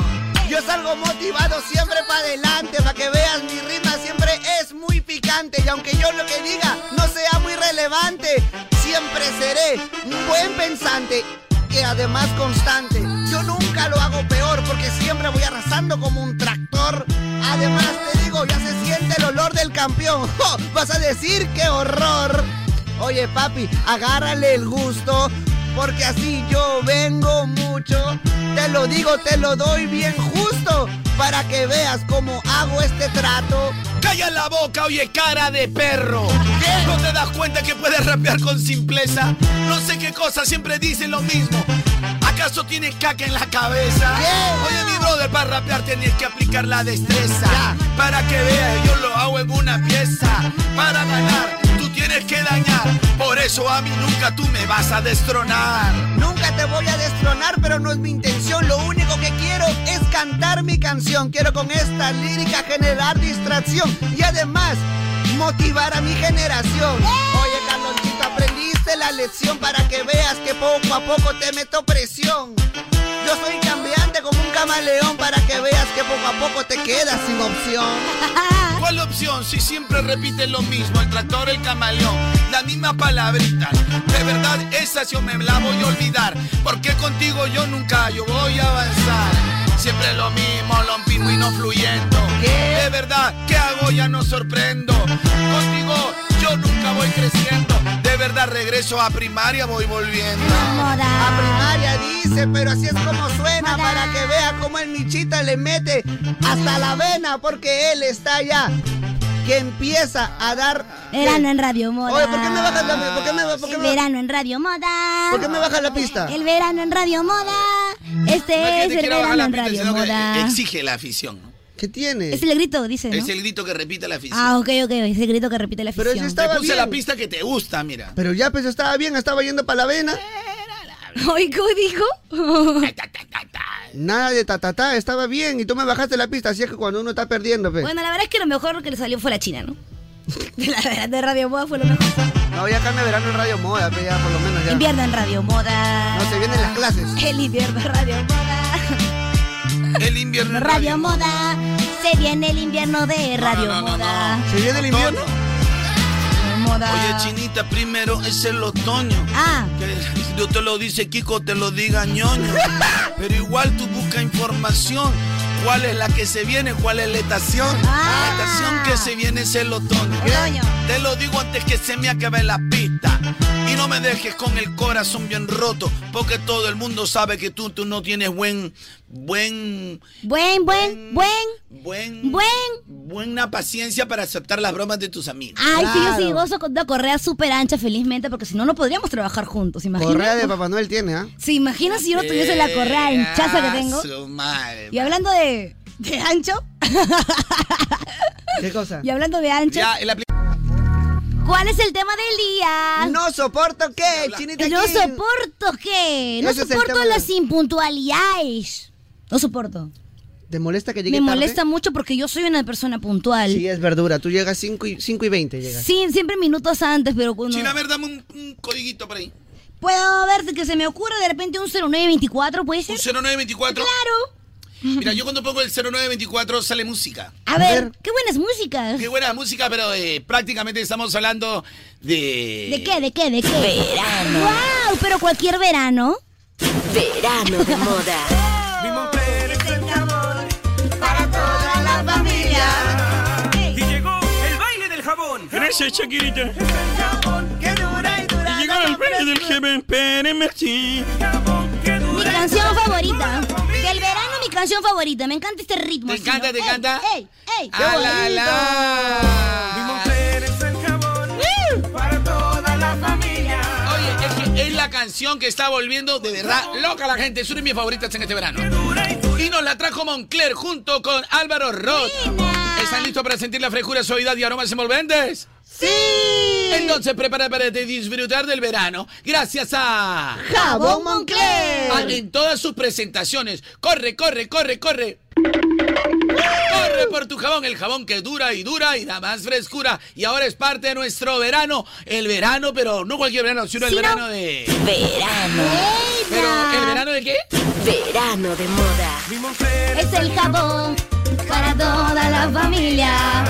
Yo salgo motivado siempre para adelante, para que veas mi rima siempre es muy picante y aunque yo lo que diga no sea muy relevante, siempre seré un buen pensante y además constante. Yo nunca lo hago peor porque siempre voy arrasando como un tractor. Además te digo, ya se siente el olor del campeón. ¡Jo! Vas a decir qué horror. Oye papi, agárrale el gusto porque así yo vengo mucho. Te lo digo, te lo doy bien justo para que veas cómo hago este trato.
Calla la boca, oye, cara de perro. ¿Qué? ¿No te das cuenta que puedes rapear con simpleza? No sé qué cosa, siempre dicen lo mismo. ¿Acaso tienes caca en la cabeza? Oye, mi brother, para rapear tienes que aplicar la destreza. Para que veas, yo lo hago en una pieza. Para ganar, tú tienes que dañar. Por eso a mí nunca tú me vas a destronar.
Nunca te voy a destronar, pero no es mi intención. Lo único que quiero es cantar mi canción. Quiero con esta lírica generar distracción y además motivar a mi generación. Oye, Carlonchito, aprendiste la lección para que veas que poco a poco te meto presión. Yo soy cambiante como un camaleón para que veas que poco a poco te quedas sin opción.
Ah.
¿Cuál opción si siempre repiten lo mismo? El tractor, el camaleón, las mismas palabritas. De verdad, esa yo me la voy a olvidar. Porque contigo yo nunca, yo voy a avanzar. Siempre lo mismo, lo y no fluyendo. De verdad, ¿qué hago? Ya no sorprendo. Contigo yo nunca voy creciendo. De verdad, regreso a primaria, voy volviendo.
A primaria dice, pero así es como suena para que vea cómo el Michita le mete hasta la vena porque él está ya que empieza a dar
Verano en Radio Moda.
Oye, ¿por qué me bajas la por qué me, por qué
El
me-
verano en Radio Moda.
¿Por qué me bajas la pista?
El verano en Radio Moda. Este
No es
es
que te
el
quiera bajar
verano
la
en
pinta,
Radio
sino que
Moda.
exige la afición. ¿no?
¿Qué tiene?
Es el grito, dice, ¿no?
Es el grito que repite la afición.
Ah, ok, ok, es el grito que repite la afición.
Te
este.
puse la pista que te gusta, mira.
Pero ya pues estaba bien, estaba yendo para la vena.
Oye, ¿cómo dijo?
Nada de tatatá, estaba bien y tú me bajaste la pista, así es que cuando uno está perdiendo, pues. pe.
Bueno, la verdad es que lo mejor que le salió fue la China, ¿no? La verdad de Radio Moda fue lo mejor.
No, ya cambia verano en Radio Moda, pe, ya por lo menos ya.
Invierno en Radio Moda.
No, se vienen las clases.
El invierno en Radio Moda.
El invierno. en
Radio Moda. Se viene el invierno de Radio Moda.
¿Se viene el invierno?
Moda.
Oye, chinita, primero es el otoño.
Ah.
Que Dios te lo dice, Kiko, te lo diga ñoño. Pero igual tú busca información. ¿Cuál es la que se viene? ¿Cuál es la estación?
Ah.
La estación que se viene es el otoño. Te lo digo antes que se me acabe la pista. Y no me dejes con el corazón bien roto. Porque todo el mundo sabe que tú, tú no tienes buen. Buen.
Buen, buen, buen.
Buen. Buena paciencia para aceptar las bromas de tus amigos.
Ay, sí, yo sí gozo con una correa súper ancha, felizmente, porque si no, no podríamos trabajar juntos, imagínate.
Correa de Eh, Papá Noel tiene, ¿ah?
¿Se imagina si yo no tuviese la correa hinchaza que tengo?
Eh, Su madre.
Y hablando de, de ancho,
¿Qué cosa?
y hablando de ancho, ¿cuál es el tema del día?
No soporto qué, chinita.
No
¿qué?
soporto qué, no
Ese es el
soporto
tema
las impuntualidades. No soporto.
¿Te molesta que llegue
Me
tarde?
molesta mucho porque yo soy una persona puntual.
Sí, es verdura. Tú llegas 5 y, 5 y 20. Llegas.
Sí, siempre minutos antes, pero cuando...
China, a ver, dame un, un codiguito por ahí.
Puedo ver que se me ocurre de repente un 0924, ¿puede ser?
Un 0924.
Claro.
Mira, yo cuando pongo el 0924 sale música.
A ver, qué buenas músicas.
Qué buena música, pero eh, prácticamente estamos hablando de...
¿De qué? ¿De qué? ¿De qué? Verano. ¡Wow! Pero cualquier verano. Verano de moda.
Para toda la familia.
Y llegó el baile del jabón. Gracias, Shakirita. Y llegó el baile del jabón. Espérenme aquí.
Mi canción favorita. Del verano, mi canción favorita. Me encanta este ritmo. ¿Te encanta? ¿Te encanta? ¡Ey! ¡Ey!
Ah, la,
Para toda la familia. Oye, es que es la canción que está volviendo de verdad loca la gente. Es una de mis favoritas en este verano. Y nos la trajo Moncler junto con Álvaro Roth. ¿Están listos para sentir la frescura, suavidad y aromas envolventes? ¡Sí! Entonces prepárate para disfrutar del verano gracias a...
Jabón Moncler.
Ah, En todas sus presentaciones. ¡Corre, corre, corre, corre! ¡Corre, Ve por tu jabón, el jabón que dura y dura y da más frescura. Y ahora es parte de nuestro verano. El verano, pero no cualquier verano, sino el
Sino-
verano de.
Verano.
¿Pero el verano de qué?
Verano de moda. Es el jabón para toda la familia.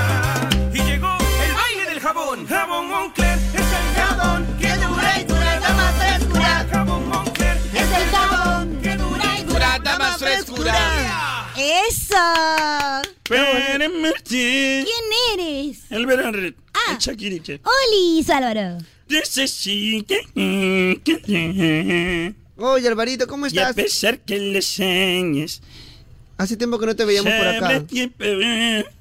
Y llegó el baile del jabón. Jabón Moncler es el jabón que dura y dura, da más frescura. Jabón Moncler es el jabón que dura y dura, da más frescura.
¡Eso!
¿Quién Ah.
eres?
El verano de Shakiriche.
¡Oli, Álvaro!
Necesita que
Oye, Alvarito, ¿cómo
Y a
estás?
pesar que le enseñes.
Hace tiempo que no te veíamos por
sobre
acá.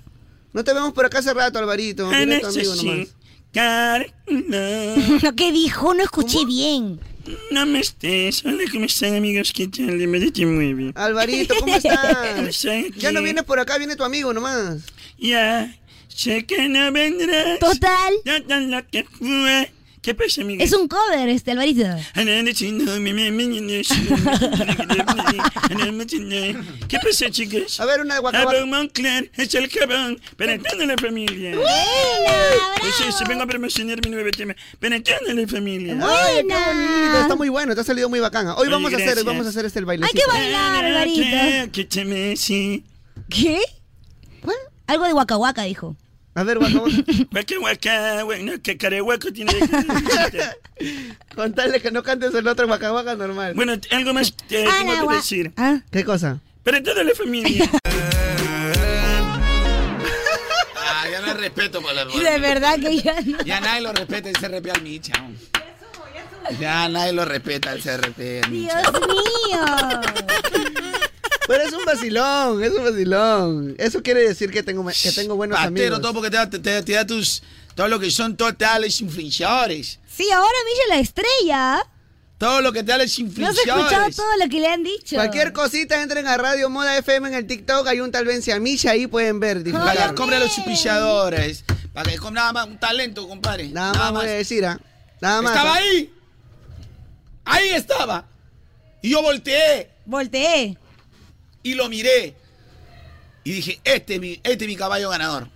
No te vemos por acá hace rato, Alvarito.
Ay,
Mira a tu
Ah, no sé
amigo nomás.
si- ¿Lo
que dijo? No escuché bien.
No me estés. Hola, ¿cómo están, amigos? ¿Qué tal? Le metiste muy bien.
Alvarito, ¿cómo estás?
Estoy aquí.
ya no vienes por acá, viene tu amigo nomás.
Ya, sé que no vendrás.
Total.
Ya tan lo que fue. ¿Qué pasa, amigo?
Es un cover, este, Alvarito.
¿Qué pasa, chicos?
A ver, una de guacaguaca.
Jabón Moncler es el jabón para toda la familia. Eso, eso, vengo a promocionar mi nuevo tema. Para toda la familia.
Ay, qué bonito, está muy bueno, te ha salido muy bacana. Hoy
Ay,
vamos a hacer, hoy
gracias.
vamos a hacer este el bailecito.
Que te me sí.
¿Qué? Algo de Waka Waka dijo.
A ver, guaca,
Guaca, guaca, bueno, que carehuaco tiene
Contarle que no cantes el otro guacaguaca normal.
Bueno, algo más te
Ah,
tengo
la
que
gua-
decir.
¿Qué cosa?
Para toda la familia.
Ah, ya no hay respeto por la
De verdad que ya no.
Ya nadie lo respeta el CRP al Micha. aún. Ya nadie lo respeta el CRP al Micha.
Dios mío.
Pero es un vacilón, es un vacilón. Eso quiere decir que tengo, que tengo buenos
Patero,
amigos.
todo porque te, da- te- te- te da tus. Todo lo que son totales influenciadores.
Sí, ahora Michelle la estrella.
Todo lo que te da los
No has escuchado
influenciadores.
todo lo que le han dicho.
Cualquier cosita, entren a Radio Moda FM en el TikTok, hay un tal Vence a Misha, ahí pueden ver.
Para que
disfrutar.
compre a los chupilladores. Para que compre nada más un talento, compadre.
Nada, más voy a decir, ¿ah? Nada más.
Estaba ahí. Ahí estaba. Y yo volteé.
Volteé.
Y lo miré. Y dije, este es mi, este es mi caballo ganador.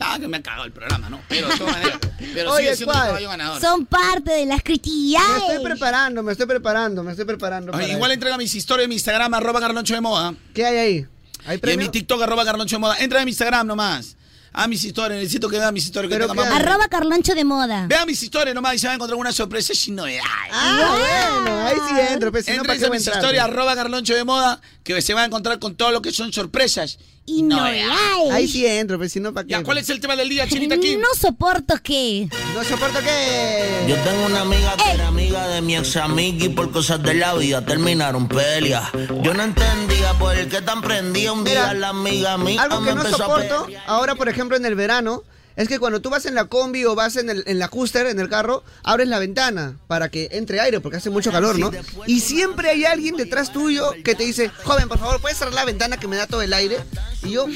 Ah, que me ha cagado el programa, ¿no? Pero de todas maneras. Pero
Oye,
sigue siendo mi
¿cuál?
caballo ganador.
Son parte de las
Me
critilladas.
estoy preparando, me estoy preparando, me estoy preparando.
Oye,
para
igual
eso.
entra a mis historias en mi Instagram, arroba Carloncho de Moda.
¿Qué hay ahí?
y en
premio?
mi TikTok, arroba Carloncho de Moda. Entra a mi Instagram nomás. A mis historias, necesito que vean mis historias. Que tenga más-
Arroba Carlancho de moda.
Vean mis historias nomás y se van a encontrar una sorpresa sin novedad.
Ah, bueno, ahí sí entro, pues, si no,
Entren
¿para qué
a
voy a
mis
entrar?
historias, arroba Carloncho de Moda, que se van a encontrar con todo lo que son sorpresas y novedades.
Ahí sí entro, pero si no, ¿para qué?
Ya, ¿cuál es el tema del día, Chinita Kim?
No soporto que.
No soporto que.
Yo tengo una amiga que era amiga de mi ex amiga y por cosas de la vida terminaron peleas. Yo no entendía por qué tan prendía un día
Mira,
la amiga mía
Algo
me
que no
empezó a
soporto, ahora por ejemplo en el verano, es que cuando tú vas en la combi o vas en, el- en la Custer, en el carro, abres la ventana para que entre aire porque hace mucho calor, ¿no? Y siempre hay alguien detrás tuyo que te dice, joven, por favor, ¿puedes cerrar la ventana que me da todo el aire? Y yo,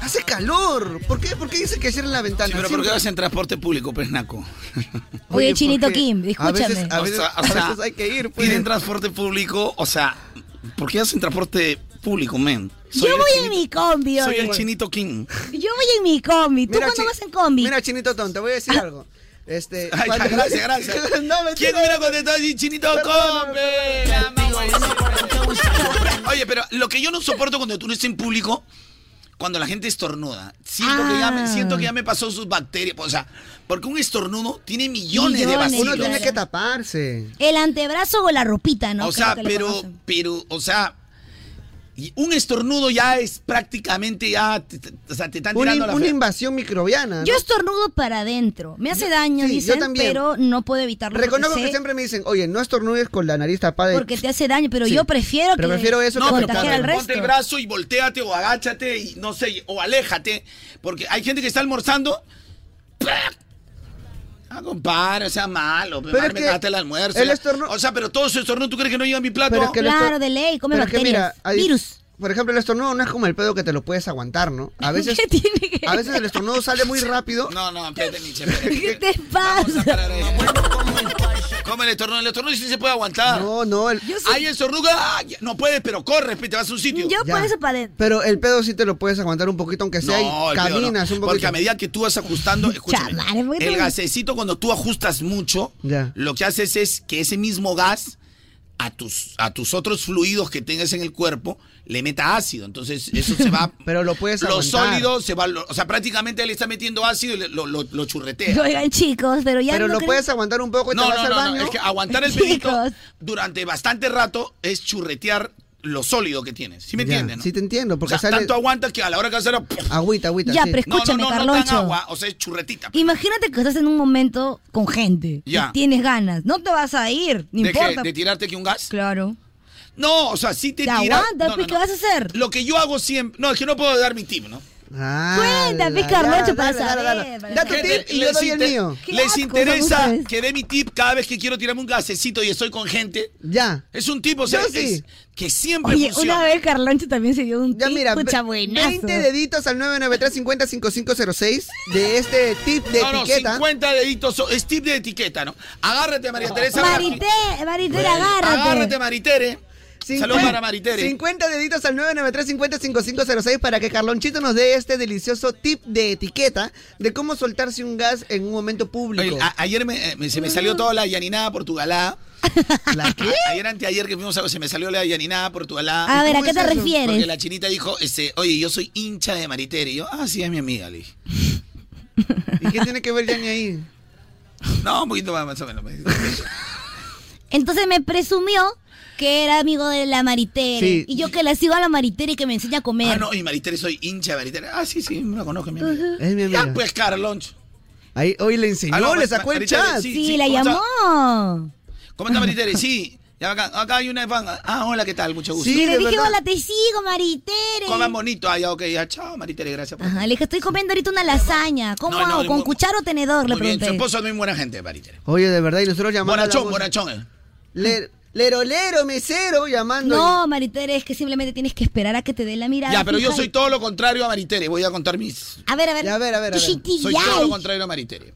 hace calor. ¿Por qué? ¿Por qué dice que cierren la ventana?
Sí, pero ¿por qué
Siempre-
vas en transporte público, pues, Pernaco?
Oye, Chinito
porque
Kim,
a
escúchame.
veces, a veces-
O
a
sea,
veces hay que ir, pues.
Ir en transporte público, o sea, ¿por qué vas en transporte público, men? Soy
Yo
el
voy en
chinito-
mi combi,
Soy
oye.
el chinito King.
Yo voy en mi combi. ¿Tú
Mira,
cuándo
chi-
vas en combi?
Mira, chinito tonto, voy a decir algo. Este,
Ay,
cuando-
gracias, gracias.
No, mentira.
¿Quién hubiera contestado así, chinito Combe? La mamá es- Oye, pero lo que yo no soporto cuando tú no estás en público, cuando la gente estornuda. Siento, que, ya me,
Ah.
siento que ya me pasó sus bacterias. O sea, porque un estornudo tiene millones, de
Millones,
vacilos.
Uno tiene que taparse.
El antebrazo o la ropita, ¿no?
o
Creo
sea,
que le
pero,
conocen.
pero, o sea, y un estornudo ya es prácticamente ya, te, te- o sea, te están
Una,
tirando
in-
la
una
fe-
invasión microbiana. ¿no?
Yo estornudo para adentro. Me hace daño,
sí, yo
dicen,
también.
pero no puedo evitarlo. porque
Reconozco que
sé-
siempre me dicen, oye, no estornudes con la nariz tapada.
Porque te hace daño, pero
Sí,
yo prefiero
pero
que
prefiero eso
No,
que
pero
contagiar
ponte,
al resto.
ponte el brazo y volteate o agáchate y no sé, o aléjate. Porque hay gente que está almorzando. ¡plac! Ah, compadre, o sea malo.
Pero
Pero
es
me
que
cagaste el almuerzo.
el
ya.
estornu-
O sea, pero todo su estornudo, ¿tú crees que no llega a mi plato?
Pero es que el estor-
ley, come
Pero es que
bacterias,
hay-
virus.
Por ejemplo, el estornudo no es como el pedo que te lo puedes aguantar, ¿no? A veces,
¿Qué tiene que
a veces el estornudo sale muy rápido.
No, no, espérate, mi chévere.
¿Qué te pasa?
Vamos a parar ahí. come el estornudo. El estornudo sí se puede aguantar.
No, no. El...
Ahí estornuda, ah, ya, no puedes, pero corres, pe, te vas a un sitio.
Yo por eso paré.
Pero el pedo sí te lo puedes aguantar un poquito, aunque sea
No,
y
el pedo
caminas
no,
un poquito.
Porque a medida que tú vas ajustando, escúchame,
Chavales, ¿por qué
el
te-
gasecito cuando tú ajustas mucho,
Ya.
lo que haces es que ese mismo gas a tus, a tus otros fluidos que tengas en el cuerpo le meta ácido. Entonces eso se va...
Pero lo puedes
lo
aguantar.
sólido se va... lo- o sea, prácticamente le está metiendo ácido y le- lo, lo- lo churretea.
Oigan, chicos, pero ya
Pero
no
lo
creo-
puedes aguantar un poco y
No,
Pues te vas
no,
al
no,
baño.
no, es que ah, aguantar el pelito durante bastante rato es churretear lo sólido que tienes. ¿Sí me
Ya,
entiendes? no?
Sí te entiendo, porque
O sea,
sale...
tanto aguanta que a la hora que hacer...
Agüita, agüita.
Ya,
sí.
pero escúchame,
no, no, no, tan
Carloncho.
agua, o sea, es churretita.
Imagínate que estás en un momento con gente.
Ya.
Y tienes ganas. No te vas a ir. No
¿De qué?
importa.
¿De tirarte que un gas?
Claro.
No, o sea, sí te
Te
tiras.
aguanta,
no, no,
pues, ¿qué
no.
vas a hacer?
Lo que yo hago siempre. No, es que no puedo dar mi tip, ¿no?
Ah,
Cuenta, pues, Carloncho, para saber. para
Da tu
saber.
tip y yo
les
doy el
inte-
mío.
¿Les interesa que dé mi tip cada vez que quiero tirarme un gasecito y estoy con gente?
Ya.
Es un tip, o sea,
Yo sí.
es- que siempre
Oye,
funciona.
una vez Carloncho también se dio un
Ya
tip,
mira,
pucha,
ve-
buenazo.
20 deditos al 993-50-5506 de este tip de
no, no,
etiqueta.
50 deditos. so- Es tip de etiqueta, ¿no? Agárrate, María Teresa.
Marité, Marité, agárrate.
Agárrate, Maritere. Saludos para Maritere.
50 deditos al 993-50-5506 para que Carlonchito nos dé este delicioso tip de etiqueta de cómo soltarse un gas en un momento público.
Oye, a- ayer me- eh, me- se me salió toda la llaninada portugalá. ¿La qué? ayer, anteayer que fuimos a se me salió la llaninada portugalá.
A ver, ¿a
¿Cómo
qué
es
te
eso?
refieres?
Porque la chinita dijo, este, oye, yo soy hincha de Maritere. Y yo, ah, sí, es mi amiga, le dije.
¿Y qué tiene que ver Yanni ahí?
No, un poquito más, más o menos. me dijo.
Entonces me presumió que era amigo de la Maritere.
Sí.
Y yo que la sigo a la Maritere y que me enseña a comer.
ah, no, y Maritere, soy hincha de Maritere. Ah, sí, sí, me la conozco, mi amiga.
Ujú.
Es mi amiga.
Ya, pues, Carloncho.
Ahí, hoy le enseñó,
Ah, no,
le
pues,
sacó el
Maritere,
chat.
Sí,
Sí, sí,
la
o sea-
llamó.
¿Cómo está Maritere? Sí. Ya acá, acá hay una fan. Ah, hola, ¿qué tal? Mucho gusto.
y le dije, hola, te sigo, Maritere.
Coman bonito. Ah, ya, ok, ya. Chao, Maritere, gracias. por-
Ajá, le dije, estoy comiendo ahorita una lasaña. ¿Cómo
No, no,
hago?
le-
¿Con cuchara o tenedor? Le
Muy bien,
pregunté.
su esposo es muy buena gente, Maritere.
Oye, de verdad, y nosotros llamamos. a la
Bonachón,
voz-
bonachón. eh.
Le- Lero, lero, mesero, llamando.
No, Maritere, es que simplemente tienes que esperar a que te dé la mirada.
Ya, pero yo
fija y-
soy todo lo contrario a Maritere. Voy a contar mis.
A ver, a ver.
Ya, a ver, a ver, a ver.
Chiquitillay.
Soy todo lo contrario a Maritere.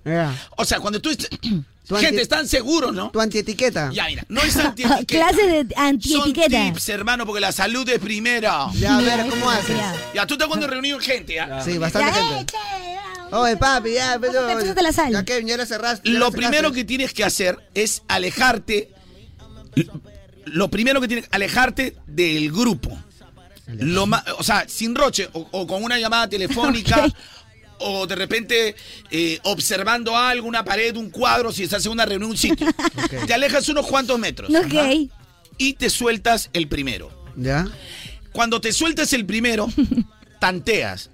O sea, cuando tú. est- Gente, están seguros, ¿no?
Tu antietiqueta.
Ya, mira, no es antietiqueta.
Clases de
Son
antietiqueta.
tips, hermano, porque la salud es primera.
Ya, a ver, ¿cómo haces?
Ya, tú te cuando reunión gente, ¿ah? ¿ya?
Sí, bastante
Ya,
gente. Oye, papi, ya, pero. Ya que ya la cerraste. ya la
Lo
cerraste.
primero que tienes que hacer es alejarte. Lo primero que tienes alejarte del grupo. Lo ma- o sea, sin roche, o, o con una llamada telefónica, o de repente eh, observando algo, una pared, un cuadro, si estás en una reunión, un sitio. Te alejas unos cuantos metros.
Ok.
Ajá. Y te sueltas el primero.
Ya.
Cuando te sueltas el primero, tanteas.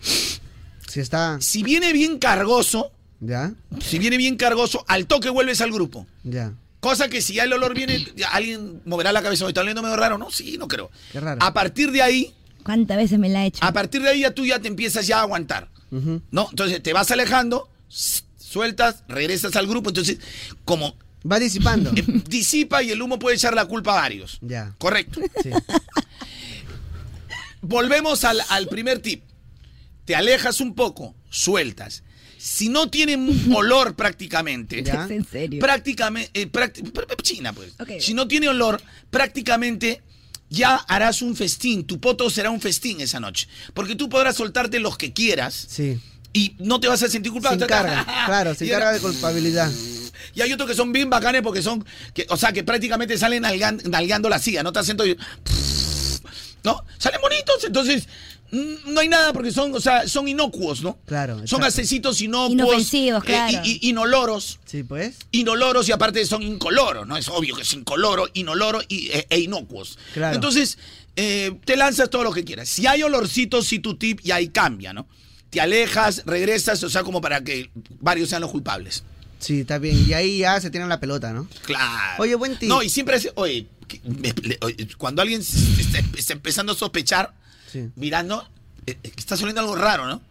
Si está.
Si viene bien cargoso,
Ya,
si viene bien cargoso, al toque vuelves al grupo.
ya.
Cosa que si ya el olor viene, ya alguien moverá la cabeza. "Oye, ¿Está oliendo medio raro? No, sí, no creo.
Qué raro.
A partir de ahí,
¿Cuántas veces me la he hecho?
a partir de ahí ya tú ya te empiezas ya a aguantar.
Ujú.
¿No? Entonces te vas alejando, s- sueltas, regresas al grupo. Entonces, como
Va disipando.
eh, disipa y el humo puede echar la culpa a varios.
ya.
Correcto. Volvemos al, al primer tip. Te alejas un poco, sueltas. Si no tiene mu- olor prácticamente,
¿Es en serio?
prácticamente, eh, prácti- pr- pr- China pues.
Ok.
Si no tiene olor, prácticamente ya harás un festín. Tu poto será un festín esa noche, porque tú podrás soltarte los que quieras
Sí.
y no te vas a sentir culpable.
Sin carga, claro, sin
Y era-
carga de culpabilidad.
y hay otros que son bien bacanes porque son, que, o sea, que prácticamente salen nalgan- nalgando la silla, no te siento ¿No? Salen bonitos, entonces mm, no hay nada porque son, o sea, son inocuos, ¿no?
Claro.
Son
exacto.
gasecitos inocuos. eh,
Inofensivos, claro.
y- y- inoloros.
Sí, pues.
Inoloros y aparte son incoloros, ¿no? Es obvio que es incoloro, inoloro y, e, e inocuos.
Claro.
Entonces, eh, te lanzas todo lo que quieras. Si hay olorcitos, si tu tip, ya ahí cambia, ¿no? Te alejas, regresas, o sea, como para que varios sean los culpables.
Sí, está bien. Y ahí ya se tiran la pelota, ¿no?
Claro.
Oye, buen tip.
No, y siempre es, oye, que- me- le- oye, cuando alguien se- está, está empezando a sospechar,
Sí.
mirando, eh, eh, está saliendo algo raro, ¿no?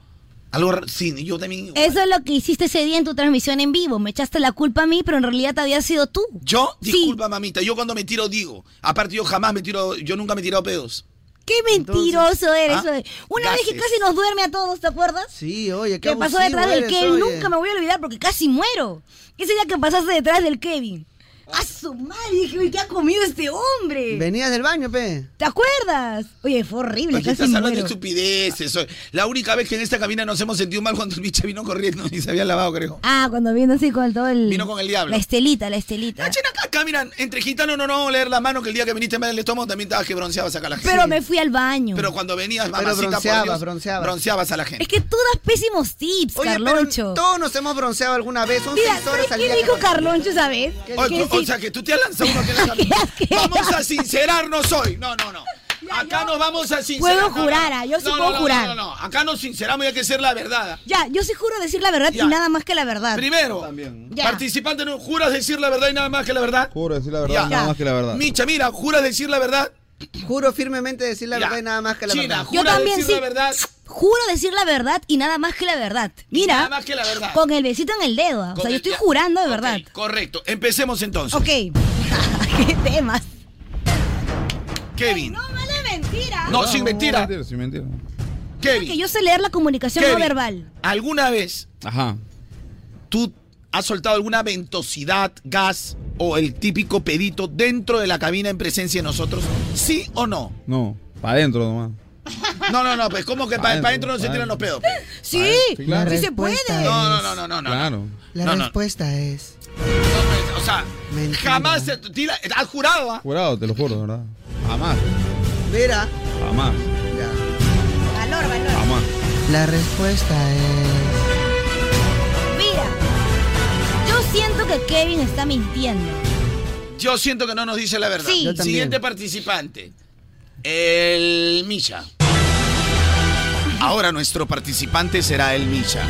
Algo raro, sí, yo también. igual.
Eso es lo que hiciste ese día en tu transmisión en vivo. Me echaste la culpa a mí, pero en realidad te había sido tú.
Yo, disculpa, mamita, yo cuando me tiro digo. Aparte, yo jamás me tiro, yo nunca me he tirado pedos.
Qué mentiroso eres.
¿Ah?
oye. Una vez que
Gases.
casi nos duerme a todos, ¿te acuerdas?
Sí, oye, qué
que pasó
abusivo
detrás del
eres,
Kevin.
oye.
Nunca me voy a olvidar porque casi muero. Ese día que pasaste detrás del Kevin. A su madre, dije, "Uy, ¿qué ha comido este hombre?
Ah. Venías del baño, pe.
¿Te acuerdas? Oye, fue horrible,
Oye,
casi
estás hablando de
muero.
estupideces. oye. La única vez que en esta cabina nos hemos sentido mal cuando el bicho vino corriendo y se había lavado, creo.
Ah, cuando vino así con todo el...
Vino con el diablo.
La estelita, la estelita.
Acá, mira, entre gitano no, no, vamos a leer la mano que el día que viniste mal el estómago también estabas que bronceabas acá a la gente.
Pero me fui al baño.
Pero cuando venías,
Pero
mamacita,
bronceabas,
por Dios,
bronceabas.
bronceabas a la gente.
Es que tú das pésimos tips,
Oye, pero
Carloncho.
todos nos hemos bronceado alguna vez. Son
Mira,
seis horas
¿sabes
al
qué
día.
dijo
que-
Carloncho, sabes?
Oye,
Que
tú- o
si-
sea, que tú te has lanzado uno que la Vamos a sincerarnos hoy. No, no, no. Acá nos vamos a sincerar.
Puedo
No, no,
jurar,
no.
ah, yo sí
No, no,
puedo
no,
jurar.
No, no, no. Acá nos sinceramos y hay que ser la verdad.
Ya, yo sí juro decir la verdad
Ya.
y nada más que la
Ah.
verdad.
Primero,
Ya.
participante, ¿no? ¿juras decir la verdad y nada más que la verdad?
Juro decir la verdad,
Ya.
nada más que la verdad.
Micha, mira, ¿juras decir la verdad?
Juro firmemente decir la verdad y nada más que la
China,
verdad.
Yo también sí juro decir la verdad y nada más que la verdad. Mira,
nada más que la verdad.
con el besito en el dedo. ah. O
Con
sea, yo
el-
estoy
ya.
jurando de verdad.
Correcto. Empecemos entonces.
Ok. ¿Qué temas?
Kevin.
No vale mentira.
No, sin mentira.
sin mentira.
Kevin.
Que yo sé leer la comunicación
Kevin,
no verbal.
¿Alguna vez
Ajá.
tú has soltado alguna ventosidad, gas o el típico pedito dentro de la cabina en presencia de nosotros? ¿Sí o no?
No, para adentro nomás.
No, no, no, pues ¿cómo que para
Adentro,
adentro no se
adentro.
tiran los pedos? pues?
Sí,
sí, claro.
sí
La
se puede.
No, no, no, no, no, no.
Claro.
La
No, no.
respuesta es.
O sea, jamás se tira, has jurado, ¿ah?
Jurado, te lo juro, de verdad. Jamás,
Mira.
jamás,
Valor, valor.
jamás.
La respuesta es.
Mira, yo siento que Kevin está mintiendo.
Yo siento que no nos dice la verdad.
Sí. Yo también.
Siguiente participante. El Misha. Ahora nuestro participante será el Misha.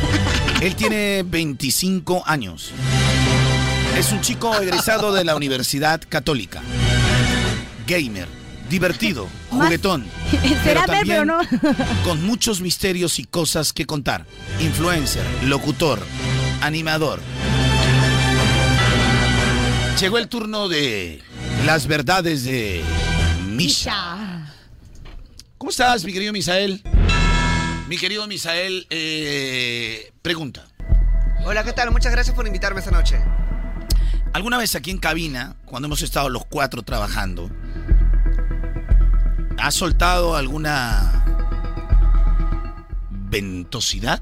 Él tiene 25 años. Es un chico egresado de la Universidad Católica. Gamer, divertido,
Más-
juguetón. pero
Será ver, pero
también
no.
Con muchos misterios y cosas que contar. Influencer, locutor, animador. Llegó el turno de las verdades de Misha. ¿Cómo estás, mi querido Misael? Mi querido Misael, eh, pregunta.
Hola, ¿qué tal? Muchas gracias por invitarme esta noche.
¿Alguna vez aquí en cabina, cuando hemos estado los cuatro trabajando, has soltado alguna ventosidad?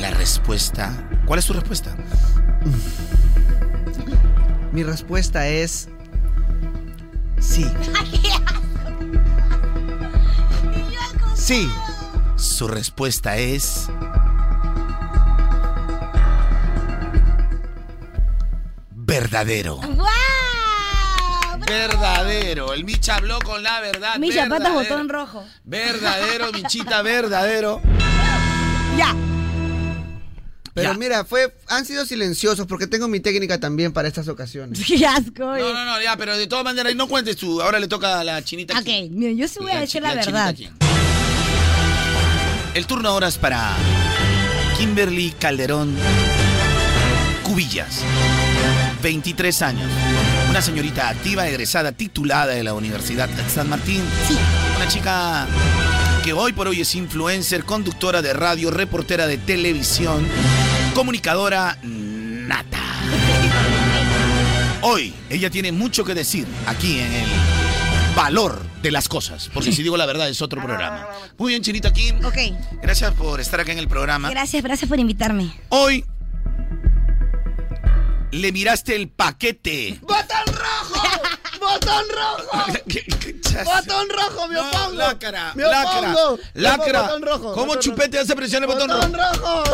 La respuesta... ¿Cuál es tu respuesta?
Mi respuesta es. Sí. Sí.
Su respuesta es... Verdadero. Verdadero. El Micha habló con la verdad.
Mis zapatos
verdadero.
botón rojo.
Verdadero, Michita, verdadero.
Ya.
Pero mira, fue, han sido silenciosos porque tengo mi técnica también para estas ocasiones.
Qué asco,
No, no, no, ya, pero de todas maneras, no cuentes tú. Ahora le toca a la chinita.
Ok, mira, yo sí voy a decir la,
la chinita
verdad.
aquí. El turno ahora es para Kimberly Calderón Cubillas, 23 años. Una señorita activa, egresada, titulada de la Universidad San Martín. Una chica que hoy por hoy es influencer, conductora de radio, reportera de televisión, comunicadora nata. Hoy ella tiene mucho que decir aquí en el valor de las cosas, porque si digo la verdad es otro programa. Muy bien, Chinita Kim.
Ok,
Gracias por estar acá en el programa.
gracias, gracias por invitarme.
Hoy le miraste el paquete.
¡Botón rojo! ¡Botón rojo! ¡Botón rojo, me opongo!
lácara,
¡Me
lácara,
opongo!
lácara.
Botón rojo,
¿Cómo
botón
chupete hace presión el botón
¡Botón
rojo?
rojo!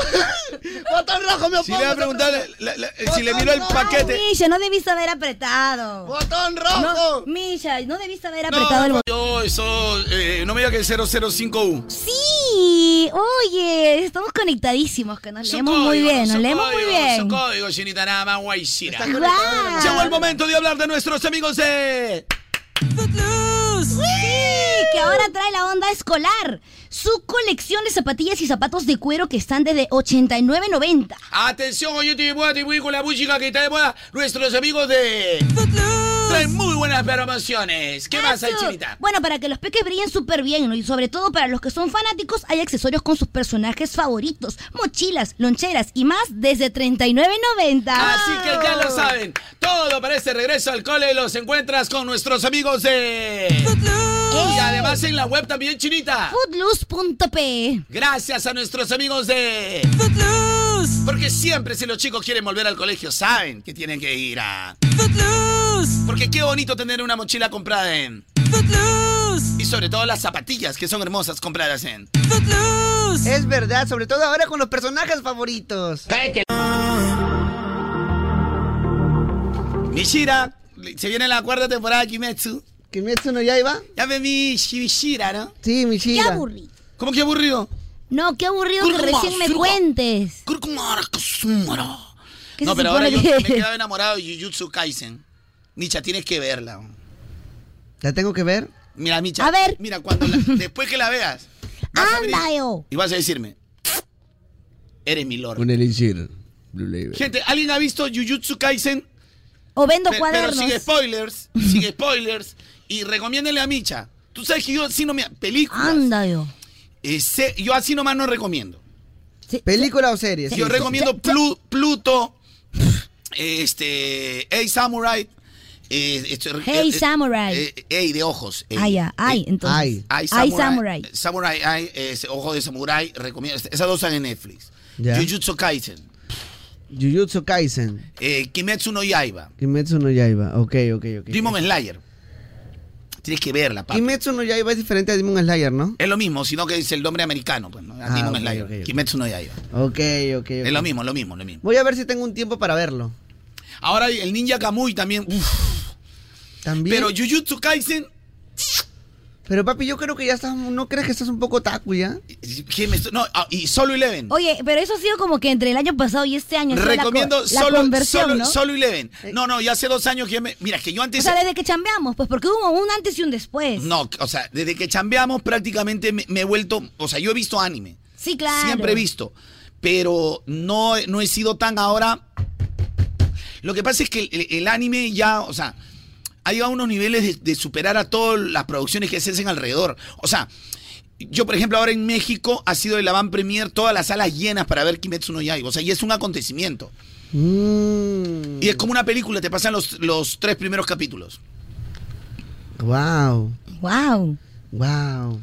¡Botón rojo, me opongo!
Si le voy a preguntar la- la- si le miró el paquete.
Misha, no debiste haber apretado. ¡Botón rojo! No, Misha, no debiste haber apretado
No,
el
no, yo
botón.
eso, eh, no me diga que es 005U.
Sí, oye, estamos conectadísimos, que nos leemos muy bien, nos leemos muy bien.
Su código, chinita, nada más guaycira.
conectado,
Llegó el momento de hablar de nuestros amigos de...
Sí, que ahora trae la onda escolar. Su colección de zapatillas y zapatos de cuero que están desde 89.90.
Atención, oyente de moda, tribuy con la música que está de moda. Nuestros amigos de... Footloose. hay muy buenas promociones. ¿Qué más hay, chinita?
Bueno, para que los peques brillen súper bien ¿no? y sobre todo para los que son fanáticos, hay accesorios con sus personajes favoritos, mochilas, loncheras y más desde $39.90.
Así que ya lo saben. Todo para este regreso al cole los encuentras con nuestros amigos de. Y además en la web también, chinita.
Foodloose.pe
Gracias a nuestros amigos de. Porque siempre, si los chicos quieren volver al colegio, saben que tienen que ir a. Porque qué bonito tener una mochila comprada en. Y sobre todo las zapatillas, que son hermosas compradas en.
Es verdad, sobre todo ahora con los personajes favoritos.
Mishira, se viene la cuarta temporada de Kimetsu.
¿Kimetsu no ya iba?
Ya ve mi Mishira, ¿no?
Sí, Mishira.
Qué aburrido.
¿Cómo que aburrido?
No, qué aburrido que
Cúrcuma,
recién me
fruta.
cuentes. ¿Qué
No,
se
pero ahora yo
supone
me
que-
quedaba enamorado de Jujutsu Kaisen. Micha, tienes que verla.
¿La tengo que ver?
Mira, Micha. A ver. Mira, cuando la- después que la veas. vas a venir
oh.
Y vas a decirme. Eres mi lord.
Un elixir. Blue Label.
Este,
Gente, ¿alguien ha visto Jujutsu Kaisen?
O vendo
Pero
cuadernos.
sigue spoilers, sigue spoilers. Y recomiéndele a Micha. Tú sabes que yo así no me... Películas.
Anda yo.
eh, sé- yo así nomás no recomiendo.
¿Película o serie?
Yo
Sí.
recomiendo Plu- Pluto, este, Hey Samurai. eh, esto-
Hey
eh,
Samurai.
eh, hey, de ojos. eh,
Ah, ya. Ay, entonces.
Ay. Ay, Samurai.
Ay, Samurai.
eh, Samurai, ay, eh, ese Ojo de Samurai, recomiendo. Esas dos están en Netflix.
Ya.
Jujutsu Kaisen,
Jujutsu Kaisen.
eh, Kimetsu no Yaiba,
Kimetsu no Yaiba. Ok, ok, ok.
Demon Slayer. Tienes que verla, papi.
Kimetsu no Yaiba es diferente a Demon Slayer, ¿no?
Es lo mismo, sino que es el nombre americano. Pues, ¿no? Demon
Ah, ok,
Slayer,
ok, ok.
Kimetsu no Yaiba.
Ok, ok, ok.
Es lo mismo, lo mismo, lo mismo.
Voy a ver si tengo un tiempo para verlo.
Ahora el Ninja Kamui también.
También.
Pero Jujutsu Kaisen,
Pero papi, yo creo que ya estás. ¿No crees que estás un poco taku ya?
¿qué me estoy- no, ah, y solo Eleven.
Oye, pero eso ha sido como que entre el año pasado y este año. ha sido la co-
Recomiendo
la
solo,
conversión,
solo,
¿no? Eh.
solo Eleven. No, no, ya hace dos años que me. Mira, que yo
O
antes.
sea, desde que chambeamos, pues porque hubo un antes y un después.
No, o sea, desde que chambeamos prácticamente me, me he vuelto. O sea, yo he visto anime.
Sí, claro.
Siempre he visto. Pero no, no he sido tan ahora. Lo que pasa es que el, el anime ya, o sea, ha llegado a unos niveles de, de superar a todas las producciones que se hacen alrededor. O sea, yo, por ejemplo, ahora en México ha sido el avant premier todas las salas llenas para ver Kimetsu no Yaiba. O sea, y es un acontecimiento.
Mm.
Y es como una película, te pasan los, los tres primeros capítulos.
Wow.
Wow.
Wow.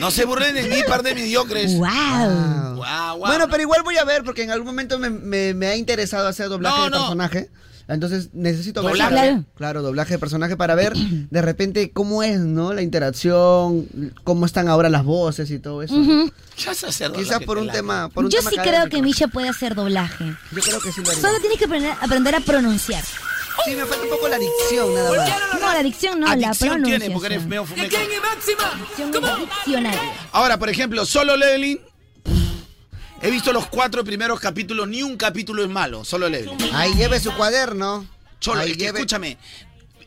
No se burlen de mí, par de mediocres.
Wow.
Ah. Bueno, pero igual voy a ver porque en algún momento me, me- me ha interesado hacer doblaje
No,
de
no.
personaje. Entonces necesito ver
Doblaje.
para ver- Claro, doblaje de personaje para ver de repente cómo es, ¿no? La interacción, cómo están ahora las voces y todo eso.
Ujú.
Quizás por un tema, por un
Yo
tema
sí creo
académico.
que Misha puede hacer doblaje.
Yo creo que sí lo haría.
Solo tienes que aprender, aprender a pronunciar.
Sí, me falta un poco la adicción, nada más.
No, la dicción no, la
Adicción
pronunciación.
tiene, porque eres medio fumeco.
Adicción es diccionario.
Ahora, por ejemplo, solo leveling. He visto los cuatro primeros capítulos, ni un capítulo es malo, solo leveling.
Ahí lleve su cuaderno.
Cholo,
Ahí
es que
lleve-
escúchame.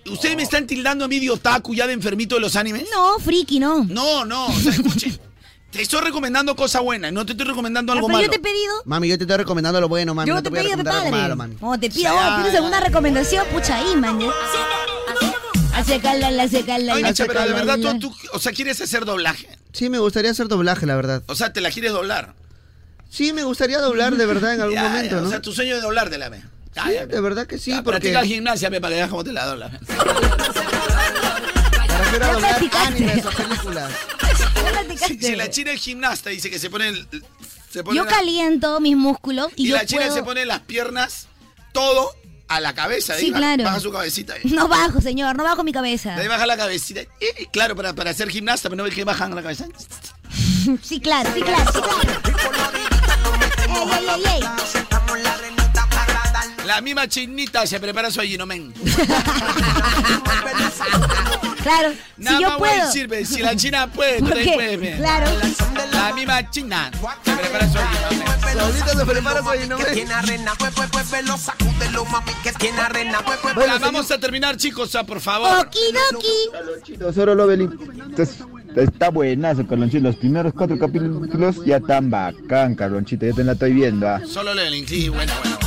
¿Ustedes me están tildando a mí de otaku ya de enfermito de los animes?
No, friki, no.
No, no, o sea, escuchen. Te estoy recomendando cosas buenas, no te estoy recomendando algo
pero
malo.
yo te he pedido.
Mami, yo te estoy recomendando lo bueno, mami.
yo
no
te
te
he
voy a
pedido, pe
recomendar
padre.
algo malo, mami.
No, te pido.
Sí,
vos,
ay,
¿Tienes alguna recomendación? Pucha, ahí, man. ya. Hace calala, hace calala.
Oye, Nacho,
hace
pero de verdad
calala.
tú, tú, o sea, quieres hacer doblaje.
Sí, me gustaría hacer doblaje, la verdad.
O sea, te la quieres doblar.
Sí, me gustaría doblar de verdad en algún
Ya, ya,
momento, ¿no?
O sea, tu sueño es doblar de la vez.
Sí, de verdad que sí, porque
Practica gimnasia pe, para que veas cómo te la doblas.
prefiero
Ya
doblar
practicaste.
animes o películas.
Si, si la china es gimnasta, dice que se pone. el- Se pone
Yo
la-
caliento mis músculos y,
y
yo
la china
puedo...
se pone las piernas, todo a la cabeza.
Sí,
ahí, ba-
claro.
Baja su cabecita. ahí.
No bajo, señor, no bajo mi cabeza.
De ahí baja la cabecita. Y, claro, para, para ser gimnasta, pero no ves que bajan la cabeza.
Sí, claro, sí, claro, sí, claro. Ey, ey, ey, ey.
La misma chinita se prepara su allinomen.
Claro,
Nada
si yo
más voy a
puedo.
decir, pe, si la china puede, tú
Porque,
también puedes. pe.
claro.
La misma china se prepara su allinomen.
Solita se prepara su
Que tiene arena, pues, pues, pues, velo, sacúdelo, mami, que tiene arena, pues, pues,
Ya, vamos a terminar, chicos, ah, por favor.
Solo Lovelin. Entonces, Está buenazo, Carlonchito. Los primeros cuatro capítulos ya están bacán, Carlonchito. Yo te la estoy viendo. ah.
Solo Leveling, sí, bueno, bueno.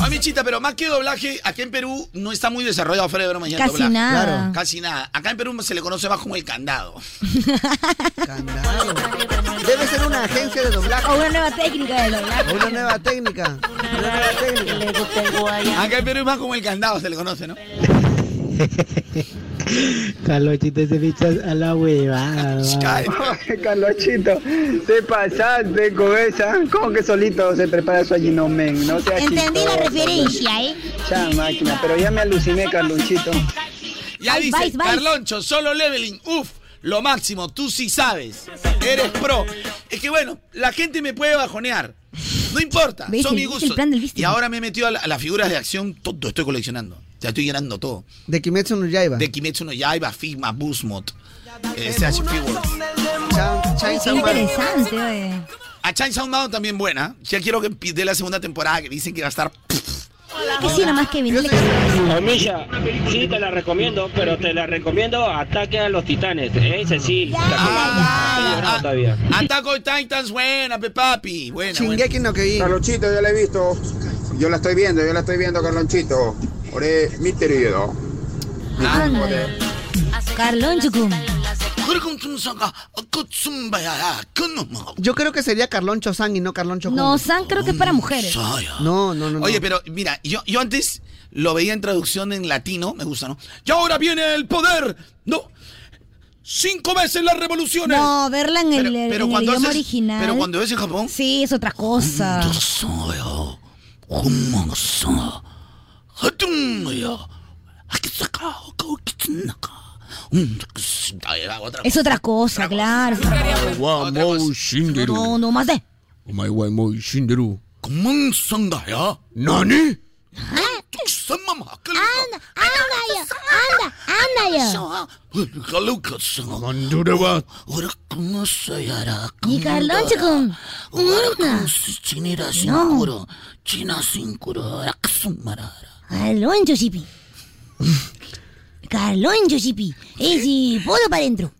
A mí Lichita, pero más que doblaje, aquí en Perú no está muy desarrollado fuera de broma. ya el
Casi
doblaje.
nada. Claro.
Casi nada. Acá en Perú se le conoce más como el candado.
Debe ser una agencia de doblaje.
O una nueva técnica de doblaje.
Una nueva técnica. Una nueva técnica.
Acá en Perú es más como el candado, se le conoce, ¿no?
Carlochito se fichas a la huevada. va.
Carlochito, te pasaste con esa. ¿Cómo que solito se prepara su allinomen? No seas
Entendí la
chistoso,
referencia, ¿eh?
Ya, máquina, pero ya me aluciné, Carlonchito.
Ya
Ay,
dice,
vais, vais.
Carloncho, solo leveling, uf, lo máximo, tú sí sabes, eres pro. Es que bueno, la gente me puede bajonear, no importa,
¿Ves?
son
El-
mis
el
gustos.
plan del
Y ahora me he metido a, la- a las figuras de acción, todo estoy coleccionando, ya estoy llenando todo.
De Kimetsu no Yaiba.
De Kimetsu no Yaiba, Figma, Busmot, eh, SH Figures.
Oye, qué interesante, oye.
A Chainsaw Man también buena, ya quiero que pi- dé la segunda temporada que dicen que va a estar...
Que sí, nomás que viniste.
Amiga, sí te la recomiendo, pero te la recomiendo Ataque a los Titanes. Ese sí, está pegado. Estoy llorando todavía.
Ataco Titans, buena, pe papi, buena, buena.
no que
Carlonchito, yo la he visto. Yo la estoy viendo, yo la estoy viendo, Carlonchito. Ore, mi querido.
Ah, Ándale. Carlón Chucum.
Yo creo que sería Carloncho San y no Carloncho
No, San creo que es para mujeres.
No, no, no.
Oye, pero mira, yo, yo antes lo veía en traducción en latino, me gusta, ¿no? Y ahora viene el poder. No. Cinco veces las revoluciones.
No, verla en el, en el
cuando
idioma
haces-
original.
Pero cuando ves en Japón.
Sí, es otra cosa. Es otra cosa, claro.
Wa mo shinderu.
No, no más de.
Oh
Omae wa mo shinderu. ¿Nani?
Anda,
anda ya, anda, anda ya.
Mandura wa.
Ni Carlón Chucum. Una.
Chinira sin
No.
curo, China sin curo,
Carlón Yoshipi. Carlón Yoshipi. Ese podo para adentro.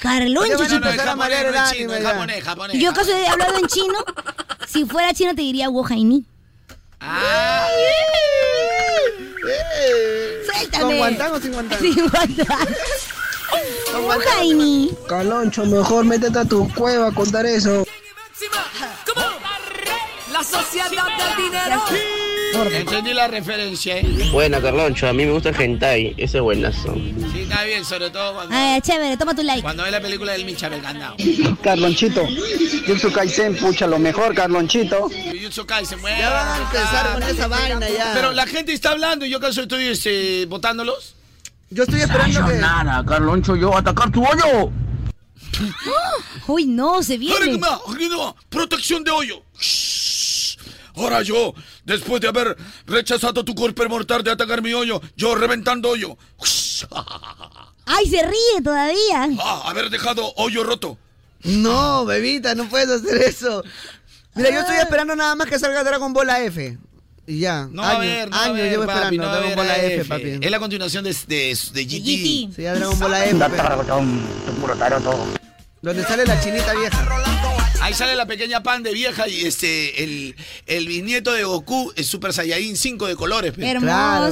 Carlón
Oye, bueno,
Yoshipi.
no, es japonés, no es
chino, es japonés, japonés.
Yo acaso he hablado en chino. Si fuera chino te diría Wohaini. Suéltame.
¿Con guantán o sin guantán?
Sin guantán. Wohaini.
Caloncho, mejor métete a tu cueva a contar eso.
La sociedad del dinero.
Entendí la referencia, ¿eh?
Buena, Carloncho, a mí me gusta el hentai, ese es buenazo.
Sí, está bien, sobre todo cuando,
Ah, chévere, toma tu like.
cuando ves la película del Micha Belgandao.
Carlonchito, Jutsu Kaisen, pucha, lo mejor, Carlonchito.
Jujutsu Kaisen, bueno,
Ya van a empezar con esa vaina ya.
Pero la gente está hablando y yo acaso estoy este, votándolos.
Yo estoy esperando que.
Sayonara, Carloncho, yo atacar tu hoyo.
¡Oh!
Uy, no, se viene.
Arigma, arigma, protección de hoyo. Shhh. Ahora yo, después de haber rechazado tu cuerpo mortal de atacar mi hoyo, yo reventando hoyo. Shhh.
Ay, se ríe todavía.
Ah, haber dejado hoyo roto.
No, bebita, no puedes hacer eso. Mira, yo estoy esperando nada más que salga Dragon Ball AF. Y ya.
Ah. No va a
años,
haber, no va a
años
haber,
llevo
papi, no
esperando
va a
Dragon
haber
Ball AF,
AF.
papi.
Es la continuación de, de, de GT.
Sí, ya Dragon Ball AF. Donde sale la chinita vieja.
Ahí sale la pequeña pan de vieja y este el, el bisnieto de Goku, el Super Saiyajin 5 de colores. pe.
Hermoso.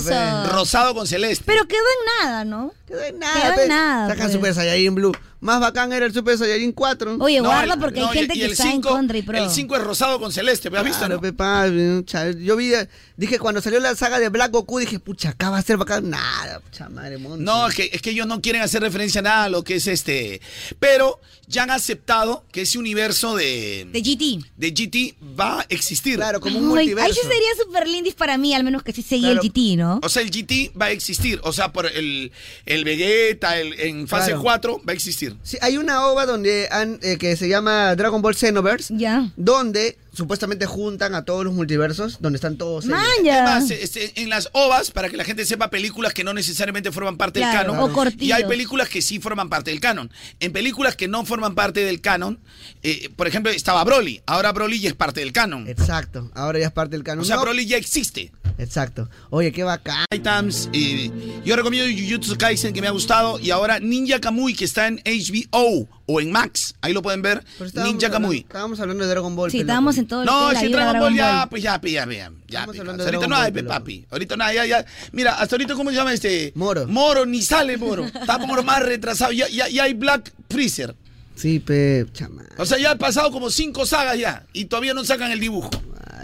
Claro, pe.
Rosado con celeste.
Pero quedó en nada, ¿no?
Quedó en
Quedó
Nada,
en
pe.
nada,
Sacan
pues.
Super Saiyajin Blue. Más bacán era el Super Saiyajin 4.
Oye,
No,
guarda
el-
porque
no,
hay
y-
gente
y
que
el
está
cinco-
en contra y pro.
El 5 es rosado con celeste, ¿me has visto?
Claro,
no?
pe, papi, cha- Yo vi, dije, cuando salió la saga de Black Goku, dije, pucha, acá va a ser bacán. Nada, pucha madre, monte.
No, es que, es que ellos no quieren hacer referencia a nada a lo que es este. Pero ya han aceptado que ese universo de,
De GT.
de GT va a existir. Claro,
como
Ay, ay, sí sería super lindis para mí, al menos que sí seguía
Claro.
el GT, ¿no?
O sea, el GT va a existir. O sea, por el, el Vegeta el- en fase
Claro.
4 va a existir.
Sí, hay una ova donde han, eh, que se llama Dragon Ball Xenoverse,
Ya.
donde supuestamente juntan a todos los multiversos, donde están todos. ellos.
Es
Manja.
más, este, en las ovas, para que la gente sepa, películas que no necesariamente forman parte
Claro,
del
o
canon.
cortitos.
y hay películas que sí forman parte del canon. En películas que no forman parte del canon, eh, por ejemplo, estaba Broly. Ahora Broly ya es parte del canon.
Exacto, ahora ya es parte del canon.
O sea,
Eh, No,
Broly ya existe.
Exacto. Oye, qué bacán.
Items, y yo recomiendo Jujutsu Kaisen que me ha gustado y ahora Ninja Kamui que está en HBO o en Max, ahí lo pueden ver,
estábamos
Ninja
hablando-
Kamui.
Estábamos hablando de Dragon Ball.
Sí,
pe, loco.
estábamos en todo
No,
toda la
si
vibra
Dragon Ball
Dragon
ya,
Ball.
pues ya, pues ya, pues ya. ya pues,
hablando de
ahorita
Dragon
no hay,
Ball,
pe,
loco.
papi. Ahorita no hay, ya, ya. Mira, hasta ahorita, ¿cómo se llama este? Moro. Moro, ni sale Moro. Está Moro más retrasado. Ya, ya, ya hay Black Freezer.
Sí, pe, chama.
O sea, ya han pasado como cinco sagas ya. Y todavía no sacan el dibujo.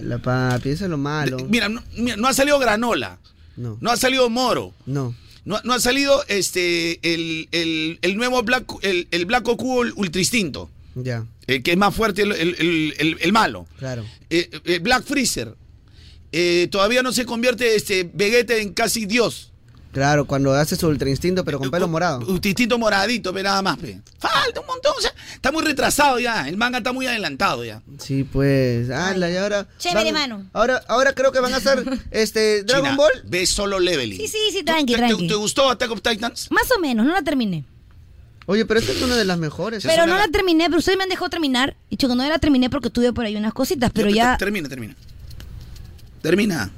La papi, eso es lo malo.
Mira, no, mira, no ha salido Granola.
No.
No ha salido Moro.
No.
No, no ha salido este el, el- el nuevo Black, el, el Black Goku Ultra Instinto.
Ya,
eh, que es más fuerte el, el- el- el- el malo.
claro.
Eh, eh, Black Freezer. Eh, todavía no se convierte este Vegeta en casi Dios.
Claro, cuando haces Ultra Instinto, pero con pelo morado.
Ultra Instinto moradito, pero nada más. pe. Falta un montón. o sea, está muy retrasado ya. El manga está muy adelantado ya.
Sí, pues. Ala, y ahora.
Chévere,
van-
mano.
Ahora, ahora creo que van a hacer este Dragon
China,
Ball.
Ve solo leveling.
Sí, sí, sí, tranqui,
¿Te, te-
tranqui.
te gustó Attack of Titans?
Más o menos, no la terminé.
Oye, pero este esta es una de las mejores.
Pero no la terminé, pero ustedes me han dejado terminar. Dicho que no la terminé porque tuve por ahí unas cositas, pero ya.
Termina, termina. Termina.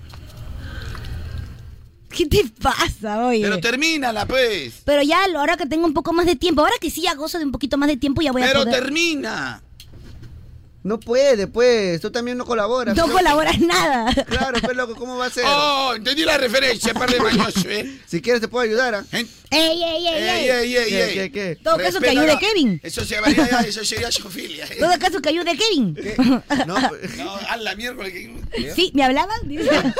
¿Qué te pasa, oye?
Pero termínala, pues.
Pero ya, ahora que tengo un poco más de tiempo, ahora que sí ya gozo de un poquito más de tiempo, ya voy
Pero
a poder...
termina.
No puede, pues. Tú también no colaboras.
No
pe.
colaboras nada.
Claro, pero pues, loco, ¿cómo va a ser?
Oh, entendí la referencia, par de mañoso, ¿eh?
Si quieres te puedo ayudar, ¿ah?
¡Ey, ey, ey, ey!
Ey, ey, ey,
¿Qué,
ey.
qué, qué?
Todo caso que
Respeta
ayude
la-
Kevin.
Eso se varía, ya, eso sería sofilia. ¿eh?
Todo caso que ayude Kevin.
No, pues,
No, a la miércoles. que-
Sí, ¿me hablaban? bueno,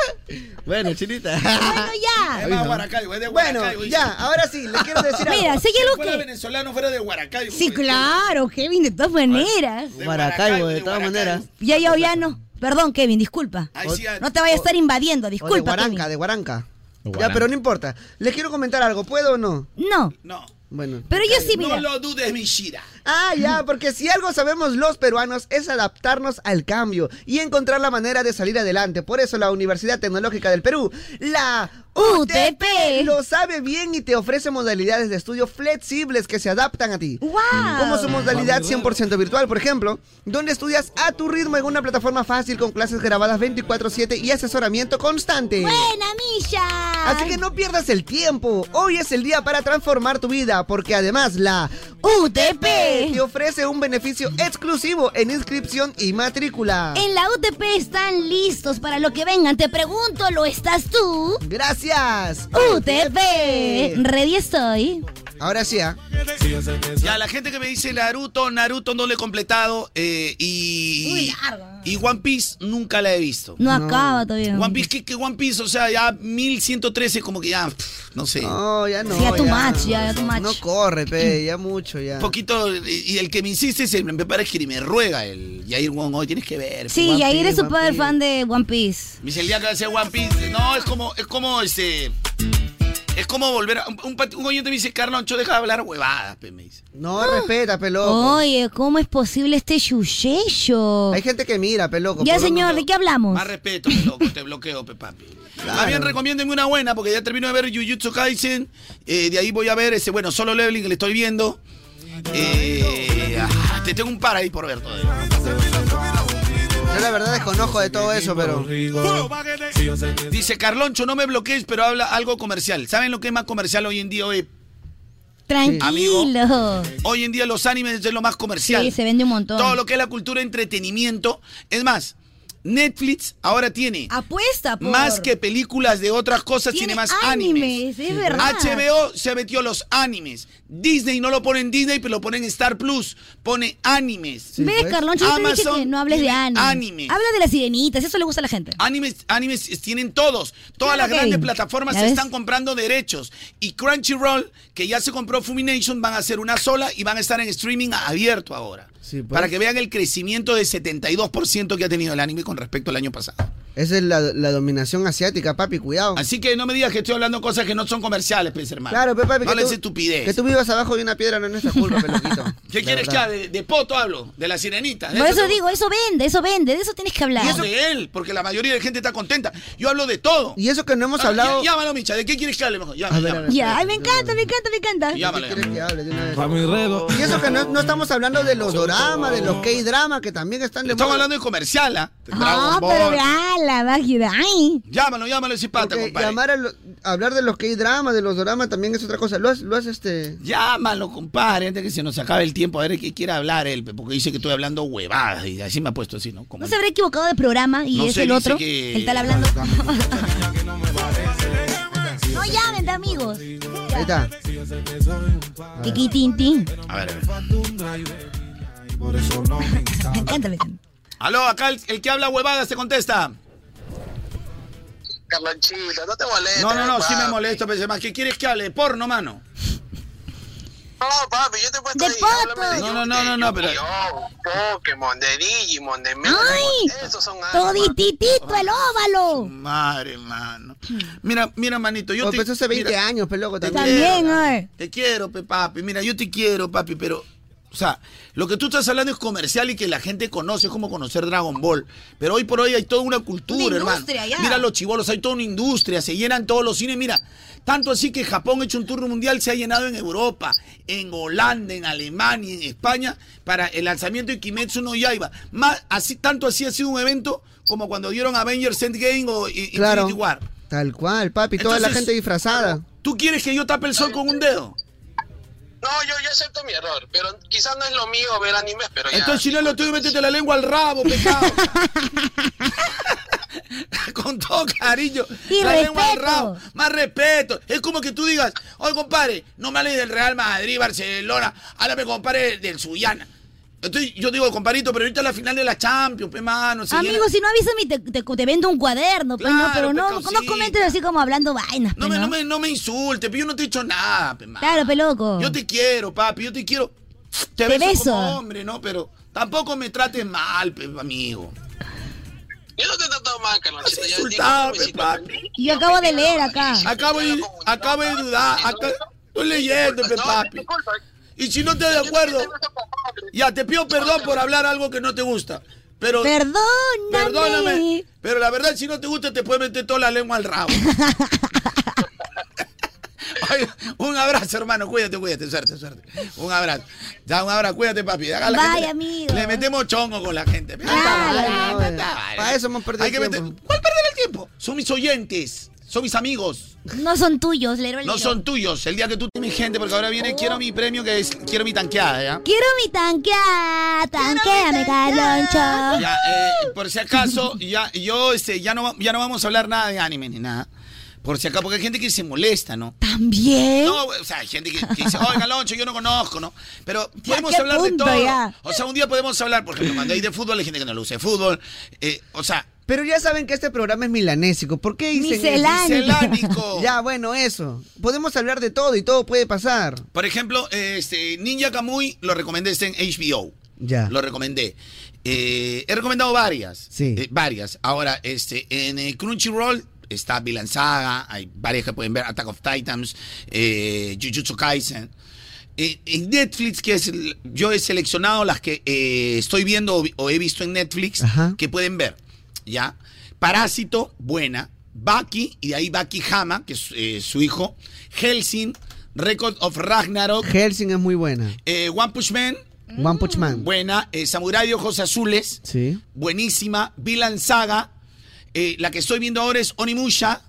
Bueno,
eh.
chinita.
ya.
Es más Huaracaibo, es de
Bueno,
Huaracaibo,
ya,
dice.
ahora sí, le quiero decir algo.
Mira, sé que
Si
lo
fuera
que-
venezolano fuera de pues, Huaracaibo.
Sí, claro, Kevin, de todas maneras.
Maracaibo, de todas maneras.
Ya, ya, ya ah, no. Perdón, Kevin, disculpa.
Ay, sí, ah,
No te vaya a estar invadiendo,
O de
disculpa,
Guaranca,
Kevin.
de Guaranca. Ah. Ya,
Guaranca.
pero no importa. Les quiero comentar algo, ¿puedo o no?
No.
No.
Bueno.
Pero yo sí, mira.
No lo dudes, mi Shira.
Ah, ya, porque si algo sabemos los peruanos es adaptarnos al cambio y encontrar la manera de salir adelante. Por eso la Universidad Tecnológica del Perú, la UTP, lo sabe bien y te ofrece modalidades de estudio flexibles que se adaptan a ti. Como su modalidad 100% virtual, por ejemplo, donde estudias a tu ritmo en una plataforma fácil con clases grabadas 24/7 y asesoramiento constante.
¡Buena, Misha!
Así que no pierdas el tiempo. Hoy es el día para transformar tu vida, porque además la UTP
Eh,
te ofrece un beneficio exclusivo en inscripción y matrícula.
En la UTP están listos para lo que vengan. Te pregunto, ¿lo estás tú?
Gracias.
UTP. Ready estoy.
Ahora sí, ¿ah?
Ya, la gente que me dice Naruto, Naruto no lo he completado eh, y. Y One Piece nunca la he visto.
No No. acaba todavía.
One Piece, ¿qué, qué One Piece? O sea, ya 1113, como que ya. pff, no sé.
No, ya no.
Sí, ya tu match, ya, Mm. ya tu match.
No corre, pe, ya mucho, ya.
Un poquito, y y el que me insiste se me parece que me ruega el Yair Wong, hoy tienes que ver.
Sí,
One
y ahí eres
Piece, One
super
Piece".
fan de One Piece.
Me dice el día que hace One Piece. No, es como, es como este. Es como volver a. Un, un pat- un oyente me dice, Carloncho, deja de hablar huevadas, pe", me dice.
No, respeta, peloco.
Oh. Oye, ¿cómo es posible este yuyeyo?
Hay gente que mira, peloco.
Ya, señor, ¿de qué hablamos?
Más respeto, pe, loco, te bloqueo, pe papi. Más bien recomiéndeme una buena, porque ya termino de ver Jujutsu Kaisen. eh, de ahí voy a ver ese, bueno, solo leveling que le estoy viendo. Eh, ah, te tengo un par ahí por ver todavía.
Yo la verdad desconozco de todo eso, pero.
Dice Carloncho, no me bloquees, pero habla algo comercial. ¿Saben lo que es más comercial hoy en día? hoy?
Tranquilo.
Hoy en día los animes es lo más comercial.
Sí, se vende un montón.
Todo lo que es la cultura de entretenimiento. Es más, Netflix ahora tiene
Apuesta por...
más que películas de otras cosas, tiene, más animes.
animes, es verdad.
HBO se metió los animes. Disney no lo pone en Disney, pero lo pone en Star Plus. Pone animes.
¿Ves, Carloncho? Yo te dije que no hables de
tiene
anime.
animes.
Habla de las sirenitas, eso le gusta a la gente.
Animes, animes tienen todos. Todas
Claro,
las grandes
Kevin.
plataformas
¿Ya
se
ves?
están comprando derechos. Y Crunchyroll, que ya se compró Fumination, van a hacer una sola y van a estar en streaming abierto ahora.
Sí, pues.
Para que vean el crecimiento de 72% que ha tenido el anime con respecto al año pasado.
Esa es la, la dominación asiática, papi, cuidado.
Así que no me digas que estoy hablando cosas que no son comerciales, pues, hermano.
Claro, pe, papi,
No
que
les
tú-
estupidez.
Que tú vivas abajo de una piedra no es nuestra culpa, peloquito.
¿Qué quieres que haga? De, de Poto hablo, de la sirenita. de
Por eso
te-
digo, eso vende, eso vende, de eso tienes que hablar.
No de él, porque la mayoría de gente está contenta. Yo hablo de todo.
Y eso que no hemos
hablado. Llámalo, Micha, ¿de qué quieres que hable mejor? Llámalo.
Ya, ay, me encanta, me encanta, me encanta.
Y eso que no, no estamos hablando de los doramas, de los K-dramas que también están de
Estamos
moda.
hablando de comercial, ¿ah?
Ah,
Dragon
pero
Ball.
ya, la magia, ay.
Llámalo, llámalo ese pata,
Porque
compadre.
llamar a lo- hablar de los K-dramas, de los doramas también es otra cosa. Lo has, lo has este.
Llámalo, compadre, antes que se nos acabe el tiempo, a ver qué quiere hablar él, pe, porque dice que estoy hablando huevadas y así me ha puesto así, ¿no? Como
No se habrá equivocado de programa y
No
es
sé,
el
dice
otro,
que-
el tal hablando. no llamen, de amigos.
Ahí está.
Tiquitintín.
A ver, a ver.
Me encanta, me encanta.
Aló, acá el, el que habla huevadas te contesta.
Carlonchito, no te molestes.
No, no, no, sí me
papi.
molesto, pero más, ¿qué quieres que hable? De Porno, mano.
No, papi, yo te he puesto
¡De foto!
No, no, no, no, no, pero.
Pokémon, de Digimon, de Mega.
¡Ay! Todititito el óvalo.
Madre, mano.
Hmm.
Mira, mira, manito, yo
Yo
te.
empezó Pues, hace 20
mira,
años, peloco,
te
también.
También,
quiero,
ay.
Te quiero, pe, papi. Mira, yo te quiero, papi, pero. O sea, lo que tú estás hablando es comercial y que la gente conoce, es como conocer Dragon Ball. Pero hoy por hoy hay toda una cultura,
Una
hermano.
industria, ya.
Mira los chivolos, hay toda una industria, se llenan todos los cines. Mira, tanto así que Japón ha hecho un turno mundial, se ha llenado en Europa, en Holanda, en Alemania, en España, para el lanzamiento de Kimetsu no Yaiba. Más, así, tanto así ha sido un evento como cuando dieron Avengers Endgame o I- Infinity
Claro.
War.
Tal cual, papi. Toda la
Entonces-
gente disfrazada.
¿Tú quieres que yo tape el sol con un dedo?
No, yo, yo acepto mi error, pero quizás no es lo mío ver animes, pero ya.
Entonces, si no es lo tuyo, métete la lengua al rabo, pecado. Con todo cariño.
Y
la lengua al
respeto.
rabo. Más respeto. Es como que tú digas, oye, compadre, no me hables del Real Madrid, Barcelona. Háblame, compadre, del Suyana. Entonces, yo digo, compadrito, pero ahorita es la final de la Champions, pe, mano. se
Amigo,
llena-
si no avisas, te, te, te vendo un cuaderno, pues, no,
Claro,
pero no,
pecaucito.
no comentes así como hablando vainas.
No me,
pues, ¿no?
no me, no me insultes, pe, yo no te he hecho nada, pe, mano.
Claro, pues, peloco.
Yo te quiero, papi, yo te quiero. Te,
Te
beso,
beso.
como hombre, ¿no? Pero tampoco me trates mal, pe, amigo.
Yo no te he tratado mal, Carlonchito. Yo
Insultame,
digo,
papi.
Y yo acabo de leer acá.
Acabo de, acabo de dudar. acá- estoy leyendo, pe, papi. Y si no te de acuerdo, ya te pido perdón por hablar algo que no te gusta. Pero,
Perdóname.
perdóname. Pero la verdad, si no te gusta, te puedes meter toda la lengua al rabo. Oye, un abrazo, hermano. Cuídate, cuídate. Suerte, suerte. Un abrazo. Ya, un abrazo. Cuídate, papi. Acá la
Bye,
gente le-
amigo.
Le metemos chongo con la gente. pe.
Para eso hemos perdido
Hay que meter-
tiempo.
¿Cuál perder el tiempo? Son mis oyentes. Son mis amigos.
No son tuyos, Leroy.
No
Leroy.
son tuyos. El día que tú mi gente, porque ahora viene, quiero mi premio, que es, quiero mi tanqueada, ¿ya?
Quiero mi tanqueada, tanqueame, caloncho.
Ya, eh, por si acaso, ya, yo, este, ya no, va- ya no vamos a hablar nada de anime ni nada. Por si acaso, porque hay gente que se molesta, ¿no?
También.
No, o sea, hay gente que, que dice, oiga, Loncho, yo no conozco, ¿no? Pero podemos
qué
hablar
punto,
de todo.
ya?
O sea, un día podemos hablar, por ejemplo, cuando hay de fútbol, hay gente que no le gusta el fútbol. eh, o sea,
Pero ya saben que este programa es milanésico. ¿Por qué dicen eso?
Miscelánico.
Miscelánico.
Ya, bueno, eso. Podemos hablar de todo y todo puede pasar.
por ejemplo, eh, este, Ninja Kamui lo recomendé está en HBO.
Ya.
Lo recomendé. Eh, he recomendado varias.
Sí.
eh, varias. Ahora, este, en eh, Crunchyroll está Villain Saga, hay varias que pueden ver, Attack of Titans, eh, Jujutsu Kaisen. Eh, en Netflix, que es el- yo he seleccionado las que eh, estoy viendo o, vi- o he visto en Netflix,
Ajá.
que pueden ver, ¿ya? Parásito, buena. Baki, y de ahí Baki Hama, que es eh, su hijo. Helsing, Record of Ragnarok,
Helsing es muy buena. Mm.
eh, One Punch Man,
One Punch Man.
buena. Eh, Samurai de Ojos Azules,
Sí.
buenísima. Villain Saga. eh, la que estoy viendo ahora es Onimusha.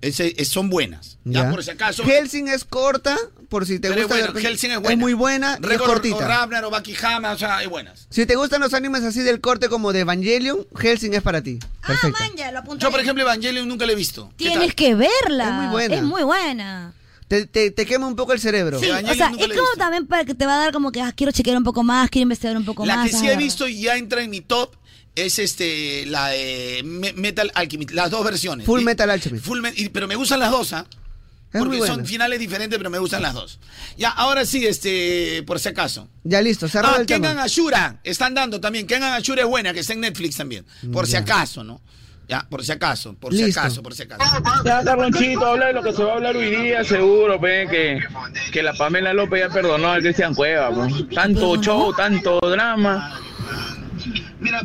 Ese- es- son buenas. Ya,
Ya.
por si acaso.
Helsing es corta, por si te
pero es
gusta. de
bueno,
repente-
Helsing es buena.
muy buena y es
Record of
cortita.
Ragnarok, Baki Hama, o sea, hay buenas.
Si te gustan los animes así del corte como de Evangelion, Helsing es para ti. Perfecto.
Manja, lo apunté.
Yo, por ejemplo, Evangelion nunca la he visto. ¿Qué
Tienes
tal?
que verla.
Es muy buena.
Es muy buena.
te, te- te quema un poco el cerebro.
Sí,
Evangelion
o sea, eh,
nunca
es
la he
como
visto.
también para que te va a dar como que ah, quiero chequear un poco más, quiero investigar un poco
La
más.
que sí
ah.
he visto y ya entra en mi top es este la de Me- Metal Alchemist, las dos versiones.
Full
Y-
Metal Alchemist.
Full Met- y- pero me gustan las dos, ¿ah?
Es muy
Porque
buena.
son finales diferentes, pero me gustan las dos. Ya, ahora sí, este, por si acaso.
Ya listo, cerrado
Ah,
el tema.
Kengan Ashura, están dando también. Kengan Ashura es buena, que está en Netflix también. Por
Mm,
si
Ya.
acaso, ¿no? Ya, por si acaso, por si
Listo.
acaso, por si acaso.
Ya, Carlonchito, habla de lo que se va a hablar hoy día, seguro, pe, que, que la Pamela López ya perdonó a Cristian Cueva, pe. Tanto show, tanto drama.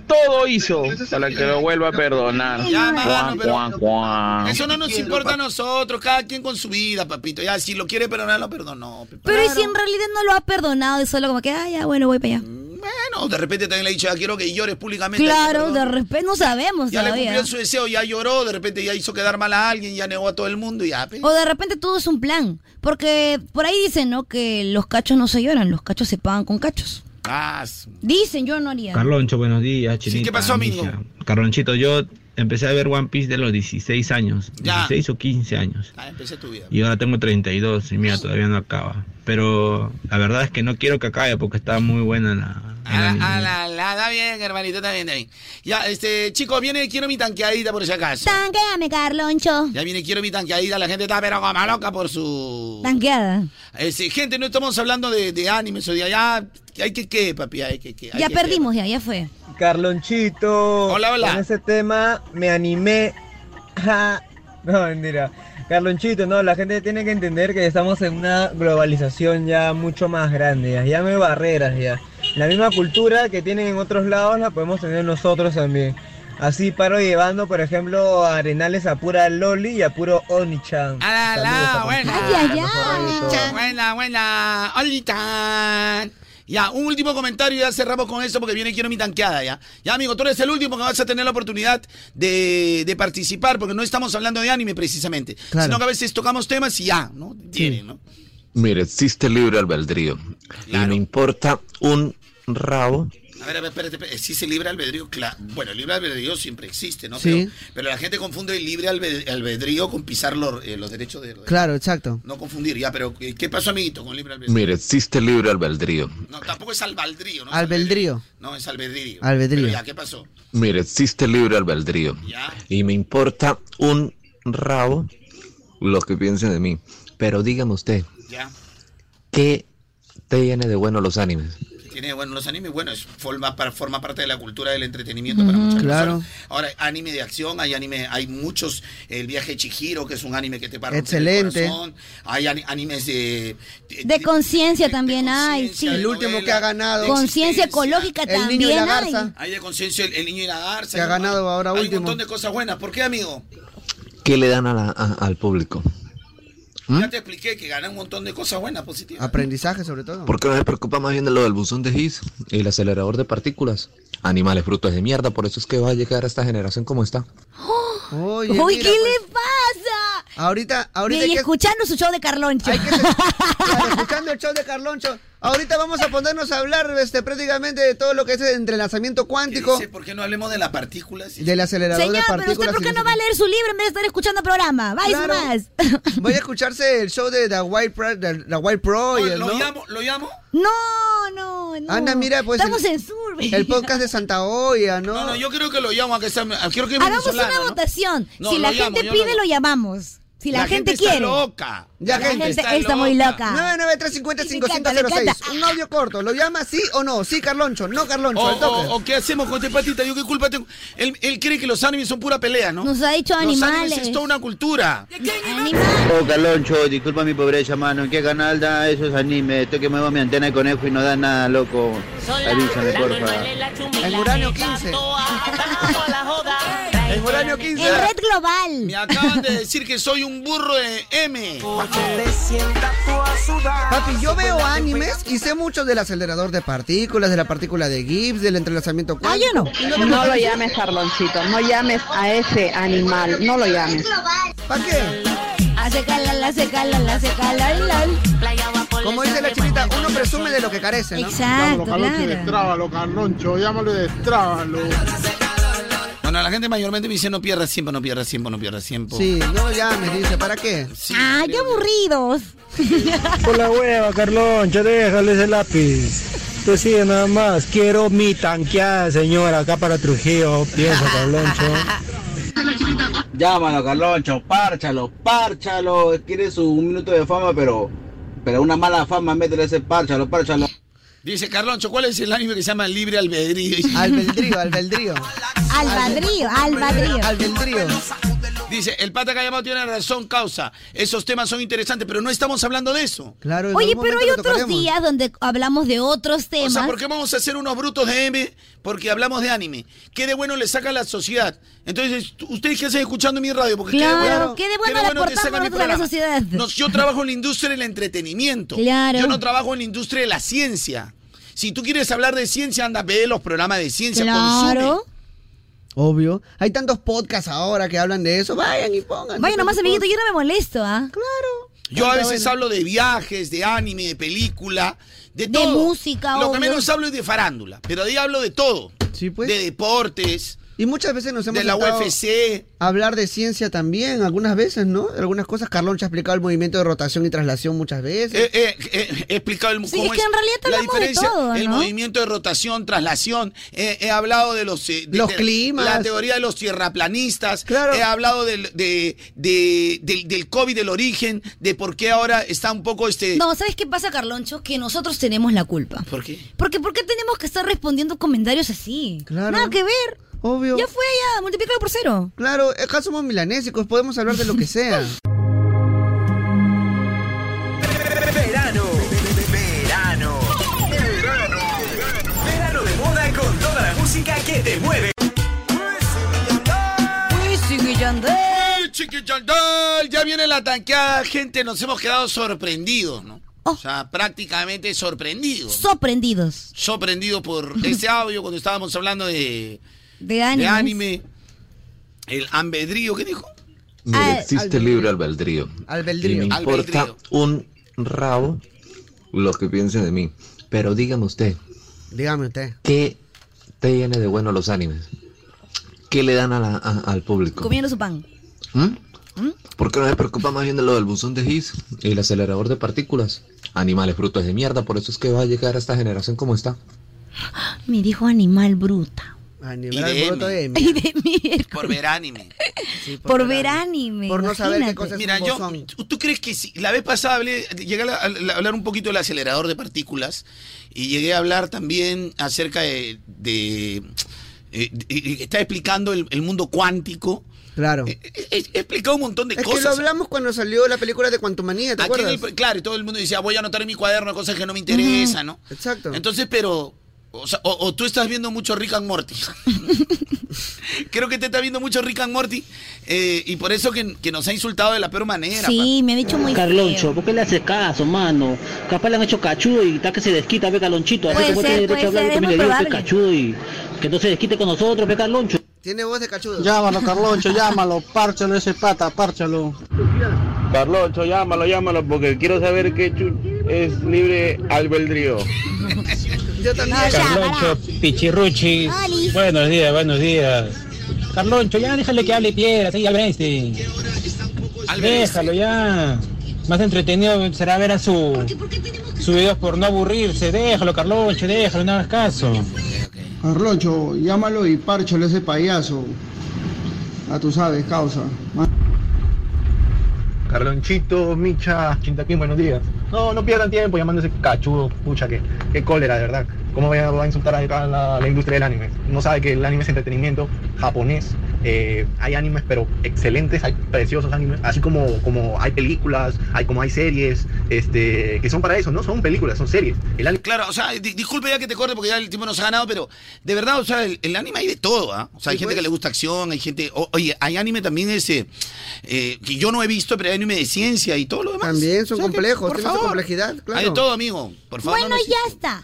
Todo hizo para que lo vuelva a perdonar.
Ya, mano,
Cuá,
pero-
cuá, cuá.
Eso no nos importa a nosotros, cada quien con su vida, papito. Ya, si lo quiere perdonar, lo perdonó. pe-
Pero ¿y si en realidad no lo ha perdonado y solo como que, ah, ya, bueno, voy para allá.
Bueno, de repente también le he dicho, ya quiero que llores públicamente.
Claro,
Perdón.
de repente no sabemos
Ya le
todavía.
cumplió su deseo, ya lloró, de repente ya hizo quedar mal a alguien, ya negó a todo el mundo, y ya, pe.
O de repente todo es un plan. Porque por ahí dicen, ¿no? Que los cachos no se lloran, los cachos se pagan con cachos.
Ah,
Dicen, yo no haría.
Carloncho, buenos días, Chinita.
¿qué pasó, amigo?
Misha. Carlonchito, yo empecé a ver One Piece de los 16 años.
Ya.
16 o 15 años.
Ah, empecé tu vida.
Y ahora tengo 32 y mira, todavía no acaba. Pero la verdad es que no quiero que acabe porque está muy buena la... el anime.
Ah, la, la, da bien, hermanito, está bien, está bien. Ya, este, chicos, viene, quiero mi tanqueadita por si acaso.
Tanqueame, Carloncho.
Ya viene, quiero mi tanqueadita, la gente está pero como loca por su...
Tanqueada.
Eh, sí, gente, no estamos hablando de, de animes o de allá. Hay que qué, papi, hay que qué. hay
Ya
que
perdimos, ya, ya fue.
Carlonchito.
Hola, hola.
Con ese tema me animé. Ja. no, mentira. Carlonchito, no, la gente tiene que entender que estamos en una globalización ya mucho más grande, ya, ya no hay barreras ya. La misma cultura que tienen en otros lados la podemos tener nosotros también. Así paro llevando, por ejemplo, a Arenales a pura Loli y a puro Onichan.
Ah, la, buena.
Ay, ay,
Buena, buena. Olita. Ya, un último comentario y ya cerramos con eso porque viene quiero mi tanqueada ya. Ya, amigo, tú eres el último que vas a tener la oportunidad de, de participar porque no estamos hablando de anime precisamente,
Claro.
sino que a veces tocamos temas y ya, ¿no? Tiene, ¿no?
Mire, existe el libre albedrío. Y no importa un rabo.
A ver, a ver, espérate, espérate. Sí, se libre albedrío, claro. Bueno, el libre albedrío siempre existe, ¿no?
Sí.
Pero, pero la gente confunde el libre albe- albedrío con pisar los, eh, los derechos de...
Claro, exacto.
No confundir, ya, pero eh, ¿qué qué pasó, amiguito, con libre albedrío?
Mire, existe el libre albedrío.
No, tampoco es albaldrío, ¿no?
Albedrío.
No, es albedrío.
Albedrío.
Pero ya, ¿qué pasó?
Mire, existe el libre albedrío. Y me importa un rabo lo que piensen de mí. Pero dígame usted,
Ya.
¿qué tiene de bueno los animes?
Tiene, bueno, los animes, bueno, es forma, par- forma parte de la cultura del entretenimiento para
Ujú.
muchas
Claro.
personas. Ahora, anime de acción, hay anime, hay muchos, El viaje de Chihiro, que es un anime que te parte
Excelente.
el corazón. Hay ani- animes de...
De conciencia también hay, sí.
El último que ha ganado.
Conciencia ecológica
El
también
niño y la
hay.
Hay de conciencia el, el niño y la garza.
Que ha
¿no?
ganado ahora
Hay
último.
un montón de cosas buenas. ¿Por qué, amigo?
¿Qué le dan a la- a- al público? ¿Mm?
Ya te expliqué que ganan un montón de cosas buenas, positivas.
Aprendizaje sobre todo.
¿Por qué no me preocupa más bien de lo del buzón de Higgs y el acelerador de partículas? Animales brutos de mierda, por eso es que va a llegar a esta generación como está.
Oye,
Uy,
mira,
¿qué
pues,
le pasa?
ahorita, ahorita
Bien,
hay
y
que-
escuchando su show de Carloncho.
Claro, escuchando el show de Carloncho. Ahorita vamos a ponernos a hablar este, prácticamente de todo lo que es el entrelazamiento cuántico,
¿Por qué no hablemos de las partículas?
del acelerador
Señor,
de
pero
partículas.
usted por
y
qué
no
no va a leer su libro en vez de estar escuchando el programa. Va y
Claro.
más.
sé- Voy a escucharse el show de The White Pro, de la White Pro y el,
¿Lo
¿no?
llamo? ¿Lo llamo?
No, no, no.
Anda, mira, pues.
Estamos
el,
en sur.
El podcast de Santa Olla, ¿no?
No, no, yo creo que lo llamo a que sea. Quiero que es
Hagamos una
venezolano, ¿no?
votación.
No,
si
lo
la
llamo,
gente
yo
pide,
lo-
lo llamamos. Si la, gente,
está
quiere.
loca.
Ya,
La gente está muy loca.
993 Un audio corto. ¿Lo llama sí o no? Sí, Carloncho. No, Carloncho.
O,
al toque.
o- o qué hacemos con este patita, yo qué culpa tengo. Él, él cree que los animes son pura pelea, ¿no?
Nos ha dicho
Los
animales.
animes es toda una cultura.
Oh, Carloncho, disculpa mi pobreza, mano. ¿En qué canal da esos animes? Estoy que muevo mi antena de conejo y no da nada, loco.
oh.
Avísame, porfa.
En Uranio 15. En Uranio 15.
En Red
Global.
Me acaban de decir que soy un burro de M.
Papi, yo veo animes y sé mucho del acelerador de partículas, de la partícula de Gibbs, del entrelazamiento
Ah,
cuántico. Y
No
me
lo
parece-
llames, Carloncito. No llames a ese animal. No lo llames.
¿Para qué?
Hace cala, la hace cala, la hace cala,
Como dice la chinita, uno presume de lo que carece, ¿no?
Exacto,
claro.
Destrábalo, Carloncho, llámalo destrábalo.
Bueno, la gente mayormente me dice no pierdas tiempo, no pierdas tiempo, no pierdas tiempo.
Sí, no llames, dice, ¿para qué?
¡Ah, qué aburridos!
Por la hueva, Carloncho, déjale ese lápiz. Tú sigue nada más. Quiero mi tanqueada, señora, acá para Trujillo. Piensa, Carloncho.
Llámalo, Carloncho, párchalo, párchalo. Quiere su un minuto de fama, pero, pero una mala fama, métele ese párchalo, párchalo.
Dice Carloncho, ¿cuál es el anime que se llama Libre Albedrío?
Albedrío, albedrío.
albadrío, albadrío.
Dice, el pata que ha llamado tiene razón, causa. Esos temas son interesantes, pero no estamos hablando de eso.
Claro,
Oye, pero hay otros días donde hablamos de otros
O
temas.
sea, ¿por qué vamos a hacer unos brutos de M? Porque hablamos de anime. ¿Qué de bueno le saca a la sociedad? Entonces, ¿ustedes qué hacen escuchando mi radio? Porque
Claro,
qué de bueno,
¿qué de bueno le aportamos nosotros a la
programa?
sociedad?
No, yo trabajo en la industria del entretenimiento.
Claro.
Yo no trabajo en la industria de la ciencia. Si tú quieres hablar de ciencia, anda, ve los programas de ciencia, consume.
Obvio. Hay tantos podcasts ahora que hablan de eso. Vayan y pongan.
Vaya nomás, amiguito, yo
yo
no me molesto, ¿ah?
Yo a
Está
veces
bueno.
hablo de viajes, de anime, de película, de, todo.
música,
Lo
obvio.
que menos hablo es de farándula, pero ahí hablo de todo. De deportes.
pues. Y muchas veces nos hemos
De la
sentado
UFC.
a Hablar de ciencia también, algunas veces, ¿no? Algunas cosas. Carlón ya ha explicado el movimiento de rotación y traslación muchas veces.
He, he- eh, he- he explicado el,
Sí,
cómo
es que en realidad
la
hablamos de
diferencia,
todo,
el
¿no?
movimiento de rotación, traslación. He, he hablado de los, eh, de-
Los
de-
climas.
la teoría de los tierraplanistas. He hablado del, de- de- del, del COVID, del origen, de por qué ahora está un poco este.
No, ¿sabes qué pasa, Carloncho? Que nosotros tenemos la culpa.
¿Por qué?
Porque ¿por qué tenemos que estar respondiendo comentarios así? Nada que ver.
Obvio.
Ya fue, ya, multiplicado por cero.
Claro, eh, acá somos milanésicos, podemos hablar de lo que sea.
Verano, verano, verano, verano de moda con toda la música que te mueve.
Wisin y Yandel.
¡Ay, Chiqui Yandel! Ya viene la tanqueada, gente. Nos hemos quedado sorprendidos, ¿no?
Oh.
O sea, prácticamente sorprendidos.
Sorprendidos.
sorprendidos por ese audio cuando estábamos hablando de,
De ánimo.
de anime. El ambedrío, ¿qué dijo?
Mira,
Al-
existe
albedrío.
libre albedrío.
Albedrío.
Y me importa
Albedrío.
un rabo lo que piensen de mí. Pero dígame usted,
Dígame usted.
¿qué tiene de bueno los animes? ¿Qué le dan a la- a- al público?
Comiendo su pan.
¿Mm?
¿Mm?
¿Por qué no me preocupa más bien de lo del buzón de Higgs y el acelerador de partículas? Animales brutos de mierda, por eso es que va a llegar a esta generación como está.
Me dijo animal bruta.
Animal
Y de
alboroto de
Y
mierda.
de mí.
Por ver anime.
Por, ver anime.
Por no saber qué
imagínate.
cosa es
Mira,
un
yo,
bosón.
¿tú, tú crees que si la vez pasada hablé, llegué a, la- a hablar un poquito del acelerador de partículas y llegué a hablar también acerca de, de, eh, de- de- que está explicando el, el mundo cuántico.
Claro.
He, he explicado un montón de
Es que
cosas.
lo hablamos cuando salió la película de Quantumania, ¿te
Aquí en
acuerdas?
el- claro, y todo el mundo decía, voy a anotar en mi cuaderno cosas que no me interesan, ¿no?
Exacto.
Entonces, pero. O, sea, o- o tú estás viendo mucho Rick and Morty. Creo que te está viendo mucho Rick and Morty. eh, y por eso que, que nos ha insultado de la peor manera.
Sí, me han dicho muy
Carloncho, ¿por qué le haces caso, mano? Capaz le han hecho cachudo y está que se desquita, ve Carlonchito. Así
Puede
que vos
ser,
tenés
puede
derecho a hablar de
ser, es
lo que
muy
me le dio, soy
probable.
cachudo y que no se desquite con nosotros, ve Carloncho.
Tiene voz de cachudo.
Llámalo, Carloncho, llámalo, párchalo ese pata, párchalo.
Carloncho, llámalo, llámalo, porque quiero saber qué chu- es libre albedrío.
Yo también.
Carloncho, Pichirruchi.
Oli.
Buenos días, buenos días. Carloncho, ya déjale que hable piedra, sí, al Einstein. Déjalo ya. Más entretenido será ver a su, su video por no aburrirse. Déjalo, Carloncho, déjalo, no hagas caso.
Carloncho, llámalo y párchalo ese payaso. A tú sabes, causa.
Carlonchito, Micha, Chintaquín, buenos días. No, no pierdan tiempo llamándose cachudo, pucha, que, que cólera, de verdad. ¿Cómo va a, va a insultar a la, a la industria del anime? No sabe que el anime es entretenimiento japonés. eh, hay animes, pero excelentes, hay preciosos animes, así como, como hay películas, hay como hay series, este, que son para eso, no son películas, son series. El anime
Claro, o sea, di- disculpe ya que te corte porque ya el tiempo nos ha ganado, pero de verdad, o sea, el, el anime hay de todo, ¿ah? O sea, hay gente
pues.
que le gusta acción, hay gente. o- oye, hay anime también ese. eh, que yo no he visto, pero hay anime de ciencia y todo lo demás.
También son
O sea, que,
complejos,
por
tienen su
favor,
complejidad, claro.
Hay de todo, amigo. Por favor,
Bueno,
no nos-
ya está.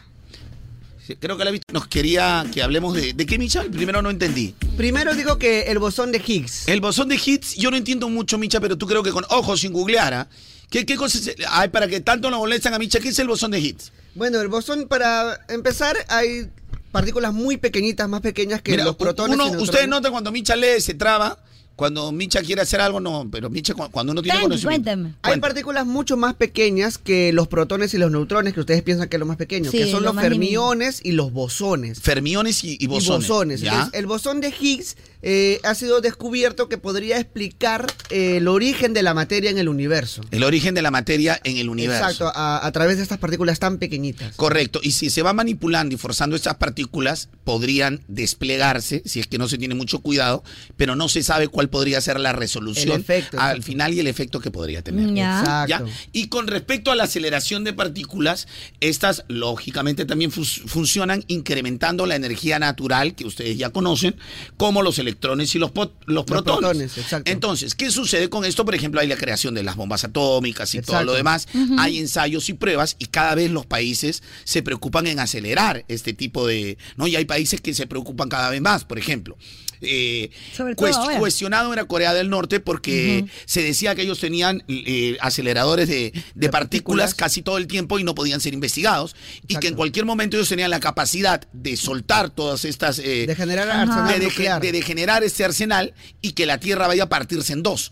Sí, Creo que la vista nos quería que hablemos de. ¿De qué, Micha? El primero no entendí.
Primero digo que el bosón de Higgs.
El bosón de Higgs, yo no entiendo mucho, Micha, pero tú creo que con ojos, sin googlear, ¿ah? ¿Qué, qué cosas hay para que tanto nos molestan a Micha? ¿Qué es el bosón de Higgs?
Bueno, el bosón, para empezar, hay partículas muy pequeñitas, más pequeñas que
Mira,
los
u-
protones.
uno-
y neutrones.
ustedes notan cuando Micha lee se traba. Cuando Micha quiere hacer algo, no, pero Micha, cu- cuando uno tiene conocimiento.
Hay partículas mucho más pequeñas que los protones y los neutrones, que ustedes piensan que es lo más pequeño,
Sí,
que son
lo
los
más diminuto.
fermiones y los bosones.
Fermiones y, y bosones. ¿ya?
Entonces, el bosón de Higgs eh, ha sido descubierto que podría explicar eh, el origen de la materia en el universo.
El origen de la materia en el universo.
Exacto, a, a través de estas partículas tan pequeñitas.
Correcto. Y si se va manipulando y forzando estas partículas, podrían desplegarse, si es que no se tiene mucho cuidado, pero no se sabe cuál podría ser la resolución
El efecto,
al final y el efecto que podría tener.
Ya.
¿Ya?
Exacto.
Y con respecto a la aceleración de partículas, estas lógicamente también fus- funcionan incrementando la energía natural que ustedes ya conocen, como los electrones y los, pot- los protones.
protones, exacto.
Entonces, ¿qué sucede con esto? Por ejemplo, hay la creación de las bombas atómicas y todo
Exacto.
lo demás.
Ujú.
Hay ensayos y pruebas y cada vez los países se preocupan en acelerar este tipo de... ¿no? Y hay países que se preocupan cada vez más, por ejemplo. eh,
Sobre todo
cuest-
ahora.
Cuestionado era Corea del Norte porque se decía que ellos tenían eh, aceleradores de, de partículas casi todo el tiempo y no podían ser investigados y que en cualquier momento ellos tenían la capacidad de soltar todas estas... eh,
De generar arsenal
de, deje-
nuclear.
de degenerar este arsenal y que la Tierra vaya a partirse en dos.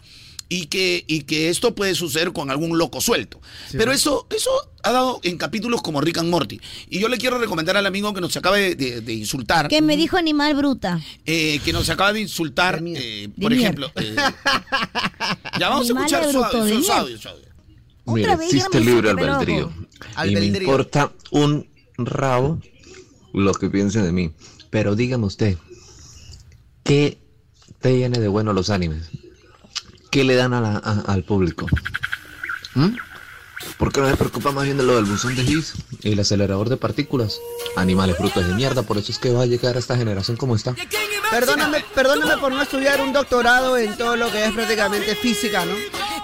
Y que, y que esto puede suceder con algún loco suelto. Pero eso, eso ha dado en capítulos como Rick and Morty. Y yo le quiero recomendar al amigo que nos acaba de, de- de insultar.
Que me dijo animal bruta.
eh, que nos acaba de insultar, eh, por
mierda.
ejemplo. eh, ya vamos a
Animal
escuchar
de
su,
bruto de
su- su
mierda.
audio, su audio.
Mira,
vez,
existe
ya me
libre
hiciste
albedrío.
loco.
Y me
Albedrío.
importa un rabo lo que piense de mí. Pero dígame usted, ¿qué tiene de bueno los animes? ¿Qué le dan a la- a- al público? ¿Mm? ¿Por qué no me preocupa más bien de lo del buzón de Higgs y el acelerador de partículas? Animales brutos de mierda, por eso es que va a llegar a esta generación como está.
Perdóname, perdóname por no estudiar un doctorado en todo lo que es prácticamente física, ¿no?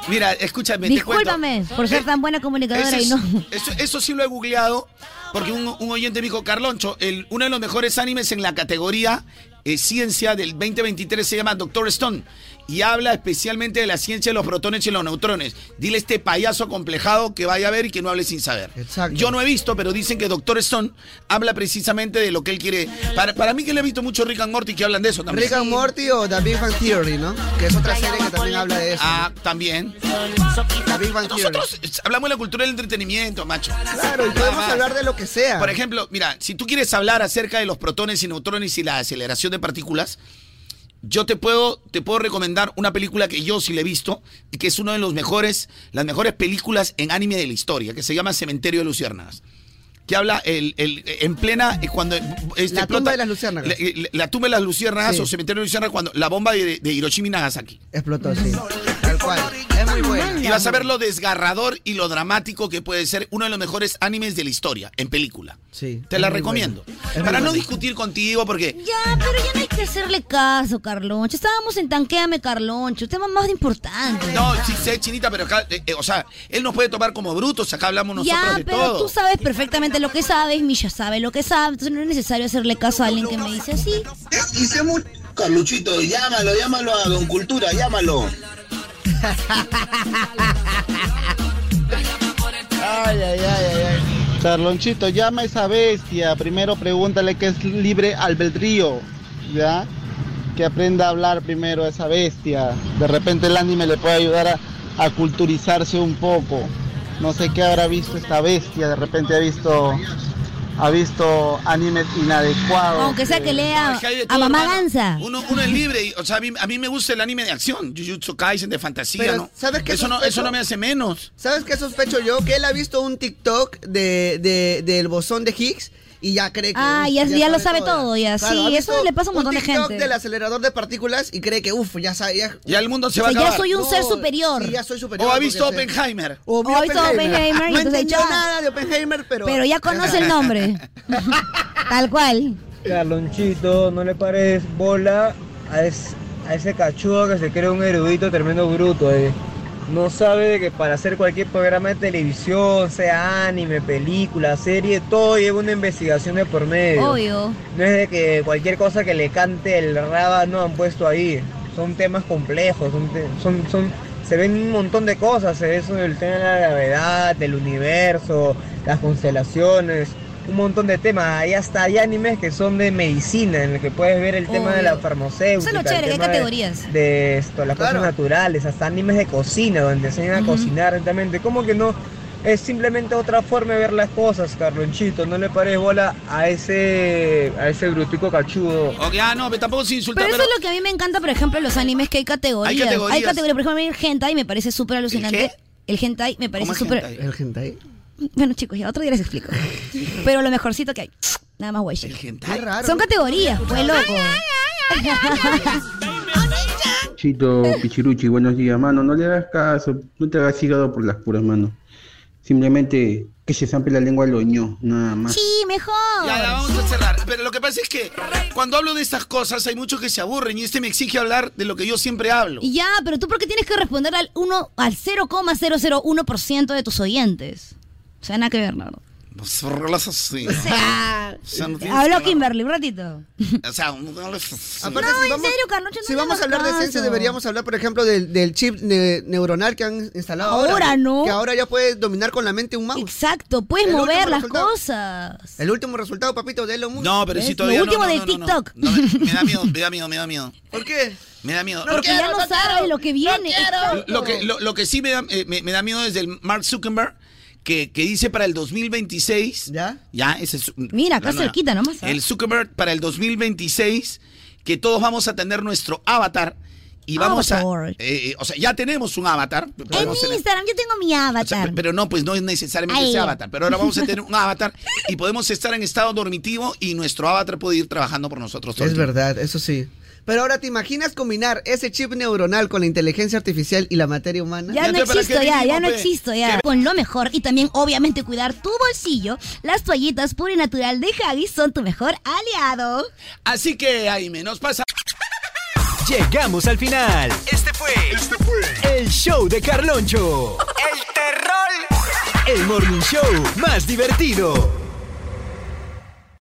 Mira, escúchame, te cuento. Eh,
Discúlpame por ser tan buena comunicadora y
Eso
no.
es- Eso, eso sí lo he googleado, porque un, un oyente me dijo, Carloncho, el, uno de los mejores animes en la categoría eh, ciencia del 2023 se llama Doctor Stone, y habla especialmente de la ciencia de los protones y los neutrones. Dile a este payaso complejado que vaya a ver y que no hable sin saber. Yo no he visto, pero dicen que Doctor Stone habla precisamente de lo que él quiere. Para, para mí que le he visto mucho Rick and Morty que hablan de eso también.
Rick and Morty o The Big Bang Theory, ¿no? Que es otra serie que también habla de eso.
Ah, también. Nosotros eh, hablamos de la cultura del entretenimiento, macho.
Claro, y podemos hablar de lo que sea.
Por ejemplo, mira, si tú quieres hablar acerca de los protones y neutrones y la aceleración de partículas, yo te puedo, te puedo recomendar una película que yo sí le he visto y que es una de los mejores, las mejores películas en anime de la historia, que se llama Cementerio de Luciérnagas. Que habla el, el- en plena. eh, cuando eh, este,
La
explota-
tumba de las luciérnagas.
La, la- la tumba de las luciérnagas
Sí.
o cementerio de luciérnagas, cuando la bomba de, de Hiroshima y Nagasaki.
Explotó, sí. Tal cual. Es muy buena.
Y vas a ver lo desgarrador y lo dramático que puede ser uno de los mejores animes de la historia, en película.
Sí.
Te
es
la
muy
recomiendo.
buena. Es muy
Para no
buena.
discutir contigo, porque
Ya, pero ya no hay que hacerle caso, Carloncho. Estábamos en tanqueame, Carloncho. Temas más importantes.
no, sí sé, chinita, pero acá, eh, eh, o sea, él nos puede tomar como brutos, acá hablamos nosotros
Ya,
de
pero
todo.
tú sabes perfectamente lo que sabes, Milla sabe lo que sabe, entonces no es necesario hacerle caso a alguien que me dice así.
Carluchito, llámalo, llámalo a Don Cultura, llámalo.
Ay, ay, ay, ay, ay. Carlonchito, llama a esa bestia. Primero pregúntale que es libre albedrío, ¿ya? Que aprenda a hablar primero a esa bestia. De repente el anime le puede ayudar a, a culturizarse un poco. No sé qué habrá visto esta bestia. De repente ha visto, ha visto animes inadecuados.
Aunque sea que
No,
lea
es que hay de
a
todo,
mamá
hermano.
Ganza.
Uno, uno es libre, y, o sea, a mí, a mí me gusta el anime de acción, Jujutsu Kaisen de fantasía,
Pero,
¿no?
¿sabes qué
eso no,
sospecho?
eso no me hace menos.
¿Sabes qué sospecho yo? Que él ha visto un TikTok de, de- del bosón de Higgs y ya cree que.
Ah, ya- ya lo sabe todo, ya. Sí,
ha
eso
visto
le pasa a un montón de
TikTok
gente.
del acelerador de partículas y cree que, uff, ya sabe. Ya,
Ya el mundo se va
O sea,
a
ya
acabar.
soy un
No,
ser
superior.
sí, ya soy superior.
O ha
porque
visto
sé.
Oppenheimer.
O vio
O hizo Oppenheimer,
No
y entonces
entendió
ya.
nada de Oppenheimer, pero.
Pero ya conoce el nombre. Tal cual.
Carlonchito, no le pares bola a, es- a ese cachudo que se cree un erudito tremendo bruto. eh. No sabe de que para hacer cualquier programa de televisión, sea anime, película, serie, todo lleva una investigación de por medio.
Obvio.
No es de que cualquier cosa que le cante el rábano han puesto ahí. Son temas complejos, son, te- son, son- se ven un montón de cosas, se ve sobre el tema de la gravedad, del universo, las constelaciones. un montón de temas. Hay hasta hay animes que son de medicina, en el que puedes ver el tema de la
Obvio.
farmacéutica.
Eso es lo
el
chévere, que hay
tema de-
categorías.
De, esto, las cosas naturales, hasta animes de cocina, donde enseñan a cocinar lentamente. ¿Cómo que no? Es simplemente otra forma de ver las cosas, Carlonchito. No le pares bola a ese, a ese brutico cachudo.
Ok, ah, no, pero tampoco se insulta,
Pero eso
pero-
es lo que a mí me encanta, por ejemplo, en los animes que hay categorías.
Hay categorías.
Por ejemplo, a mí el hentai me parece súper alucinante. ¿El, hentai me parece súper...
¿El hentai?
Bueno, chicos, ya otro día les explico. Pero lo mejorcito que hay. Nada más guay.
Qué raro.
Son categorías, pues loco.
Chito Pichiruchi, buenos días, mano. No le hagas caso, no te hagas hígado por las puras, mano. Simplemente que se zampe la lengua al oño, nada más.
Sí, mejor.
Ya, la vamos a cerrar. Pero lo que pasa es que cuando hablo de estas cosas hay muchos que se aburren y este me exige hablar de lo que yo siempre hablo.
Y Ya, pero tú por qué tienes que responder al 1 al 0,001% de tus oyentes. O sea, nada que ver, Nardo.
Pues, hablas así, ¿no? O
sea,
sea, no tienes
Habló
que hablar-
Kimberly un ratito.
O sea, no hablas así.
Aparte, si vamos,
Carloncho,
si vamos a hablar de ciencia,
caso.
deberíamos hablar, por ejemplo, del, del chip ne- neuronal que han instalado ahora.
Ahora no.
Que ahora ya puedes dominar con la mente un mouse.
Exacto, puedes
El
mover
último
las
resultado.
cosas.
El último resultado, papito, de Elon Musk.
No, pero si todavía
Lo último
no, no,
de
no, no, no.
TikTok.
No, me, me da miedo, me da miedo, me da miedo.
¿Por qué?
Me da miedo.
Porque ya no, sabes lo que viene. exacto.
Lo que, lo, lo que sí me da, eh, me, me da miedo es del Mark Zuckerberg, que, que dice para el 2026.
¿Ya?
Ya, ese es.
Mira, acá
la nueva. Eh,
cerquita nomás. ¿ah?
El Zuckerberg para el 2026, que todos vamos a tener nuestro avatar y vamos a.
Avatar.
eh, eh, o sea, ya tenemos un avatar.
En
podemos tener-
Instagram yo tengo mi avatar.
pe- pero no, pues no es necesariamente
Ahí.
ese avatar. Pero ahora vamos a tener un avatar y podemos estar en estado dormitivo y nuestro avatar puede ir trabajando por nosotros todo el
Es
tiempo.
verdad, eso sí. Pero ahora, ¿te imaginas combinar ese chip neuronal con la inteligencia artificial y la materia humana?
Ya no existo, ya, ya no existo, ya. Con lo mejor y también, obviamente, cuidar tu bolsillo. Las toallitas pura y natural de Haggis son tu mejor aliado.
Así que, Aime, nos pasa.
Llegamos al final. Este fue, el show de Carloncho. El terror. El morning show más divertido.